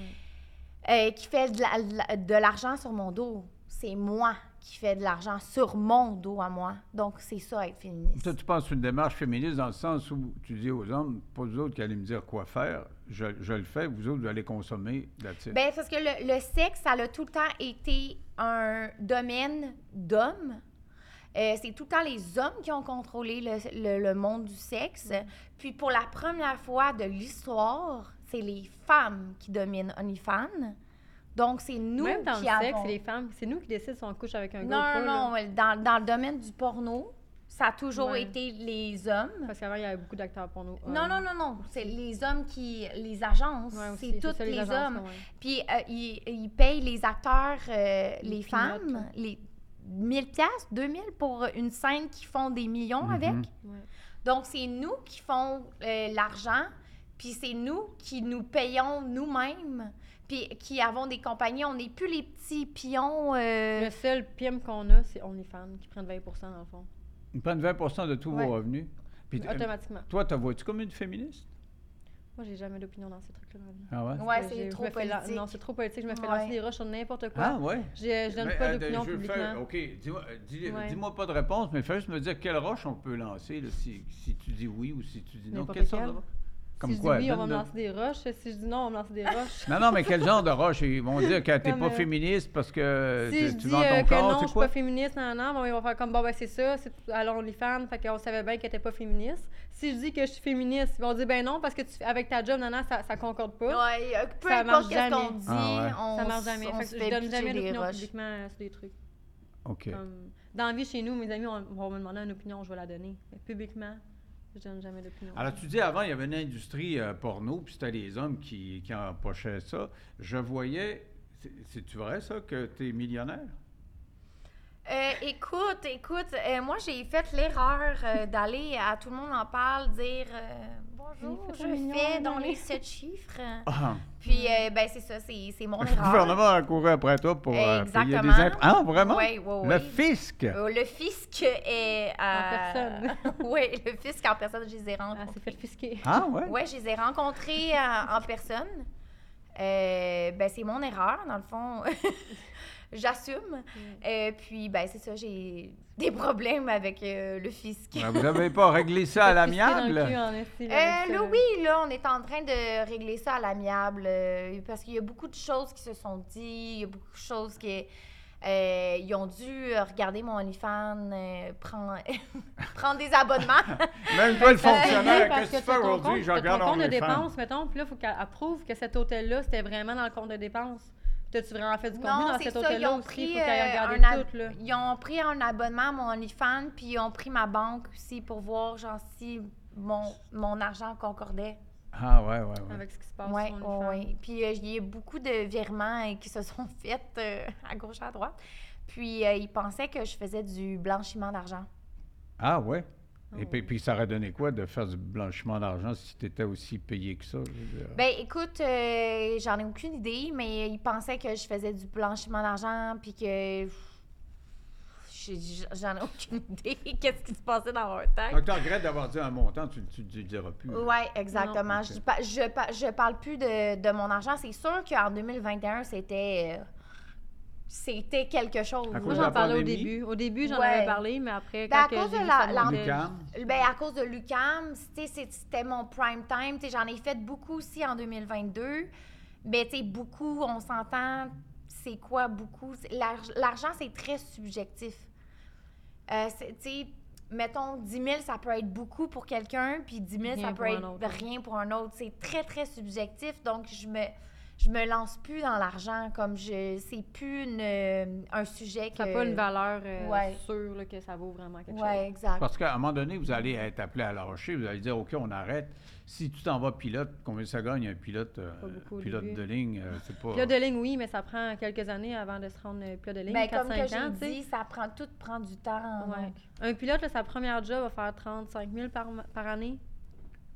Speaker 3: Ouais.
Speaker 2: euh, qui fait de la- la- de l'argent sur mon dos. C'est moi qui fais de l'argent sur mon dos à moi. Donc, c'est ça, être féministe.
Speaker 1: Toi, tu penses une démarche féministe dans le sens où tu dis aux hommes, pas vous autres qui allez me dire quoi faire, je, je le fais, vous autres, vous allez consommer là-dessus.
Speaker 2: Ben, parce que le, le sexe, ça a tout le temps été un domaine d'hommes. Euh, c'est tout le temps les hommes qui ont contrôlé le, le- le monde du sexe.
Speaker 3: Mm-hmm.
Speaker 2: Puis pour la première fois de l'histoire, c'est les femmes qui dominent OnlyFans. Donc c'est nous
Speaker 3: Même dans
Speaker 2: qui
Speaker 3: le sexe,
Speaker 2: avons...
Speaker 3: c'est les femmes. C'est nous qui décident si on couche avec un gars ou
Speaker 2: Non,
Speaker 3: pas, là.
Speaker 2: non, ouais, dans, dans le domaine du porno, ça a toujours
Speaker 3: Ouais.
Speaker 2: été les hommes.
Speaker 3: Parce qu'avant, il y avait beaucoup d'acteurs porno.
Speaker 2: Non, non, non, non, c'est les hommes qui... les agences,
Speaker 3: Ouais, aussi,
Speaker 2: c'est tous
Speaker 3: ça,
Speaker 2: les,
Speaker 3: agences,
Speaker 2: hommes.
Speaker 3: ouais.
Speaker 2: Puis euh, ils, ils payent les acteurs, euh, les,
Speaker 3: Les
Speaker 2: femmes,
Speaker 3: peanuts, là.
Speaker 2: les 1000 pièces, 2000 pour une scène qui font des millions
Speaker 1: Mhm.
Speaker 2: avec.
Speaker 3: Ouais.
Speaker 2: Donc c'est nous qui font euh, l'argent, puis c'est nous qui nous payons nous-mêmes, puis qui avons des compagnies, on n'est plus les petits pions euh,
Speaker 3: Le seul pime qu'on a, c'est OnlyFans, qui prennent 20 dans le fond.
Speaker 1: Ils prennent 20 de tous
Speaker 3: Ouais.
Speaker 1: vos revenus. Puis,
Speaker 3: Mais
Speaker 1: euh,
Speaker 3: automatiquement.
Speaker 1: toi, te vois-tu comme une féministe?
Speaker 3: Moi, j'ai jamais d'opinion dans ces trucs-là dans la vie. Euh,
Speaker 1: Ah ouais?
Speaker 2: Ouais,
Speaker 3: J'ai-
Speaker 2: c'est
Speaker 3: je me
Speaker 2: trop
Speaker 3: fais la-
Speaker 2: politique.
Speaker 3: Non, c'est trop politique. Je me fais
Speaker 2: Ouais.
Speaker 3: lancer des roches sur n'importe quoi.
Speaker 1: Ah ouais?
Speaker 3: J'ai- Je donne
Speaker 1: Ben,
Speaker 3: pas
Speaker 1: attends,
Speaker 3: d'opinion
Speaker 1: je veux
Speaker 3: publiquement.
Speaker 1: faire- OK, dis-moi euh, dis-
Speaker 3: Ouais.
Speaker 1: dis-moi pas de réponse, mais fais juste me dire quelle roche on peut lancer là, si, si tu dis oui ou si tu dis non.
Speaker 3: N'importe
Speaker 1: Quelle sorte de
Speaker 3: quelle.
Speaker 1: roche? Comme
Speaker 3: si je
Speaker 1: quoi?
Speaker 3: dis oui, on va
Speaker 1: donne
Speaker 3: me
Speaker 1: le-
Speaker 3: lancer des roches. Si je dis non, on me lance des roches.
Speaker 1: Non, non, mais quel genre de roche? Ils vont dire que t'es
Speaker 3: Comme,
Speaker 1: pas
Speaker 3: euh,
Speaker 1: féministe parce que
Speaker 3: si
Speaker 1: tu-
Speaker 3: je
Speaker 1: tu
Speaker 3: dis
Speaker 1: vends ton
Speaker 3: euh, que
Speaker 1: corps,
Speaker 3: non, je
Speaker 1: c'est
Speaker 3: suis
Speaker 1: quoi?
Speaker 3: pas féministe, non, non, bon, ils vont faire comme, bon, ben c'est ça, c'est allons les fans, fait qu'on savait bien que t'es pas féministe. Si je dis que je suis féministe, ils vont dire, ben non, parce que tu, avec ta job, non, non, ça, ça concorde pas.
Speaker 2: Ouais, euh, peu
Speaker 3: Ça
Speaker 2: importe
Speaker 3: marche
Speaker 2: ce qu'on
Speaker 3: jamais.
Speaker 2: dit,
Speaker 1: Ah ouais.
Speaker 2: on,
Speaker 3: ça
Speaker 2: s-
Speaker 3: marche jamais.
Speaker 2: on
Speaker 3: Fait
Speaker 2: se
Speaker 3: que
Speaker 2: fait
Speaker 3: je donne
Speaker 2: pitcher
Speaker 3: jamais
Speaker 2: des
Speaker 3: d'opinion
Speaker 2: roches.
Speaker 3: publiquement euh, sur des trucs.
Speaker 1: OK.
Speaker 3: Comme, dans la vie, chez nous, mes amis on- vont me demander une opinion, je vais la donner. Mais publiquement, je donne jamais d'opinion.
Speaker 1: Alors, tu dis avant, il y avait une industrie euh, porno, puis c'était les hommes qui, qui empochaient ça. Je voyais. c'est- C'est-tu vrai, ça, que t'es millionnaire?
Speaker 2: Euh, écoute, écoute, euh, moi j'ai fait l'erreur euh, d'aller à tout le monde en parle dire euh, bonjour,
Speaker 3: Il fait
Speaker 2: je
Speaker 3: un million,
Speaker 2: fais
Speaker 3: on
Speaker 2: dans
Speaker 3: est-
Speaker 2: les sept chiffres.
Speaker 1: Ah,
Speaker 2: Puis euh, ben c'est ça, c'est c'est mon
Speaker 1: le
Speaker 2: erreur.
Speaker 1: gouvernement a couru après toi pour euh, payer des
Speaker 2: Exactement.
Speaker 1: impôts. Ah, vraiment?
Speaker 2: Ouais, ouais,
Speaker 1: Le
Speaker 2: ouais.
Speaker 1: fisc!
Speaker 2: Euh, le fisc est Ah.
Speaker 3: En personne.
Speaker 2: oui, le fisc en personne, je les ai
Speaker 3: Ah,
Speaker 2: rencontrés.
Speaker 3: c'est fait fisquer.
Speaker 1: Ah, ouais?
Speaker 2: Ouais, je les ai rencontrés en, en personne. Euh, ben, c'est mon erreur, dans le fond. J'assume.
Speaker 3: Mm.
Speaker 2: Euh, puis, ben, c'est ça, j'ai des problèmes avec euh, le fisc.
Speaker 1: Ben, vous n'avez pas réglé ça à
Speaker 3: Fisquer dans le cul,
Speaker 1: Ah, l'amiable?
Speaker 3: en esti,
Speaker 2: Euh,
Speaker 3: là, avec
Speaker 2: là,
Speaker 3: ça, là.
Speaker 2: oui, là, on est en train de régler ça à l'amiable euh, parce qu'il y a beaucoup de choses qui se sont dites, il y a beaucoup de choses qui. euh, ils ont dû euh, regarder mon OnlyFans, euh, prendre, prendre des abonnements.
Speaker 1: Même toi, le
Speaker 3: Ouais,
Speaker 1: fonctionnaire,
Speaker 3: Ben, parce
Speaker 1: qu'est-ce
Speaker 3: que
Speaker 1: que tu
Speaker 3: t'as
Speaker 1: fais
Speaker 3: ton
Speaker 1: aujourd'hui?
Speaker 3: compte-
Speaker 1: Je
Speaker 3: t'as
Speaker 1: regarde
Speaker 3: ton
Speaker 1: en
Speaker 3: compte de dépenses, mettons, puis là, il faut qu'elle approuve que cet hôtel-là, c'était vraiment dans le compte de dépenses. T'as-tu vraiment fait du contenu
Speaker 2: Non,
Speaker 3: dans
Speaker 2: c'est
Speaker 3: cet
Speaker 2: ça, ils
Speaker 3: hôtel-là
Speaker 2: ont
Speaker 3: aussi? Il
Speaker 2: pris
Speaker 3: faut qu'elle
Speaker 2: euh,
Speaker 3: regarde
Speaker 2: un ab-
Speaker 3: tout, là.
Speaker 2: ils ont pris un abonnement à mon OnlyFans, puis ils ont pris ma banque aussi pour voir genre si mon, mon argent concordait.
Speaker 1: Ah, ouais, ouais, ouais.
Speaker 3: Avec ce qui se passe
Speaker 2: Oui,
Speaker 3: sur
Speaker 2: oui,
Speaker 3: OnlyFans.
Speaker 2: oui. Puis euh, il y a beaucoup de virements euh, qui se sont faits euh, à gauche, à droite. Puis euh, ils pensaient que je faisais du blanchiment d'argent.
Speaker 1: Ah, ouais? Et
Speaker 3: Oh.
Speaker 1: puis, puis ça aurait donné quoi de faire du blanchiment d'argent si tu étais aussi payé que ça? je veux dire?
Speaker 2: Ben écoute, euh, j'en ai aucune idée, mais ils pensaient que je faisais du blanchiment d'argent, puis que... j'ai- J'en ai aucune idée. Qu'est-ce qui se passait dans leur tête?
Speaker 1: Donc, Ah, tu regrettes d'avoir dit un montant, tu ne diras plus. là.
Speaker 2: Oui, exactement.
Speaker 1: Non.
Speaker 2: Je, dis pas- je, pa- je parle plus de, de mon argent. C'est sûr qu'en 2021, c'était euh, c'était quelque chose.
Speaker 1: À
Speaker 3: Moi,
Speaker 1: cause de la
Speaker 3: j'en parlais au
Speaker 1: pandémie.
Speaker 3: début. Au début, j'en
Speaker 2: Ouais.
Speaker 3: avais parlé, mais après,
Speaker 2: Ben,
Speaker 3: quand
Speaker 2: à
Speaker 3: que
Speaker 2: cause
Speaker 3: j'ai
Speaker 2: de
Speaker 3: vu
Speaker 2: la-
Speaker 3: ça,
Speaker 2: la-
Speaker 3: mon-
Speaker 1: Lucam.
Speaker 2: Ben, à cause de l'UCAM, c'était mon prime time. Tu sais, J'en ai fait beaucoup aussi en 2022. Mais Ben, tu sais, beaucoup, on s'entend, c'est quoi beaucoup? C'est- l'ar- L'argent, c'est très subjectif. Euh, c'est- tu sais, mettons, 10 000, ça peut être beaucoup pour quelqu'un, puis 10 000,
Speaker 3: Rien
Speaker 2: ça peut
Speaker 3: pour un
Speaker 2: être
Speaker 3: autre.
Speaker 2: rien pour un autre. C'est très, très subjectif. Donc, je me, je me lance plus dans l'argent. Comme je. C'est plus une- un sujet que.
Speaker 3: Ça n'a pas une valeur euh,
Speaker 2: Ouais.
Speaker 3: sûre là, que ça vaut vraiment quelque chose.
Speaker 2: Ouais, exact.
Speaker 1: Parce qu'à un moment donné, vous allez être appelé à lâcher, vous allez dire OK, on arrête. Si tu t'en vas pilote, combien ça gagne un pilote, euh,
Speaker 3: Pas beaucoup au
Speaker 1: pilote
Speaker 3: début.
Speaker 1: de ligne euh, C'est pas.
Speaker 3: Plat de ligne, oui, mais ça prend quelques années avant de se rendre euh, plat de ligne.
Speaker 2: Ben,
Speaker 3: 4-5
Speaker 2: comme que j'ai
Speaker 3: ans, tu sais.
Speaker 2: dit, ça prend tout prend du temps. hein.
Speaker 3: Ouais.
Speaker 2: donc.
Speaker 3: Un pilote, là, sa première job va faire 35 000 par, ma- par année.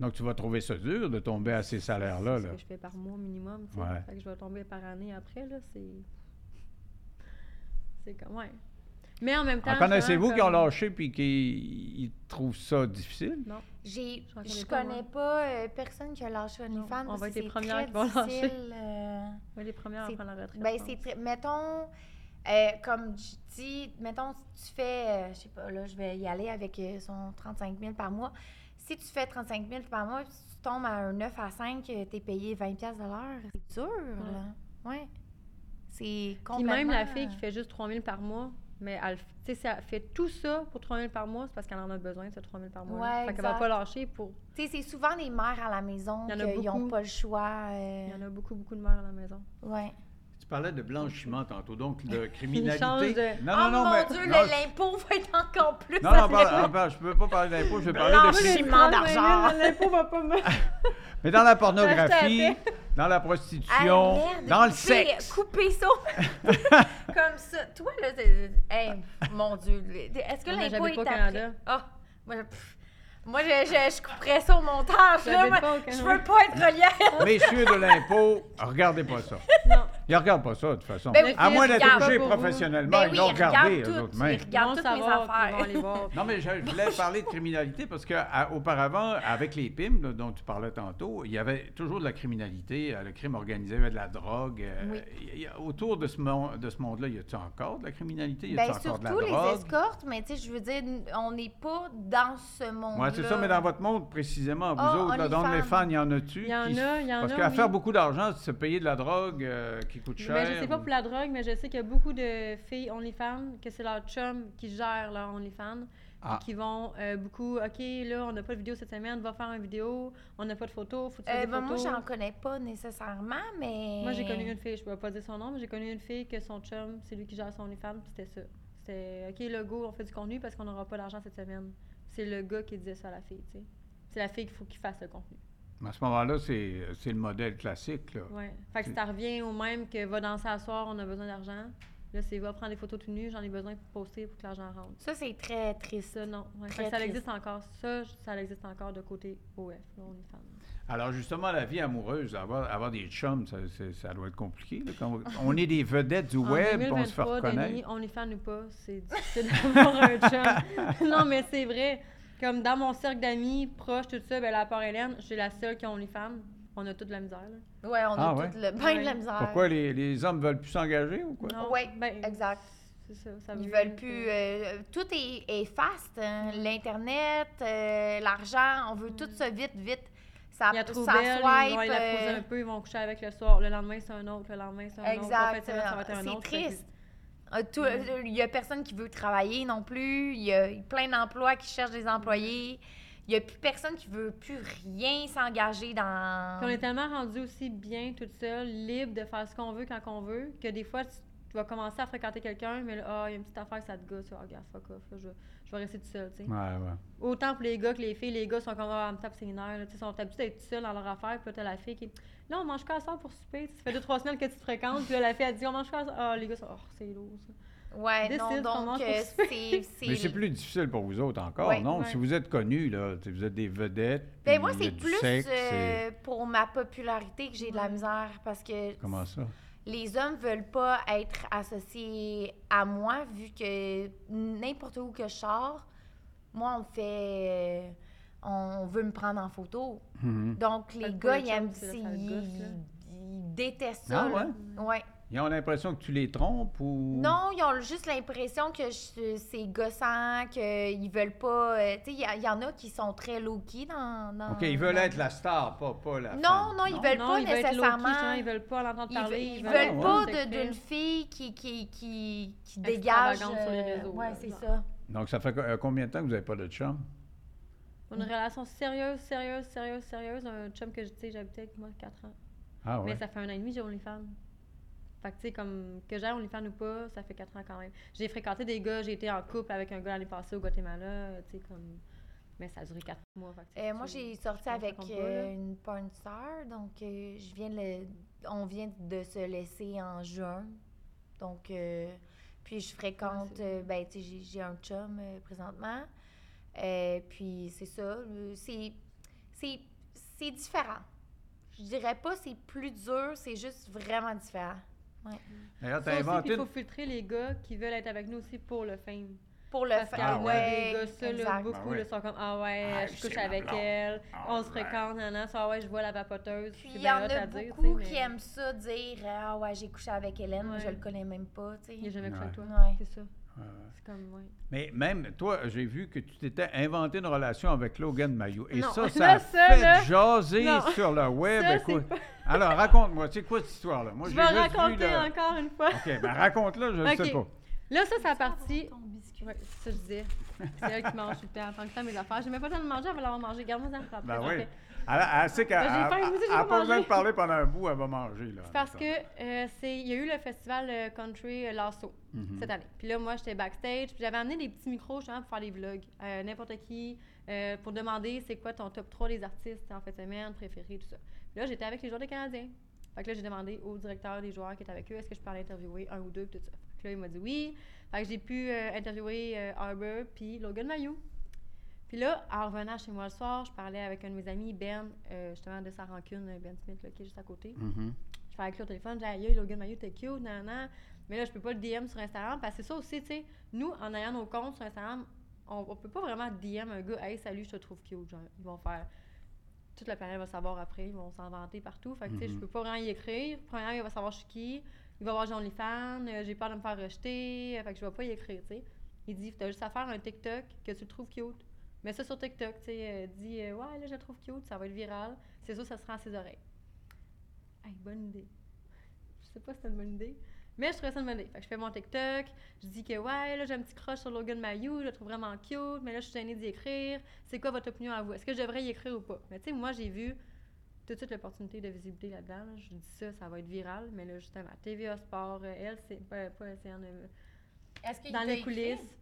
Speaker 1: Donc, tu vas trouver ça dur de tomber à ces salaires-là.
Speaker 3: C'est
Speaker 1: là.
Speaker 3: ce que je fais par mois minimum. tu sais.
Speaker 1: Ouais.
Speaker 3: Fait que je vais tomber par année après. là, C'est C'est comme, ouais. Mais en même temps.
Speaker 1: En Ah, connaissez-vous
Speaker 3: souvent,
Speaker 1: qui ont
Speaker 3: comme-
Speaker 1: lâché puis qui ils trouvent ça difficile?
Speaker 3: Non.
Speaker 2: J'ai,
Speaker 3: Je connais
Speaker 2: je
Speaker 3: pas,
Speaker 2: connais
Speaker 3: ouais.
Speaker 2: pas euh, personne qui a lâché
Speaker 3: Non,
Speaker 2: OnlyFans.
Speaker 3: on
Speaker 2: parce que
Speaker 3: va être les
Speaker 2: c'est
Speaker 3: premières
Speaker 2: très
Speaker 3: qui vont lâcher.
Speaker 2: difficile, euh,
Speaker 3: Ouais, les premières à
Speaker 2: C'est-
Speaker 3: prendre la retraite.
Speaker 2: Ben,
Speaker 3: je
Speaker 2: c'est
Speaker 3: pense.
Speaker 2: très. Mettons, euh, comme je dis, mettons, si tu fais, euh, je sais pas, là, je vais y aller avec euh, son 35 000 par mois. Si tu fais 35 000 par mois, puis tu tombes à un 9 à 5, euh, t'es payé 20 pièces de l'heure. C'est dur, là. Ouais. C'est
Speaker 3: Puis
Speaker 2: complètement... euh,
Speaker 3: même la fille qui fait juste 3000 par mois, mais elle, f- tu sais, si elle fait tout ça pour 3000 par mois, c'est parce qu'elle en a besoin de ce 3000 par mois.
Speaker 2: Ouais,
Speaker 3: fait qu'elle va
Speaker 2: exact.
Speaker 3: pas lâcher pour.
Speaker 2: Tu sais, c'est souvent des mères à la maison
Speaker 3: Il y en a
Speaker 2: qui n'ont
Speaker 3: beaucoup.
Speaker 2: pas le choix. euh,
Speaker 3: Il y en a beaucoup, beaucoup de mères à la maison.
Speaker 2: Ouais.
Speaker 1: Tu parlais de blanchiment tantôt, donc de
Speaker 3: change
Speaker 1: criminalité.
Speaker 3: de-
Speaker 1: Non,
Speaker 2: oh mon Dieu,
Speaker 1: non,
Speaker 2: le-
Speaker 1: je-
Speaker 2: l'impôt va être encore plus.
Speaker 1: Non, non, parle- parle- je ne peux pas parler d'impôt, je vais parler de
Speaker 2: Blanchiment.
Speaker 1: crime.
Speaker 2: Blanchiment d'argent.
Speaker 3: L'impôt va pas me.
Speaker 1: Mais dans la
Speaker 3: Je
Speaker 1: pornographie,
Speaker 3: t'appelle.
Speaker 1: dans la
Speaker 2: Ah,
Speaker 1: prostitution, dans le sexe.
Speaker 2: Couper ça comme ça. Toi, là, t'es- hey, mon Dieu. le- Est-ce que
Speaker 3: Non, mais
Speaker 2: l'impôt est
Speaker 3: j'habite pas au
Speaker 2: après?
Speaker 3: Canada.
Speaker 2: Ah, moi, je, pff, moi je, je- je couperais ça au montage. Là,
Speaker 3: J'habite
Speaker 2: moi,
Speaker 3: pas au
Speaker 2: je
Speaker 3: Canada.
Speaker 2: veux pas être reliée à
Speaker 1: Messieurs de l'impôt, regardez pas ça.
Speaker 3: Non.
Speaker 1: Ils ne regardent pas ça, de toute façon.
Speaker 2: Ben oui,
Speaker 1: à
Speaker 2: ils
Speaker 1: moins d'être
Speaker 2: regardent
Speaker 1: touché
Speaker 3: pas pour vous.
Speaker 1: professionnellement,
Speaker 2: Ben oui,
Speaker 1: ils l'ont
Speaker 2: ils regardent
Speaker 1: regardé,
Speaker 2: tout,
Speaker 1: eux autres,
Speaker 2: ils
Speaker 1: mais-
Speaker 2: regardent.
Speaker 3: Regarde
Speaker 2: toutes
Speaker 3: toutes
Speaker 2: mes affaires.
Speaker 3: les voir.
Speaker 1: Non, mais je je voulais parler de criminalité parce qu'auparavant, avec les PIM là, dont tu parlais tantôt, il y avait toujours de la criminalité, euh, le crime organisé, il y avait de la drogue. euh,
Speaker 2: Oui.
Speaker 1: il y a- autour de ce, mon- de ce monde-là, y a-t-il encore de la criminalité? Y a-t-il
Speaker 2: Ben,
Speaker 1: encore de la
Speaker 2: surtout les
Speaker 1: drogue?
Speaker 2: escortes, mais tu sais, je veux dire, on n'est pas dans ce monde.
Speaker 1: Ouais, c'est ça, mais dans votre monde, précisément, vous
Speaker 2: Ah,
Speaker 1: autres, là, dans les
Speaker 2: OnlyFans.
Speaker 1: fans, il y en a-tu?
Speaker 3: Il y en
Speaker 1: qui s-
Speaker 3: a, il y en
Speaker 1: Parce
Speaker 3: a,
Speaker 1: qu'à
Speaker 3: oui.
Speaker 1: faire beaucoup d'argent, c'est se payer de la drogue euh, qui coûte cher.
Speaker 3: Ben, je sais pas
Speaker 1: ou-
Speaker 3: pour la drogue, mais je sais qu'il y a beaucoup de filles OnlyFans, que c'est leur chum qui gère leur OnlyFans,
Speaker 1: Ah.
Speaker 3: puis qui vont euh, beaucoup, OK, là, on n'a pas de vidéo cette semaine, va faire une vidéo, on n'a pas de photo, faut que tu fasses
Speaker 2: Euh,
Speaker 3: des
Speaker 2: ben, moi,
Speaker 3: photos.
Speaker 2: j'en connais pas nécessairement, mais.
Speaker 3: Moi, j'ai connu une fille, je peux pas dire son nom, mais j'ai connu une fille que son chum, c'est lui qui gère son OnlyFans, puis c'était ça. C'était, OK, le go, on fait du contenu parce qu'on n'aura pas d'argent cette semaine. C'est le gars qui disait ça à la fille, tu sais. C'est la fille qu'il faut qu'il fasse le contenu.
Speaker 1: Mais À ce moment-là, c'est c'est le modèle classique. Là.
Speaker 3: Ouais. Fait que si t'en reviens au même que va danser à soir, on a besoin d'argent. Là, c'est va prendre des photos tout nues, j'en ai besoin pour poster pour que l'argent rentre.
Speaker 2: Ça, c'est très triste.
Speaker 3: Ça, non. Ouais.
Speaker 2: Très
Speaker 3: Fait que ça
Speaker 2: triste.
Speaker 3: existe encore. Ça, je- ça existe encore de côté OF. Là, on est fan.
Speaker 1: Alors, justement, la vie amoureuse, avoir, avoir des chums, ça, c'est- ça doit être compliqué. là, quand on, on est des vedettes du
Speaker 3: En
Speaker 1: web, on se fait
Speaker 3: 2023, Denis,
Speaker 1: reconnaître.
Speaker 3: on est fan ou pas, c'est difficile d'avoir un chum. non, mais c'est vrai. Comme dans mon cercle d'amis proches, tout ça, ben, là, à part Hélène, j'ai la seule qui a OnlyFans. On a toute la misère. là.
Speaker 2: Ouais, on
Speaker 1: Ah,
Speaker 2: a
Speaker 1: ouais?
Speaker 2: tout le bain de la
Speaker 3: Ouais.
Speaker 2: misère.
Speaker 1: Pourquoi les, les hommes veulent plus s'engager ou quoi?
Speaker 3: Non,
Speaker 2: Ouais,
Speaker 3: ben,
Speaker 2: exact.
Speaker 3: C'est ça. ça
Speaker 2: Ils
Speaker 3: veut-
Speaker 2: veulent plus. euh, tout est, est fast. hein. L'Internet, euh, l'argent, on veut tout ça vite, vite. Ça,
Speaker 3: Il y a
Speaker 2: ça
Speaker 3: trop
Speaker 2: swipe.
Speaker 3: belle, ils vont aller la poser
Speaker 2: euh,
Speaker 3: un peu, ils vont coucher avec le soir. Le lendemain, c'est un autre, le lendemain, c'est un autre. La fin de
Speaker 2: euh, exact.
Speaker 3: semaine, ça va être un
Speaker 2: C'est
Speaker 3: autre. Fait que- Mm.
Speaker 2: triste. Euh, tout- euh, Il y a personne qui veut travailler non plus. Il y a plein d'emplois qui cherchent des employés.
Speaker 3: Mm.
Speaker 2: Il n'y a plus personne qui veut plus rien s'engager dans.
Speaker 3: Puis on est tellement rendu aussi bien toute seule, libre de faire ce qu'on veut quand on veut, que des fois, tu, tu vas commencer à fréquenter quelqu'un, mais là, ah, il y a une petite affaire que ça te gosse, ah, regarde, fuck off, là, je, vais- je vais rester toute seule, tu sais.
Speaker 1: Ouais, ouais.
Speaker 3: Autant pour les gars que les filles, les gars sont comme, ah, elle me tape ses nerfs, là, tu sais, sont habitués d'être tout seuls dans leur affaire, puis là, t'as la fille qui. Là, on mange quoi à soir pour souper, Tu sais, ça fait deux, trois semaines que tu te fréquentes, puis là, la fille, elle dit, on mange quoi à soir? Ah, les gars sont, oh, c'est lourd, ça.
Speaker 2: Ouais, non,
Speaker 3: Décide comment
Speaker 2: donc euh,
Speaker 3: on
Speaker 2: c'est.
Speaker 1: Mais c'est plus difficile pour vous autres encore,
Speaker 2: Ouais,
Speaker 1: non?
Speaker 3: ouais.
Speaker 1: Si vous êtes connus, là, tu sais, vous êtes des vedettes.
Speaker 2: Ben
Speaker 1: puis
Speaker 2: moi,
Speaker 1: il y a
Speaker 2: c'est
Speaker 1: du
Speaker 2: plus
Speaker 1: sexe, c'est-
Speaker 2: euh, pour ma popularité que j'ai de la
Speaker 3: Ouais.
Speaker 2: misère parce que
Speaker 1: Comment ça?
Speaker 2: les hommes veulent pas être associés à moi vu que n'importe où que je sors, moi, on me fait. euh, On veut me prendre en photo.
Speaker 1: Mhm.
Speaker 2: Donc,
Speaker 3: Fait
Speaker 2: les
Speaker 3: que
Speaker 2: gars,
Speaker 3: pour
Speaker 2: ils
Speaker 3: le chum,
Speaker 2: aiment.
Speaker 3: c'est le
Speaker 2: c'est-
Speaker 3: sale gosse, là.
Speaker 2: Ils, ils détestent ça.
Speaker 1: Ah
Speaker 2: là.
Speaker 1: ouais?
Speaker 2: Ouais.
Speaker 1: Ils ont l'impression que tu les trompes ou...
Speaker 2: Non, ils ont juste l'impression que je- c'est gossant, qu'ils veulent pas. euh, tu sais, il y, a- il y en a qui sont très low-key dans, dans-
Speaker 1: OK, ils veulent
Speaker 2: dans-
Speaker 1: être la star, pas, pas la
Speaker 2: Non,
Speaker 1: femme.
Speaker 2: non, ils veulent
Speaker 3: Non,
Speaker 2: pas
Speaker 3: ils veulent être low-key,
Speaker 2: nécessairement.
Speaker 3: justement, ils veulent pas l'entendre
Speaker 2: Ils, ve-
Speaker 3: parler.
Speaker 2: ils
Speaker 3: ils
Speaker 2: veulent pas
Speaker 1: avoir
Speaker 2: de-
Speaker 3: s'exprimer.
Speaker 2: d'une fille qui, qui, qui, qui dégage. euh,
Speaker 3: Extravagante sur les réseaux,
Speaker 2: ouais,
Speaker 3: là,
Speaker 2: c'est
Speaker 3: genre.
Speaker 2: ça.
Speaker 1: Donc, ça fait co- euh, combien de temps que vous n'avez pas de chum?
Speaker 3: Une relation sérieuse, sérieuse, sérieuse, sérieuse. Un chum que je- tu sais, j'habitais avec moi 4 ans.
Speaker 1: Ah
Speaker 3: Mais
Speaker 1: ouais.
Speaker 3: ça fait un an et demi que j'ai OnlyFans. Fait que, tu sais, comme que j'aille OnlyFans ou pas, ça fait 4 ans quand même. J'ai fréquenté des gars, j'ai été en couple avec un gars l'année passée au Guatemala, tu sais, comme. Mais ça a duré 4 mois. fait que, tu sais,
Speaker 2: Euh, moi,
Speaker 3: tu-
Speaker 2: j'ai sorti
Speaker 3: ça
Speaker 2: avec
Speaker 3: compte pas,
Speaker 2: euh,
Speaker 3: là.
Speaker 2: une porn star, donc euh, je viens de le- on vient de se laisser en juin. Donc, euh, puis je fréquente,
Speaker 3: c'est-
Speaker 2: euh, ben, tu sais, j'ai- j'ai un chum euh, présentement. Euh, puis c'est ça, euh, c'est- c'est c'est différent. Je dirais pas c'est plus dur, c'est juste vraiment différent. Ouais.
Speaker 1: D'ailleurs, tu
Speaker 3: Ça aussi, puis
Speaker 1: inventé.
Speaker 3: il faut
Speaker 1: une-
Speaker 3: filtrer les gars qui veulent être avec nous aussi pour le fame.
Speaker 2: Pour le
Speaker 3: Parce
Speaker 2: faire.
Speaker 3: qu'il y en a
Speaker 1: ouais,
Speaker 3: des gars, ça, là,
Speaker 2: exact.
Speaker 3: beaucoup,
Speaker 1: Ben ouais.
Speaker 3: là, sont comme Ah ouais,
Speaker 1: Ah,
Speaker 3: je
Speaker 1: c'est
Speaker 3: couche
Speaker 1: ma
Speaker 3: avec
Speaker 1: blonde.
Speaker 3: elle,
Speaker 1: Ah,
Speaker 3: on se
Speaker 1: ouais.
Speaker 3: fréquente, nanan, ça, ah ouais, je vois la vapoteuse.
Speaker 2: Puis
Speaker 3: c'est
Speaker 2: il y
Speaker 3: bien
Speaker 2: en
Speaker 3: hot
Speaker 2: a
Speaker 3: à dire, tu sais,
Speaker 2: beaucoup
Speaker 3: mais
Speaker 2: qui aiment ça, dire Ah ouais, j'ai couché avec Hélène, mais je
Speaker 3: Ouais.
Speaker 2: le connais même pas, tu
Speaker 3: Il est
Speaker 2: sais.
Speaker 3: jamais couché avec toi.
Speaker 2: Ouais.
Speaker 3: C'est ça.
Speaker 1: Ouais, ouais.
Speaker 3: C'est comme, ouais.
Speaker 1: Mais même toi, j'ai vu que tu t'étais inventé une relation avec Logan Mayo. Et
Speaker 3: Non,
Speaker 1: ça, ça
Speaker 3: là,
Speaker 1: a
Speaker 3: ça,
Speaker 1: fait
Speaker 3: là,
Speaker 1: jaser
Speaker 3: non.
Speaker 1: sur le web.
Speaker 3: Ça,
Speaker 1: ben, écoute.
Speaker 3: c'est pas-
Speaker 1: Alors, raconte-moi, c'est quoi cette histoire-là? Moi,
Speaker 3: Je
Speaker 1: j'ai
Speaker 3: vais
Speaker 1: juste vu
Speaker 3: raconter
Speaker 1: le-
Speaker 3: encore une fois.
Speaker 1: OK, ben raconte-la, je ne
Speaker 3: Ok.
Speaker 1: sais pas.
Speaker 3: Là, ça, c'est la partie. Ouais, c'est ça, je disais. C'est elle qui mange tout le temps. En tant que temps, mes affaires. J'ai même pas le temps de manger avant de l'avoir mangé. Garde-moi ça
Speaker 1: Ben oui. Elle, elle sait qu'elle
Speaker 3: Ben, j'ai faim,
Speaker 1: elle-
Speaker 3: moi aussi,
Speaker 1: elle
Speaker 3: je vais
Speaker 1: a pas besoin
Speaker 3: manger.
Speaker 1: de parler pendant un bout, elle va manger. Là,
Speaker 3: C'est parce que
Speaker 1: mettons.
Speaker 3: euh, c'est, il y a eu le festival euh, country euh, Lasso
Speaker 1: Mhm.
Speaker 3: cette année. Puis là, moi, j'étais backstage. Puis j'avais amené des petits micros justement pour faire des vlogs. Euh, n'importe qui, euh, pour demander c'est quoi ton top 3 des artistes en fait semaine, préférés, tout ça. Puis là, j'étais avec les joueurs des Canadiens. Fait que là, j'ai demandé au directeur des joueurs qui était avec eux est-ce que je peux aller interviewer un ou deux, puis tout ça. Fait que là, il m'a dit oui. Fait que j'ai pu euh, interviewer euh, Harbour puis Logan Mayou. Puis là, en revenant chez moi le soir, je parlais avec un de mes amis, Ben, euh, justement de sa rancune, Ben Smith, là, qui est juste à côté.
Speaker 1: Mhm.
Speaker 3: Je fais avec le téléphone, j'ai aïe, aïe, Logan Mayo, t'es cute, nan, nan. Mais là, je peux pas le DM sur Instagram parce que c'est ça aussi, tu sais. Nous, en ayant nos comptes sur Instagram, on, on peut pas vraiment DM un gars, hey, salut, je te trouve cute. Genre, ils vont faire. Toute la planète va savoir après, ils vont s'en vanter partout. Fait que, tu sais, je
Speaker 1: Mhm.
Speaker 3: peux pas vraiment y écrire. Premièrement, il va savoir je suis qui. Il va voir John Fan, j'ai peur de me faire rejeter. euh, Fait que je vais pas y écrire, tu sais. Il dit, t'as juste à faire un TikTok que tu le trouves cute. Mets ça sur TikTok, tu sais. euh, dis, euh, ouais, là, je le trouve cute, ça va être viral. C'est sûr, ça se rend à ses oreilles. Hey, bonne idée. Je sais pas si c'est une bonne idée, mais je trouvais ça une bonne idée. Fait que je fais mon TikTok, je dis que ouais, là j'ai un petit crush sur Logan Mayou, je le trouve vraiment cute, mais là je suis gênée d'y écrire. C'est quoi votre opinion à vous? Est-ce que je devrais y écrire ou pas? Mais tu sais, moi j'ai vu tout de suite l'opportunité de visibilité là-dedans. là. Je dis ça, ça va être viral, mais là justement, TVA Sport, euh, elle, c'est pas, pas LCN, euh,
Speaker 2: Est-ce qu'il
Speaker 3: dans
Speaker 2: t'a
Speaker 3: les
Speaker 2: écrit?
Speaker 3: coulisses.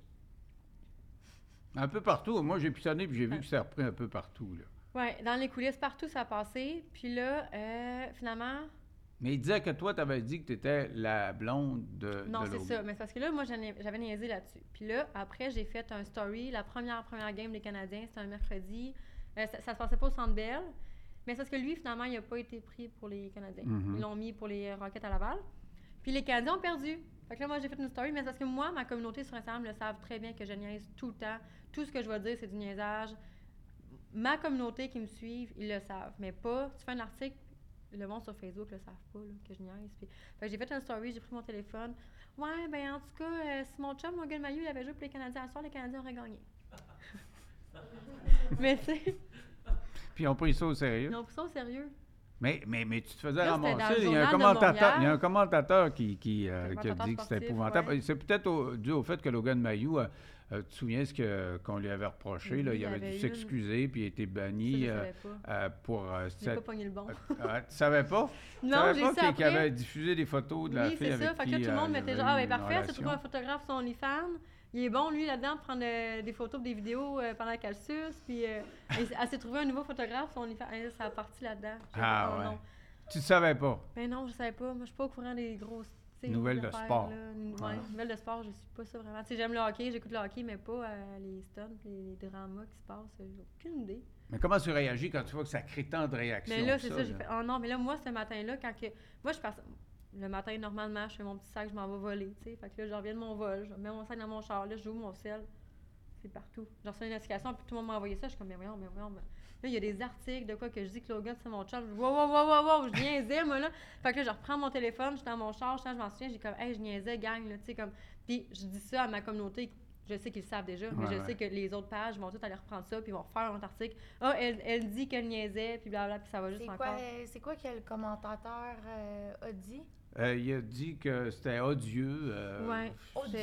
Speaker 1: Un peu partout. Moi, j'ai pistonné puis j'ai vu
Speaker 3: Ouais.
Speaker 1: que ça a repris un peu partout. Là.
Speaker 3: Ouais, dans les coulisses, partout ça a passé. Puis là, euh, finalement,
Speaker 1: Mais il disait que toi, tu avais dit que tu étais la blonde de.
Speaker 3: Non,
Speaker 1: de
Speaker 3: c'est
Speaker 1: Logan.
Speaker 3: ça. Mais c'est parce que là, moi, j'en ai- j'avais niaisé là-dessus. Puis là, après, j'ai fait un story. La première, première game des Canadiens, c'était un mercredi. Euh, ça, ça se passait pas au Centre Bell. Mais c'est parce que lui, finalement, il n'a pas été pris pour les Canadiens.
Speaker 1: Mhm.
Speaker 3: Ils l'ont mis pour les euh, Rockets à Laval. Puis les Canadiens ont perdu. Fait que là, moi, j'ai fait une story, mais c'est parce que moi, ma communauté sur Instagram le savent très bien que je niaise tout le temps. Tout ce que je vais dire, c'est du niaisage. Ma communauté qui me suivent, ils le savent. Mais pas, tu fais un article, le monde sur Facebook le savent pas, là, que je niaise. Puis, fait que j'ai fait une story, j'ai pris mon téléphone. Ouais, ben en tout cas, euh, si mon chum, mon gars de maillot, il avait joué pour les Canadiens à soir, les Canadiens auraient gagné. mais tu sais,
Speaker 1: Puis ils ont pris ça au sérieux.
Speaker 3: ils ont pris ça au sérieux.
Speaker 1: Mais, mais, mais tu te faisais
Speaker 3: Là, c'était dans
Speaker 1: ramasser.
Speaker 3: le
Speaker 1: Il y, a un
Speaker 3: journal de
Speaker 1: commentateur,
Speaker 3: Montréal.
Speaker 1: il y a un commentateur qui, qui, euh, qui a
Speaker 3: Commentateur
Speaker 1: dit que c'était
Speaker 3: sportif,
Speaker 1: épouvantable.
Speaker 3: ouais.
Speaker 1: C'est peut-être au- dû au fait que Logan Mayou, euh, euh, tu te souviens ce que- qu'on lui avait reproché?
Speaker 3: Oui,
Speaker 1: Là, il
Speaker 3: il
Speaker 1: avait
Speaker 3: avait
Speaker 1: dû
Speaker 3: eu
Speaker 1: s'excuser puis il a été
Speaker 3: Ça, je
Speaker 1: banni euh,
Speaker 3: savais pas.
Speaker 1: euh, pour. euh,
Speaker 3: J'ai pas
Speaker 1: cette-
Speaker 3: pogné le bon.
Speaker 1: Ah, tu savais pas? Tu
Speaker 3: Non,
Speaker 1: savais
Speaker 3: j'ai
Speaker 1: pas
Speaker 3: su
Speaker 1: qu'il- qu'il
Speaker 3: après.
Speaker 1: avait diffusé des photos de la
Speaker 3: oui,
Speaker 1: fille
Speaker 3: c'est
Speaker 1: avec
Speaker 3: ça. Fait que
Speaker 1: qui
Speaker 3: là, tout le monde
Speaker 1: euh, il
Speaker 3: mettait
Speaker 1: avait
Speaker 3: genre,
Speaker 1: eu
Speaker 3: ah, ben
Speaker 1: une
Speaker 3: parfait, c'est trouvé un
Speaker 1: relation.
Speaker 3: photographe sur OnlyFans. Il est bon, lui, là-dedans, pour prendre euh, des photos, des vidéos euh, pendant qu'elle suce. Puis euh, elle, s- elle s'est trouvée un nouveau photographe sur OnlyFans. Elle, ça a parti là-dedans. J'ai
Speaker 1: Ah,
Speaker 3: dit, oh
Speaker 1: ouais.
Speaker 3: non.
Speaker 1: Tu ne savais pas?
Speaker 3: Mais non, je savais pas. Moi, je suis pas au courant des grosses. tu sais,
Speaker 1: Nouvelles de
Speaker 3: affaires,
Speaker 1: sport.
Speaker 3: là. N- Ouais,
Speaker 1: Ouais.
Speaker 3: Nouvelles de sport, je suis pas ça vraiment. Tu sais, j'aime le hockey, j'écoute le hockey, mais pas euh, les stunts, les dramas qui se passent. J'ai aucune idée.
Speaker 1: Mais comment tu réagis quand tu vois que ça crée tant de réactions?
Speaker 3: Mais là, c'est ça,
Speaker 1: là?
Speaker 3: j'ai fait. Oh non, mais là, moi, ce matin-là, quand que. Moi, je passe. Le matin, normalement, je fais mon petit sac, je m'en vais voler, tu sais. Fait que là, je reviens de mon vol, je mets mon sac dans mon char, là, j'ouvre mon sel. C'est partout. Je reçois une notification, puis tout le monde m'a envoyé ça. Je suis comme, mais voyons, mais voyons. mais- Là, il y a des articles de quoi que je dis que Logan, c'est mon chum. Je dis, wow, wow, wow, wow, wow, je niaisais, moi, là. Fait que là, je reprends mon téléphone, je suis dans mon char, je, je m'en souviens, j'ai comme, hey, je niaisais, gang, là, tu sais, comme. Puis je dis ça à ma communauté. Je sais qu'ils le savent déjà, mais
Speaker 1: Ouais,
Speaker 3: je
Speaker 1: ouais.
Speaker 3: sais que les autres pages vont toutes aller reprendre ça, puis ils vont refaire un autre article. Ah, elle, elle dit qu'elle niaisait, puis blablabla, puis ça va juste
Speaker 2: C'est
Speaker 3: encore.
Speaker 2: quoi, c'est quoi que le commentateur euh, a dit?
Speaker 1: Euh, il a dit que c'était odieux. euh,
Speaker 3: Ouais.
Speaker 2: Odieux.
Speaker 3: C'est-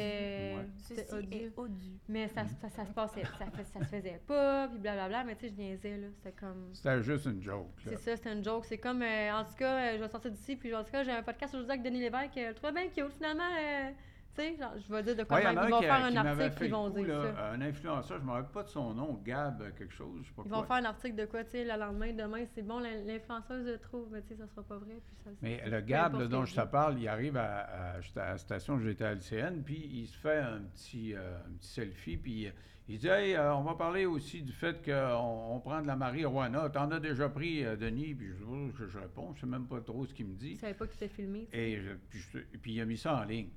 Speaker 1: Ouais.
Speaker 3: c'était
Speaker 2: Ceci
Speaker 3: odieux.
Speaker 2: est odieux.
Speaker 3: Mais ça, ça, ça se passait, ça, fait- ça se faisait pas, puis blablabla, mais tu sais, je niaisais, là, c'était comme...
Speaker 1: C'était juste une joke. là.
Speaker 3: C'est ça, c'était une joke, c'est comme, euh, en tout cas, euh, je vais sortir d'ici, puis en tout cas, j'ai un podcast aujourd'hui avec Denis Lévesque, euh, je le trouvais bien cute, finalement, euh, tu Tu sais, genre, je vais dire de quoi
Speaker 1: Ouais, il y
Speaker 3: de
Speaker 1: en
Speaker 3: même.
Speaker 1: a
Speaker 3: Ils
Speaker 1: un
Speaker 3: vont
Speaker 1: qui a-
Speaker 3: faire
Speaker 1: qui
Speaker 3: un
Speaker 1: m'avait
Speaker 3: article,
Speaker 1: fait
Speaker 3: ils
Speaker 1: le
Speaker 3: vont
Speaker 1: coup,
Speaker 3: dire
Speaker 1: là,
Speaker 3: ça.
Speaker 1: Un influenceur, je ne me rappelle pas de son nom, Gab euh, quelque chose, je sais pas
Speaker 3: Ils
Speaker 1: quoi.
Speaker 3: vont faire un article de quoi, tu sais, le lendemain, demain, c'est bon, l'in- l'influenceuse le trouve, mais tu sais, ça sera pas vrai. Puis ça, c'est-
Speaker 1: Mais le
Speaker 3: peu
Speaker 1: Gab
Speaker 3: importe
Speaker 1: là,
Speaker 3: ce
Speaker 1: dont
Speaker 3: que
Speaker 1: je
Speaker 3: je
Speaker 1: te
Speaker 3: dis.
Speaker 1: parle, il arrive à, à- j'étais à la station, j'étais à l'ICN, puis il se fait un petit, euh, un petit selfie, puis euh, il dit Hey, euh, on va parler aussi du fait qu'on on prend de la marijuana. T'en as déjà pris, euh, Denis Puis je, oh, je- je réponds, je sais même pas trop ce qu'il me
Speaker 3: Je
Speaker 1: dit.
Speaker 3: savais pas que tu t'es filmé.
Speaker 1: Et je- puis, je- et puis il a mis ça en ligne.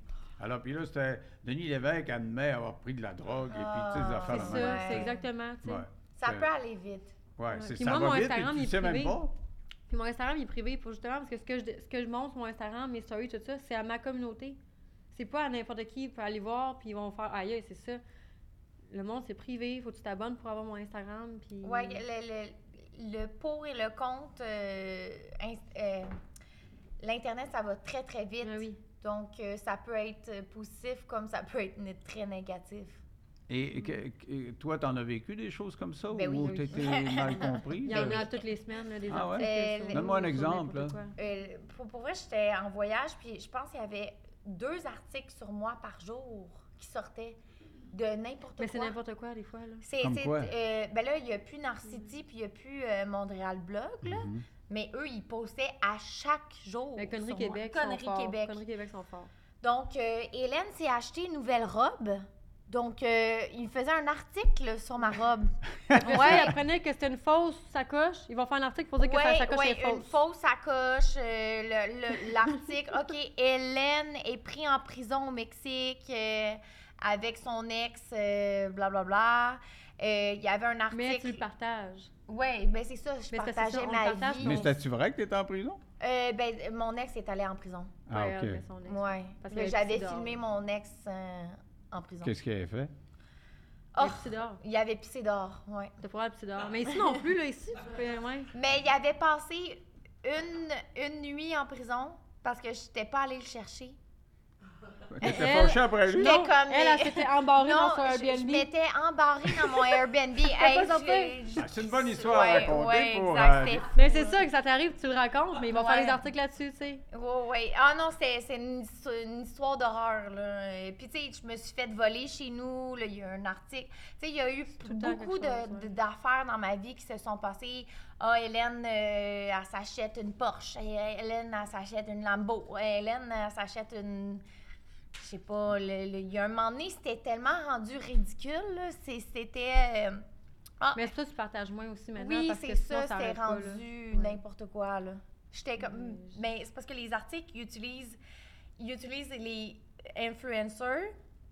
Speaker 1: Alors, puis là, c'était Denis Lévesque admet avoir pris de la drogue, et puis tu sais, des
Speaker 2: Ah,
Speaker 3: C'est
Speaker 1: affaires
Speaker 3: ça,
Speaker 1: de même.
Speaker 3: c'est
Speaker 2: Ouais.
Speaker 3: exactement, tu sais.
Speaker 1: Ouais.
Speaker 2: Ça
Speaker 1: Ouais.
Speaker 2: peut aller vite.
Speaker 1: Ouais,
Speaker 3: Ouais.
Speaker 1: c'est
Speaker 3: Puis
Speaker 1: ça.
Speaker 3: moi,
Speaker 1: va
Speaker 3: mon
Speaker 1: vite, puis
Speaker 3: Instagram,
Speaker 1: tu
Speaker 3: il est
Speaker 1: sais même
Speaker 3: privé.
Speaker 1: pas.
Speaker 3: Puis mon Instagram il est privé pour justement parce que ce que je, ce que je montre sur mon Instagram, mes stories, tout ça, c'est à ma communauté. C'est pas à n'importe qui peut aller voir puis ils vont faire aïe, c'est ça. Le monde c'est privé, faut que tu t'abonnes pour avoir mon Instagram puis
Speaker 2: Ouais, le, le, le pour et le contre, euh, inst- euh, l'Internet, ça va très, très vite.
Speaker 3: Ah oui.
Speaker 2: Donc, euh, ça peut être positif comme ça peut être né- très négatif.
Speaker 1: Et, et que- que- toi, t'en as vécu des choses comme ça
Speaker 2: Ben oui,
Speaker 1: ou
Speaker 3: oui.
Speaker 1: t'étais mal compris?
Speaker 3: Il y
Speaker 1: Ben
Speaker 3: en
Speaker 1: oui.
Speaker 3: a toutes les semaines là, des
Speaker 1: Ah ouais?
Speaker 3: articles
Speaker 2: Euh,
Speaker 3: sur-
Speaker 1: Donne-moi un
Speaker 3: sur
Speaker 1: exemple,
Speaker 3: n'importe
Speaker 1: là.
Speaker 3: quoi.
Speaker 2: Euh, pour, pour vrai, j'étais en voyage, puis je pense qu'il y avait deux articles sur moi par jour qui sortaient de n'importe quoi.
Speaker 3: Mais c'est n'importe quoi des fois là.
Speaker 2: C'est,
Speaker 1: Comme
Speaker 2: c'est,
Speaker 1: quoi?
Speaker 2: euh, ben là, il n'y a plus Narcity, puis il n'y a plus euh, Montréal Blog, là.
Speaker 1: Mhm.
Speaker 2: Mais eux, ils postaient à chaque jour.
Speaker 3: Mais Conneries
Speaker 2: sur
Speaker 3: Ben, Québec,
Speaker 2: moi.
Speaker 3: sont
Speaker 2: Conneries
Speaker 3: forts.
Speaker 2: Québec.
Speaker 3: Conneries Québec sont forts.
Speaker 2: Donc, euh, Hélène s'est acheté une nouvelle robe. Donc, euh, il faisait un article sur ma robe.
Speaker 3: Après ça,
Speaker 2: Ouais.
Speaker 3: ils apprenaient que c'était une fausse sacoche, ils vont faire un article pour dire que
Speaker 2: Ouais,
Speaker 3: sa sacoche
Speaker 2: ouais,
Speaker 3: est fausse.
Speaker 2: une fausse sacoche, euh, le- le- l'article. OK, Hélène est prise en prison au Mexique euh, avec son ex, euh, blablabla. Euh, Il y avait un
Speaker 3: Mais tu
Speaker 2: article.
Speaker 3: le partages.
Speaker 2: Oui, ben c'est ça, je
Speaker 3: Mais c'est parce que
Speaker 2: partageais
Speaker 3: ça, on le
Speaker 2: ma
Speaker 3: partage,
Speaker 2: vie.
Speaker 1: Mais
Speaker 3: on-
Speaker 1: c'était-tu vrai que t'étais en prison?
Speaker 2: Euh, ben, mon ex est allé en prison.
Speaker 1: Ah,
Speaker 3: Ouais,
Speaker 1: OK.
Speaker 3: mais son ex.
Speaker 2: Oui.
Speaker 3: Ben, Parce qu'il y a
Speaker 2: J'avais
Speaker 3: Pissy
Speaker 2: filmé mon ex euh, en prison.
Speaker 1: Qu'est-ce qu'il avait fait?
Speaker 2: Oh,
Speaker 3: Mais c'est dehors.
Speaker 2: il avait pissé dehors, oui.
Speaker 3: T'as pas le petit dehors. Mais ici non plus, là, ici, tu peux. Ouais.
Speaker 2: Mais il avait passé une, une nuit en prison parce que je n'étais pas allée le chercher.
Speaker 1: T'étais
Speaker 3: elle-
Speaker 1: fâché après lui?
Speaker 2: Mais comme
Speaker 3: Elle, elle,
Speaker 2: les-
Speaker 3: s'était embarrée
Speaker 2: non,
Speaker 3: dans son
Speaker 2: je- je,
Speaker 3: Airbnb.
Speaker 2: m'étais embarrée dans mon Airbnb. Hey,
Speaker 3: pas sorti?
Speaker 2: je- je-
Speaker 1: Ah, c'est une bonne histoire à
Speaker 2: Ouais,
Speaker 1: raconter
Speaker 2: ouais,
Speaker 1: pour,
Speaker 2: exact,
Speaker 1: euh,
Speaker 2: c'était
Speaker 3: Mais c'est
Speaker 2: fou,
Speaker 3: ça que ça t'arrive, tu le racontes, mais ils vont faire
Speaker 2: Ouais.
Speaker 3: des articles là-dessus, tu sais.
Speaker 2: Ouais, ouais. Ah non, c'est c'est une, histo- une histoire d'horreur, là. Et Puis, tu sais, je me suis fait voler chez nous, là, il y a eu un article. Tu sais, il y a eu
Speaker 3: tout le temps
Speaker 2: beaucoup
Speaker 3: quelque chose,
Speaker 2: de- de-
Speaker 3: ouais.
Speaker 2: d'affaires dans ma vie qui se sont passées. Ah, Hélène, euh, elle s'achète une Porsche. Eh, Hélène, elle s'achète une Lambo. Eh, Hélène, elle s'achète une... Je sais pas, le- le- il y a un moment donné, c'était tellement rendu ridicule, là. C'est- C'était... euh,
Speaker 3: Mais c'est ça, tu partages moins aussi maintenant.
Speaker 2: oui,
Speaker 3: parce que
Speaker 2: c'est
Speaker 3: sinon,
Speaker 2: ça, c'est
Speaker 3: arrête pas, là.
Speaker 2: rendu
Speaker 3: Ouais.
Speaker 2: n'importe quoi, là. J'étais comme... hmm,
Speaker 3: Ouais, je-
Speaker 2: Mais c'est parce que les articles, ils utilisent, ils utilisent les influenceurs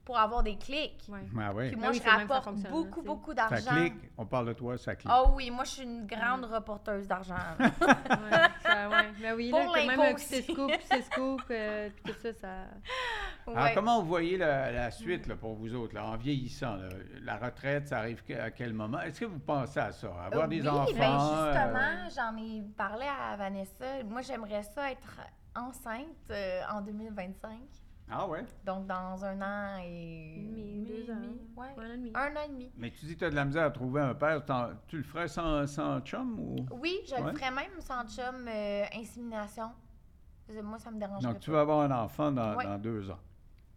Speaker 2: pour avoir des clics.
Speaker 3: Ouais. Ben
Speaker 1: Ah oui.
Speaker 2: Puis moi,
Speaker 3: oui,
Speaker 2: je
Speaker 3: c'est même ça
Speaker 2: rapporte
Speaker 3: fonctionne, là,
Speaker 2: beaucoup,
Speaker 3: c'est-
Speaker 2: beaucoup
Speaker 1: Ça
Speaker 2: d'argent.
Speaker 1: clique. On parle de toi, ça clique.
Speaker 2: Ah oui, moi, je suis une grande reporteuse d'argent. là.
Speaker 3: Ouais, ça, ouais. Mais oui,
Speaker 2: Pour
Speaker 3: là, que même
Speaker 2: l'impôt
Speaker 3: un petit
Speaker 2: aussi.
Speaker 3: scoop, petit scoop, euh, puis tout ça, ça.
Speaker 1: Alors,
Speaker 2: Ouais.
Speaker 1: Ah, comment vous voyez la, la suite là, pour vous autres, là, en vieillissant? là? La retraite, ça arrive que- à quel moment? Est-ce que vous pensez à ça? Avoir des
Speaker 2: oui, ben,
Speaker 1: enfants? euh,
Speaker 2: justement, j'en ai parlé à Vanessa. Moi, j'aimerais ça être enceinte euh, en 2025.
Speaker 1: euh, Ah ouais?
Speaker 2: Donc, dans un an et...
Speaker 3: Demi, deux ans.
Speaker 2: demi, ouais.
Speaker 3: Un an et demi.
Speaker 2: Un an et demi.
Speaker 1: Mais tu dis que tu as de la misère à trouver un père. T'en- Tu le ferais sans, sans chum ou?
Speaker 2: Oui, je
Speaker 1: Ouais.
Speaker 2: le ferais même sans chum euh, insémination. Parce que Moi, ça me dérange
Speaker 1: Donc, tu vas avoir un enfant dans,
Speaker 2: Ouais.
Speaker 1: dans deux ans.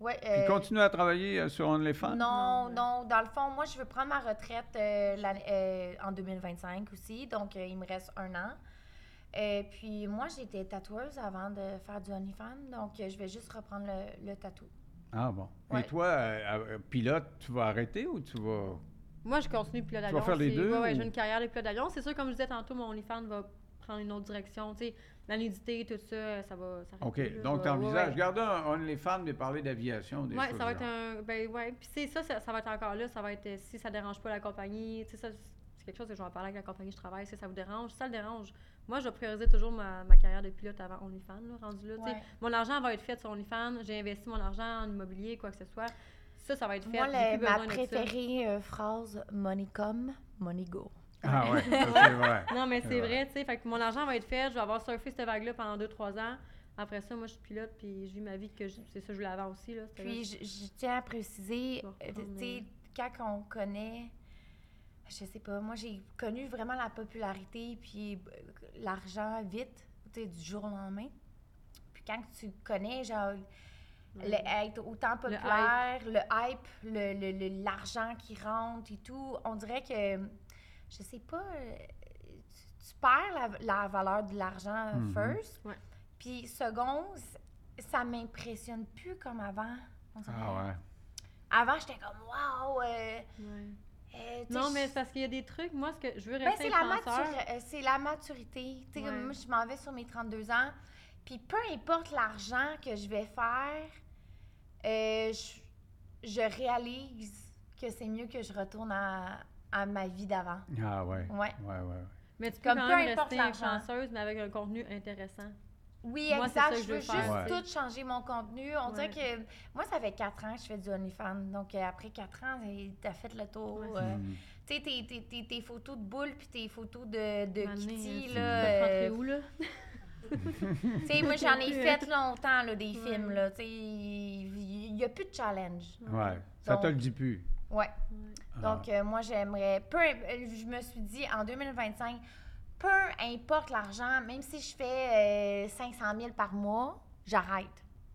Speaker 2: Ouais,
Speaker 1: Puis
Speaker 2: euh,
Speaker 1: continue à travailler euh, sur OnlyFans?
Speaker 2: Non,
Speaker 3: Non, ouais.
Speaker 2: non, dans le fond, moi, je veux prendre ma retraite euh, l'an- euh, en 2025 aussi, donc euh, il me reste un an. Euh, puis moi, j'étais tatoueuse avant de faire du OnlyFans, donc euh, je vais juste reprendre le, le tatou.
Speaker 1: Ah bon. Et
Speaker 2: Ouais.
Speaker 1: toi, euh, euh, pilote, tu vas arrêter ou tu vas...
Speaker 3: Moi, je continue pilote d'avion.
Speaker 1: faire les
Speaker 3: c'est-
Speaker 1: deux,
Speaker 3: Ouais, ouais,
Speaker 1: ou-
Speaker 3: j'ai une carrière de pilote d'avion. C'est sûr, comme je disais tantôt, mon OnlyFans va prendre une autre direction. Tu sais, la nudité, tout ça, ça va. Ça
Speaker 1: OK.
Speaker 2: Euh,
Speaker 3: arrête pas, là,
Speaker 1: Donc,
Speaker 3: je
Speaker 1: tu
Speaker 3: vais- ouais,
Speaker 1: envisages,
Speaker 3: ouais.
Speaker 1: garder un OnlyFans, mais parler d'aviation, des
Speaker 3: Ouais,
Speaker 1: choses
Speaker 3: ça va
Speaker 1: du
Speaker 3: être
Speaker 1: genre.
Speaker 3: un. Ben ouais. Puis c'est ça, ça, ça va être encore là. Ça va être euh, si ça dérange pas la compagnie. Tu sais, ça, c'est quelque chose que je vais en parler avec la compagnie que je travaille. Si ça vous dérange, ça le dérange. Moi, je vais prioriser toujours ma, ma carrière de pilote avant OnlyFans, là, rendu là. tu sais.
Speaker 2: Ouais.
Speaker 3: Mon argent va être fait sur OnlyFans. J'ai investi mon argent en immobilier, quoi que ce soit. Ça, ça va être fait.
Speaker 2: Moi,
Speaker 3: J'ai
Speaker 2: le-
Speaker 3: plus
Speaker 2: ma
Speaker 3: besoin de ça.
Speaker 2: préférée euh, phrase, money come, money go.
Speaker 1: Ah ouais, ça, c'est vrai.
Speaker 3: Non, mais
Speaker 1: C'est
Speaker 3: c'est
Speaker 1: vrai.
Speaker 3: vrai, tu sais. Fait que mon argent va être fait. Je vais avoir surfé cette vague-là pendant 2-3 ans. Après ça, moi, je suis pilote, puis je vis ma vie que je- c'est ça que je voulais avant aussi, là. C'était-
Speaker 2: Puis je, je tiens à préciser,
Speaker 3: Je vais
Speaker 2: euh,
Speaker 3: reprendre,
Speaker 2: tu sais, quand on connaît, je sais pas, moi j'ai connu vraiment la popularité puis euh, l'argent vite, tu sais, du jour au lendemain. Puis quand tu connais, genre, Le-
Speaker 3: Mm.
Speaker 2: être autant populaire, le hype, le- le- le- l'argent qui rentre et tout, on dirait que, je sais pas, euh, tu, tu perds la, la valeur de l'argent euh,
Speaker 1: Mhm.
Speaker 2: first.
Speaker 3: Ouais.
Speaker 2: Puis second, c- ça m'impressionne plus comme avant. on dirait.
Speaker 1: Ah ouais.
Speaker 2: Avant, j'étais comme, wow! euh,
Speaker 3: Ouais.
Speaker 2: euh, tu sais,
Speaker 3: Non,
Speaker 2: je-
Speaker 3: mais c'est parce qu'il y a des trucs, moi, ce que je veux
Speaker 2: Ben,
Speaker 3: rester
Speaker 2: c'est, la
Speaker 3: influenceur.
Speaker 2: matur- euh, c'est la maturité. Tu sais, comme
Speaker 3: Ouais.
Speaker 2: moi, je m'en vais sur mes 32 ans. Puis peu importe l'argent que je vais faire, euh, je, je réalise que c'est mieux que je retourne à, à ma vie d'avant.
Speaker 1: Ah ouais.
Speaker 2: Ouais.
Speaker 1: Ouais, ouais.
Speaker 3: Mais tu peux
Speaker 2: Comme
Speaker 3: quand
Speaker 2: peu
Speaker 3: même
Speaker 2: importe
Speaker 3: rester
Speaker 2: l'argent.
Speaker 3: influenceuse, mais avec un contenu intéressant.
Speaker 2: Oui,
Speaker 3: Moi, c'est
Speaker 2: exact.
Speaker 3: ça que
Speaker 2: Je
Speaker 3: je
Speaker 2: veux
Speaker 3: veux
Speaker 2: juste
Speaker 1: faire,
Speaker 2: tout changer mon contenu. On
Speaker 3: Ouais.
Speaker 2: dirait que moi, ça fait 4 ans que je fais du OnlyFans. Donc, euh, après 4 ans, euh, t'as fait le tour.
Speaker 3: Ouais, c'est
Speaker 2: euh,
Speaker 1: Mm.
Speaker 2: tu sais, tes, tes- tes- tes photos de boules puis tes photos de, de
Speaker 3: Mané,
Speaker 2: kitty,
Speaker 3: euh,
Speaker 2: là,
Speaker 3: T'as rentré
Speaker 2: euh,
Speaker 3: où, là?
Speaker 2: Tu sais, moi, j'en ai
Speaker 3: Ouais.
Speaker 2: fait longtemps, là, des films,
Speaker 3: Ouais.
Speaker 2: là. Tu sais, il n'y a plus de challenge.
Speaker 1: Ouais. Ça te
Speaker 2: Donc-
Speaker 1: le dit plus. Ah.
Speaker 2: Ouais.
Speaker 3: Ouais.
Speaker 2: Donc, euh, moi, j'aimerais... Peu, imp- euh, je me suis dit, en 2025, peu importe l'argent, même si je fais euh, 500 000 par mois, j'arrête.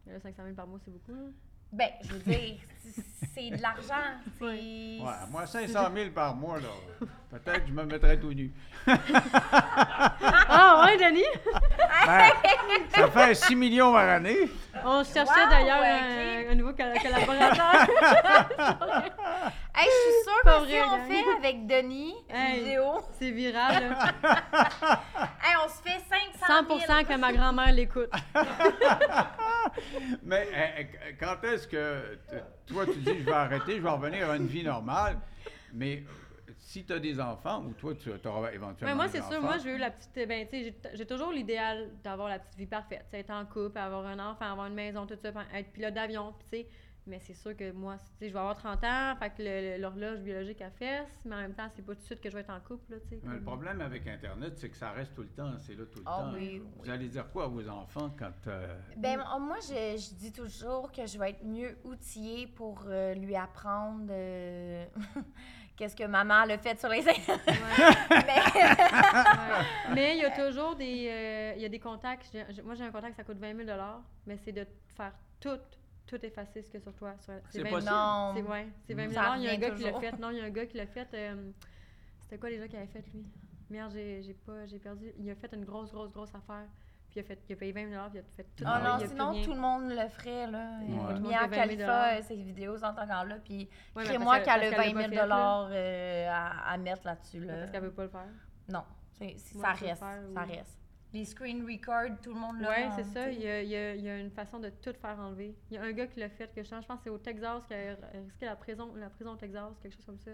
Speaker 3: Mais là, 500 000 par mois, c'est beaucoup, là.
Speaker 2: Ben, je veux dire, c- c'est de l'argent. C'est...
Speaker 1: Ah. Ouais, moi, 500 000 par mois, là. Peut-être que je me mettrais tout nu.
Speaker 3: Ah, ouais, Denis!
Speaker 1: Ben, ça fait 6 millions par année.
Speaker 3: On cherchait
Speaker 2: Wow,
Speaker 3: d'ailleurs
Speaker 2: ouais,
Speaker 3: un, un nouveau colla- collaborateur.
Speaker 2: Hey, je suis sûre
Speaker 3: Pas
Speaker 2: que si
Speaker 3: vrai,
Speaker 2: on
Speaker 3: gang.
Speaker 2: fait avec Denis,
Speaker 3: Hey.
Speaker 2: vidéo,
Speaker 3: c'est viral, là.
Speaker 2: hey, on se fait 500 000.
Speaker 3: 100 que ma grand-mère l'écoute.
Speaker 1: Ah, Mais euh, euh, quand est-ce que t- toi, tu dis, je vais arrêter, je vais revenir à une vie normale, mais euh, si tu as des enfants, ou toi, tu auras éventuellement
Speaker 3: Mais moi,
Speaker 1: des
Speaker 3: c'est sûr,
Speaker 1: enfants,
Speaker 3: moi, j'ai eu la petite. Ben, tu sais, j'ai- j'ai toujours l'idéal d'avoir la petite vie parfaite. tu sais, être en couple, avoir un enfant, avoir une maison, tout ça, puis être pilote d'avion, puis tu sais. Mais c'est sûr que moi, tu sais, je vais avoir 30 ans, fait que le- le- l'horloge biologique à fesse, mais en même temps, c'est pas tout de suite que je vais être en couple, là, tu sais.
Speaker 1: Mais le
Speaker 3: comme-
Speaker 1: problème avec Internet, c'est que ça reste tout le temps, c'est là tout le
Speaker 2: Ah
Speaker 1: temps.
Speaker 2: oui,
Speaker 1: Vous
Speaker 2: oui.
Speaker 1: allez dire quoi à vos enfants quand... euh,
Speaker 2: Ben, m- moi, je, je dis toujours que je vais être mieux outillée pour euh, lui apprendre euh, qu'est-ce que maman a fait sur les Mais-
Speaker 3: Ouais. mais il y a toujours des, euh, il y a des contacts. J'ai- j'ai- moi, j'ai un contact, ça coûte 20 000 mais c'est de faire tout, tout effacer ce que sur toi. sur-
Speaker 1: C'est
Speaker 3: 20
Speaker 1: pas
Speaker 3: 000
Speaker 2: Non.
Speaker 3: C'est ouais, c'est 20
Speaker 2: Ça
Speaker 3: 000 Il y a un
Speaker 2: revient
Speaker 3: gars qui l'a
Speaker 2: toujours.
Speaker 3: fait. Non, il y a un gars qui l'a fait. euh, C'était quoi déjà qu'il avait fait, lui? Merde, j'ai j'ai pas, j'ai perdu. Il a fait une grosse, grosse, grosse affaire. Puis il a, fait, il a payé 20 000 puis il a fait tout.
Speaker 2: Oh
Speaker 1: Ah
Speaker 2: non,
Speaker 1: oui,
Speaker 3: il a
Speaker 2: sinon
Speaker 3: plus rien.
Speaker 2: tout le monde le ferait, là.
Speaker 3: Il y
Speaker 1: Ouais.
Speaker 3: a tout le monde qui
Speaker 2: Mia
Speaker 3: a 20 000
Speaker 2: Khalifa, euh, ses vidéos sont encore là, puis
Speaker 3: Ouais, mais
Speaker 2: crée-moi
Speaker 3: parce
Speaker 2: qu'elle a 20
Speaker 3: parce
Speaker 2: 000
Speaker 3: pas fait, là.
Speaker 2: euh, à, à mettre là-dessus, là.
Speaker 3: Parce qu'elle veut pas le faire.
Speaker 2: Non, c'est- c'est-
Speaker 3: Moi,
Speaker 2: ça
Speaker 3: je vais le
Speaker 2: reste,
Speaker 3: faire,
Speaker 2: ça
Speaker 3: oui.
Speaker 2: reste. Les screen records, tout le monde l'a.
Speaker 3: Oui,
Speaker 2: hein,
Speaker 3: c'est ça.
Speaker 2: t'sais.
Speaker 3: Il y, a, il y a- il y a une façon de tout faire enlever. Il y a un gars qui l'a fait, que je pense, je pense que c'est au Texas, qui a euh, risqué la prison, la prison au Texas, quelque chose comme ça.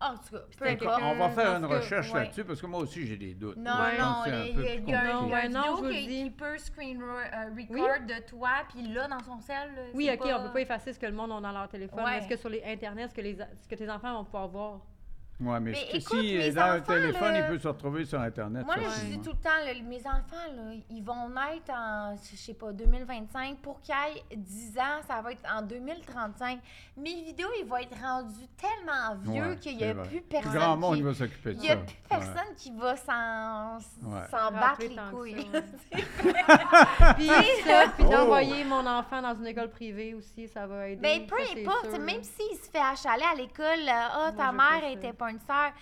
Speaker 2: Ah, en tout cas, peu
Speaker 3: c'était
Speaker 2: importe.
Speaker 1: on va
Speaker 3: Euh,
Speaker 1: faire
Speaker 3: parce
Speaker 1: une
Speaker 3: que-
Speaker 1: recherche
Speaker 2: ouais.
Speaker 1: là-dessus, parce que moi aussi, j'ai des doutes.
Speaker 2: Non,
Speaker 1: Je pense
Speaker 2: non,
Speaker 1: que c'est
Speaker 2: il y a,
Speaker 1: un
Speaker 2: il
Speaker 1: peu plus
Speaker 2: y a- il y a un,
Speaker 1: compliqué.
Speaker 2: il y a un
Speaker 3: Ouais, non,
Speaker 2: vidéo
Speaker 3: je vous
Speaker 2: qui,
Speaker 3: le dis.
Speaker 2: qui peut screen re- euh,
Speaker 3: Oui.
Speaker 2: record de toi, puis là, dans son cell. euh,
Speaker 3: Oui,
Speaker 2: c'est
Speaker 3: OK, on peut pas effacer ce que le monde a dans leur téléphone.
Speaker 2: Ouais.
Speaker 3: mais Est-ce que sur les Internet, ce que, les, ce que tes enfants vont pouvoir voir?
Speaker 1: Ouais, mais,
Speaker 2: Mais
Speaker 1: si-
Speaker 2: écoute,
Speaker 1: si
Speaker 2: mes
Speaker 1: euh, dans un
Speaker 2: enfants,
Speaker 1: téléphone,
Speaker 2: là-
Speaker 1: il peut se retrouver sur Internet.
Speaker 2: Moi, là,
Speaker 1: facilement.
Speaker 2: je dis tout le temps, là, mes enfants, là, ils vont naître en, je sais pas, 2025. Pour qu'ils aient 10 ans, ça va être en 2035. Mes vidéos, ils vont être rendus tellement vieux
Speaker 1: Ouais,
Speaker 2: qu'il n'y a
Speaker 1: c'est vrai.
Speaker 2: plus
Speaker 1: Plus
Speaker 2: personne.
Speaker 1: grand monde
Speaker 2: qui-
Speaker 1: il va s'occuper de
Speaker 2: il
Speaker 1: ça.
Speaker 2: y a plus
Speaker 1: Ouais.
Speaker 2: personne qui va s'en
Speaker 1: Ouais.
Speaker 2: s'en battre
Speaker 3: Rappeler
Speaker 2: les
Speaker 3: tant que
Speaker 2: couilles.
Speaker 3: ça, ouais. puis ça, puis
Speaker 1: Oh!
Speaker 3: d'envoyer mon enfant dans une école privée aussi, ça va aider.
Speaker 2: Ben, peu
Speaker 3: ça, c'est
Speaker 2: importe,
Speaker 3: sûr.
Speaker 2: même s'il se fait achaler à l'école, là, ah, ta
Speaker 3: Moi, je veux
Speaker 2: mère
Speaker 3: pas ça.
Speaker 2: était pas une sœur,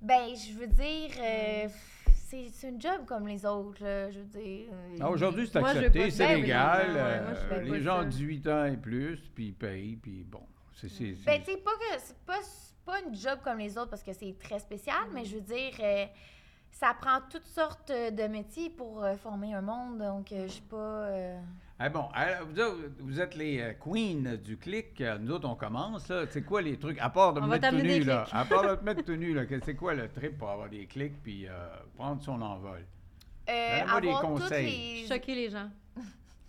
Speaker 2: ben, je veux dire, euh, pff, c'est c'est une job comme les autres, là, je veux dire. euh,
Speaker 1: Ah, Aujourd'hui, c'est
Speaker 3: Moi, je veux
Speaker 1: accepté,
Speaker 3: pas-
Speaker 1: c'est
Speaker 2: Ben oui,
Speaker 1: légal.
Speaker 3: ouais, ouais, moi, je
Speaker 1: euh,
Speaker 3: veux
Speaker 1: les
Speaker 3: pas
Speaker 1: gens
Speaker 3: ça.
Speaker 1: 18 ans et plus, puis ils payent, puis bon. c'est- c'est- c'est-
Speaker 2: Ben, tu sais, pas que c'est pas, c'est pas une job comme les autres parce que c'est très spécial,
Speaker 3: Mm.
Speaker 2: mais je veux dire, euh, ça prend toutes sortes euh, de métiers pour euh, former un monde, donc euh, je suis pas. euh,
Speaker 1: Ah bon, alors, vous, autres, vous êtes les euh, queens du clic. euh, Nous autres, on commence. là. C'est quoi les trucs? À part de
Speaker 3: On
Speaker 1: me
Speaker 3: va
Speaker 1: mettre tout
Speaker 3: t'amener
Speaker 1: nu,
Speaker 3: des
Speaker 1: là.
Speaker 3: clics.
Speaker 1: À part de te mettre tout nu, là. que- C'est quoi le trip pour avoir des clics puis euh, prendre son envol?
Speaker 3: Ben,
Speaker 2: euh,
Speaker 1: Donne-moi des
Speaker 2: avoir toutes
Speaker 1: conseils.
Speaker 2: les-
Speaker 3: Choquer les gens.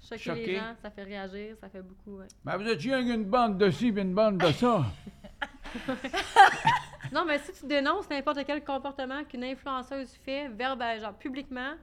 Speaker 3: Choquer
Speaker 1: Choquer.
Speaker 3: les gens, ça fait réagir, ça fait beaucoup, ouais.
Speaker 1: Ben, vous êtes rien qu'une bande de ci puis une bande de ça.
Speaker 3: Non, mais si tu dénonces n'importe quel comportement qu'une influenceuse fait, verbal, genre publiquement,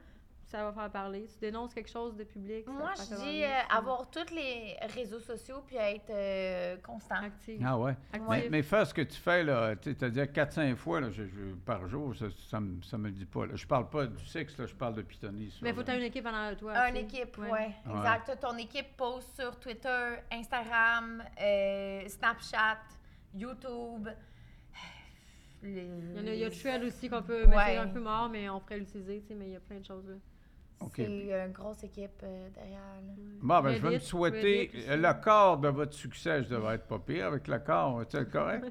Speaker 3: ça va faire parler. Tu dénonces quelque chose de public. ça
Speaker 2: Moi,
Speaker 3: va
Speaker 2: je
Speaker 3: faire
Speaker 2: dis
Speaker 3: parler.
Speaker 2: euh, avoir tous les réseaux sociaux puis être euh, constant.
Speaker 3: Active.
Speaker 1: Ah ouais.
Speaker 3: Active.
Speaker 1: Mais, mais faire ce que tu fais, là, tu sais, c'est-à-dire 4-5 fois là, je- je- par jour, ça ne me, ça me le dit pas. là. Je parle pas du sexe, là, je parle de pythonisme.
Speaker 3: Mais il faut
Speaker 1: là.
Speaker 3: que tu aies une équipe en
Speaker 2: Une
Speaker 3: toi. tu sais.
Speaker 2: équipe, oui.
Speaker 3: Ouais.
Speaker 2: Exact. Toi, Ton équipe pose sur Twitter, Instagram, euh, Snapchat, YouTube.
Speaker 3: Il y en a, il y a Thread aussi qu'on peut
Speaker 2: Ouais.
Speaker 3: mettre un peu mort, mais on pourrait l'utiliser, tu sais, mais il y a plein de choses là.
Speaker 1: OK.
Speaker 2: C'est une grosse équipe euh, derrière. là.
Speaker 1: Bon, ben, je vais me
Speaker 3: Reddit,
Speaker 1: souhaiter euh,
Speaker 3: Reddit aussi.
Speaker 1: le corps de votre succès. Je devrais être pas pire avec le corps. C'est correct?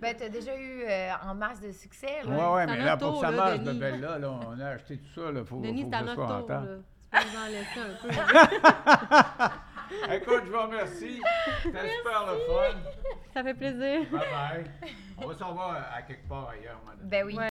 Speaker 2: Ben, t'as déjà eu euh, en masse de succès,
Speaker 1: Oui,
Speaker 2: là.
Speaker 1: oui, mais
Speaker 3: T'as notre
Speaker 1: là, pour que
Speaker 3: tour,
Speaker 1: ça
Speaker 3: là,
Speaker 1: marche,
Speaker 3: Denis.
Speaker 1: de belle là, là, on a acheté tout ça. Il faut,
Speaker 3: Denis,
Speaker 1: faut
Speaker 3: c'est à
Speaker 1: que ce
Speaker 3: notre
Speaker 1: soit en
Speaker 3: tour.
Speaker 1: temps.
Speaker 3: là. Tu peux nous en laisser un peu.
Speaker 1: Écoute, je vous remercie. C'était super le fun.
Speaker 3: Ça fait plaisir.
Speaker 1: Bye-bye. On va s'en voir à quelque part ailleurs, madame.
Speaker 2: Ben oui.
Speaker 3: Ouais.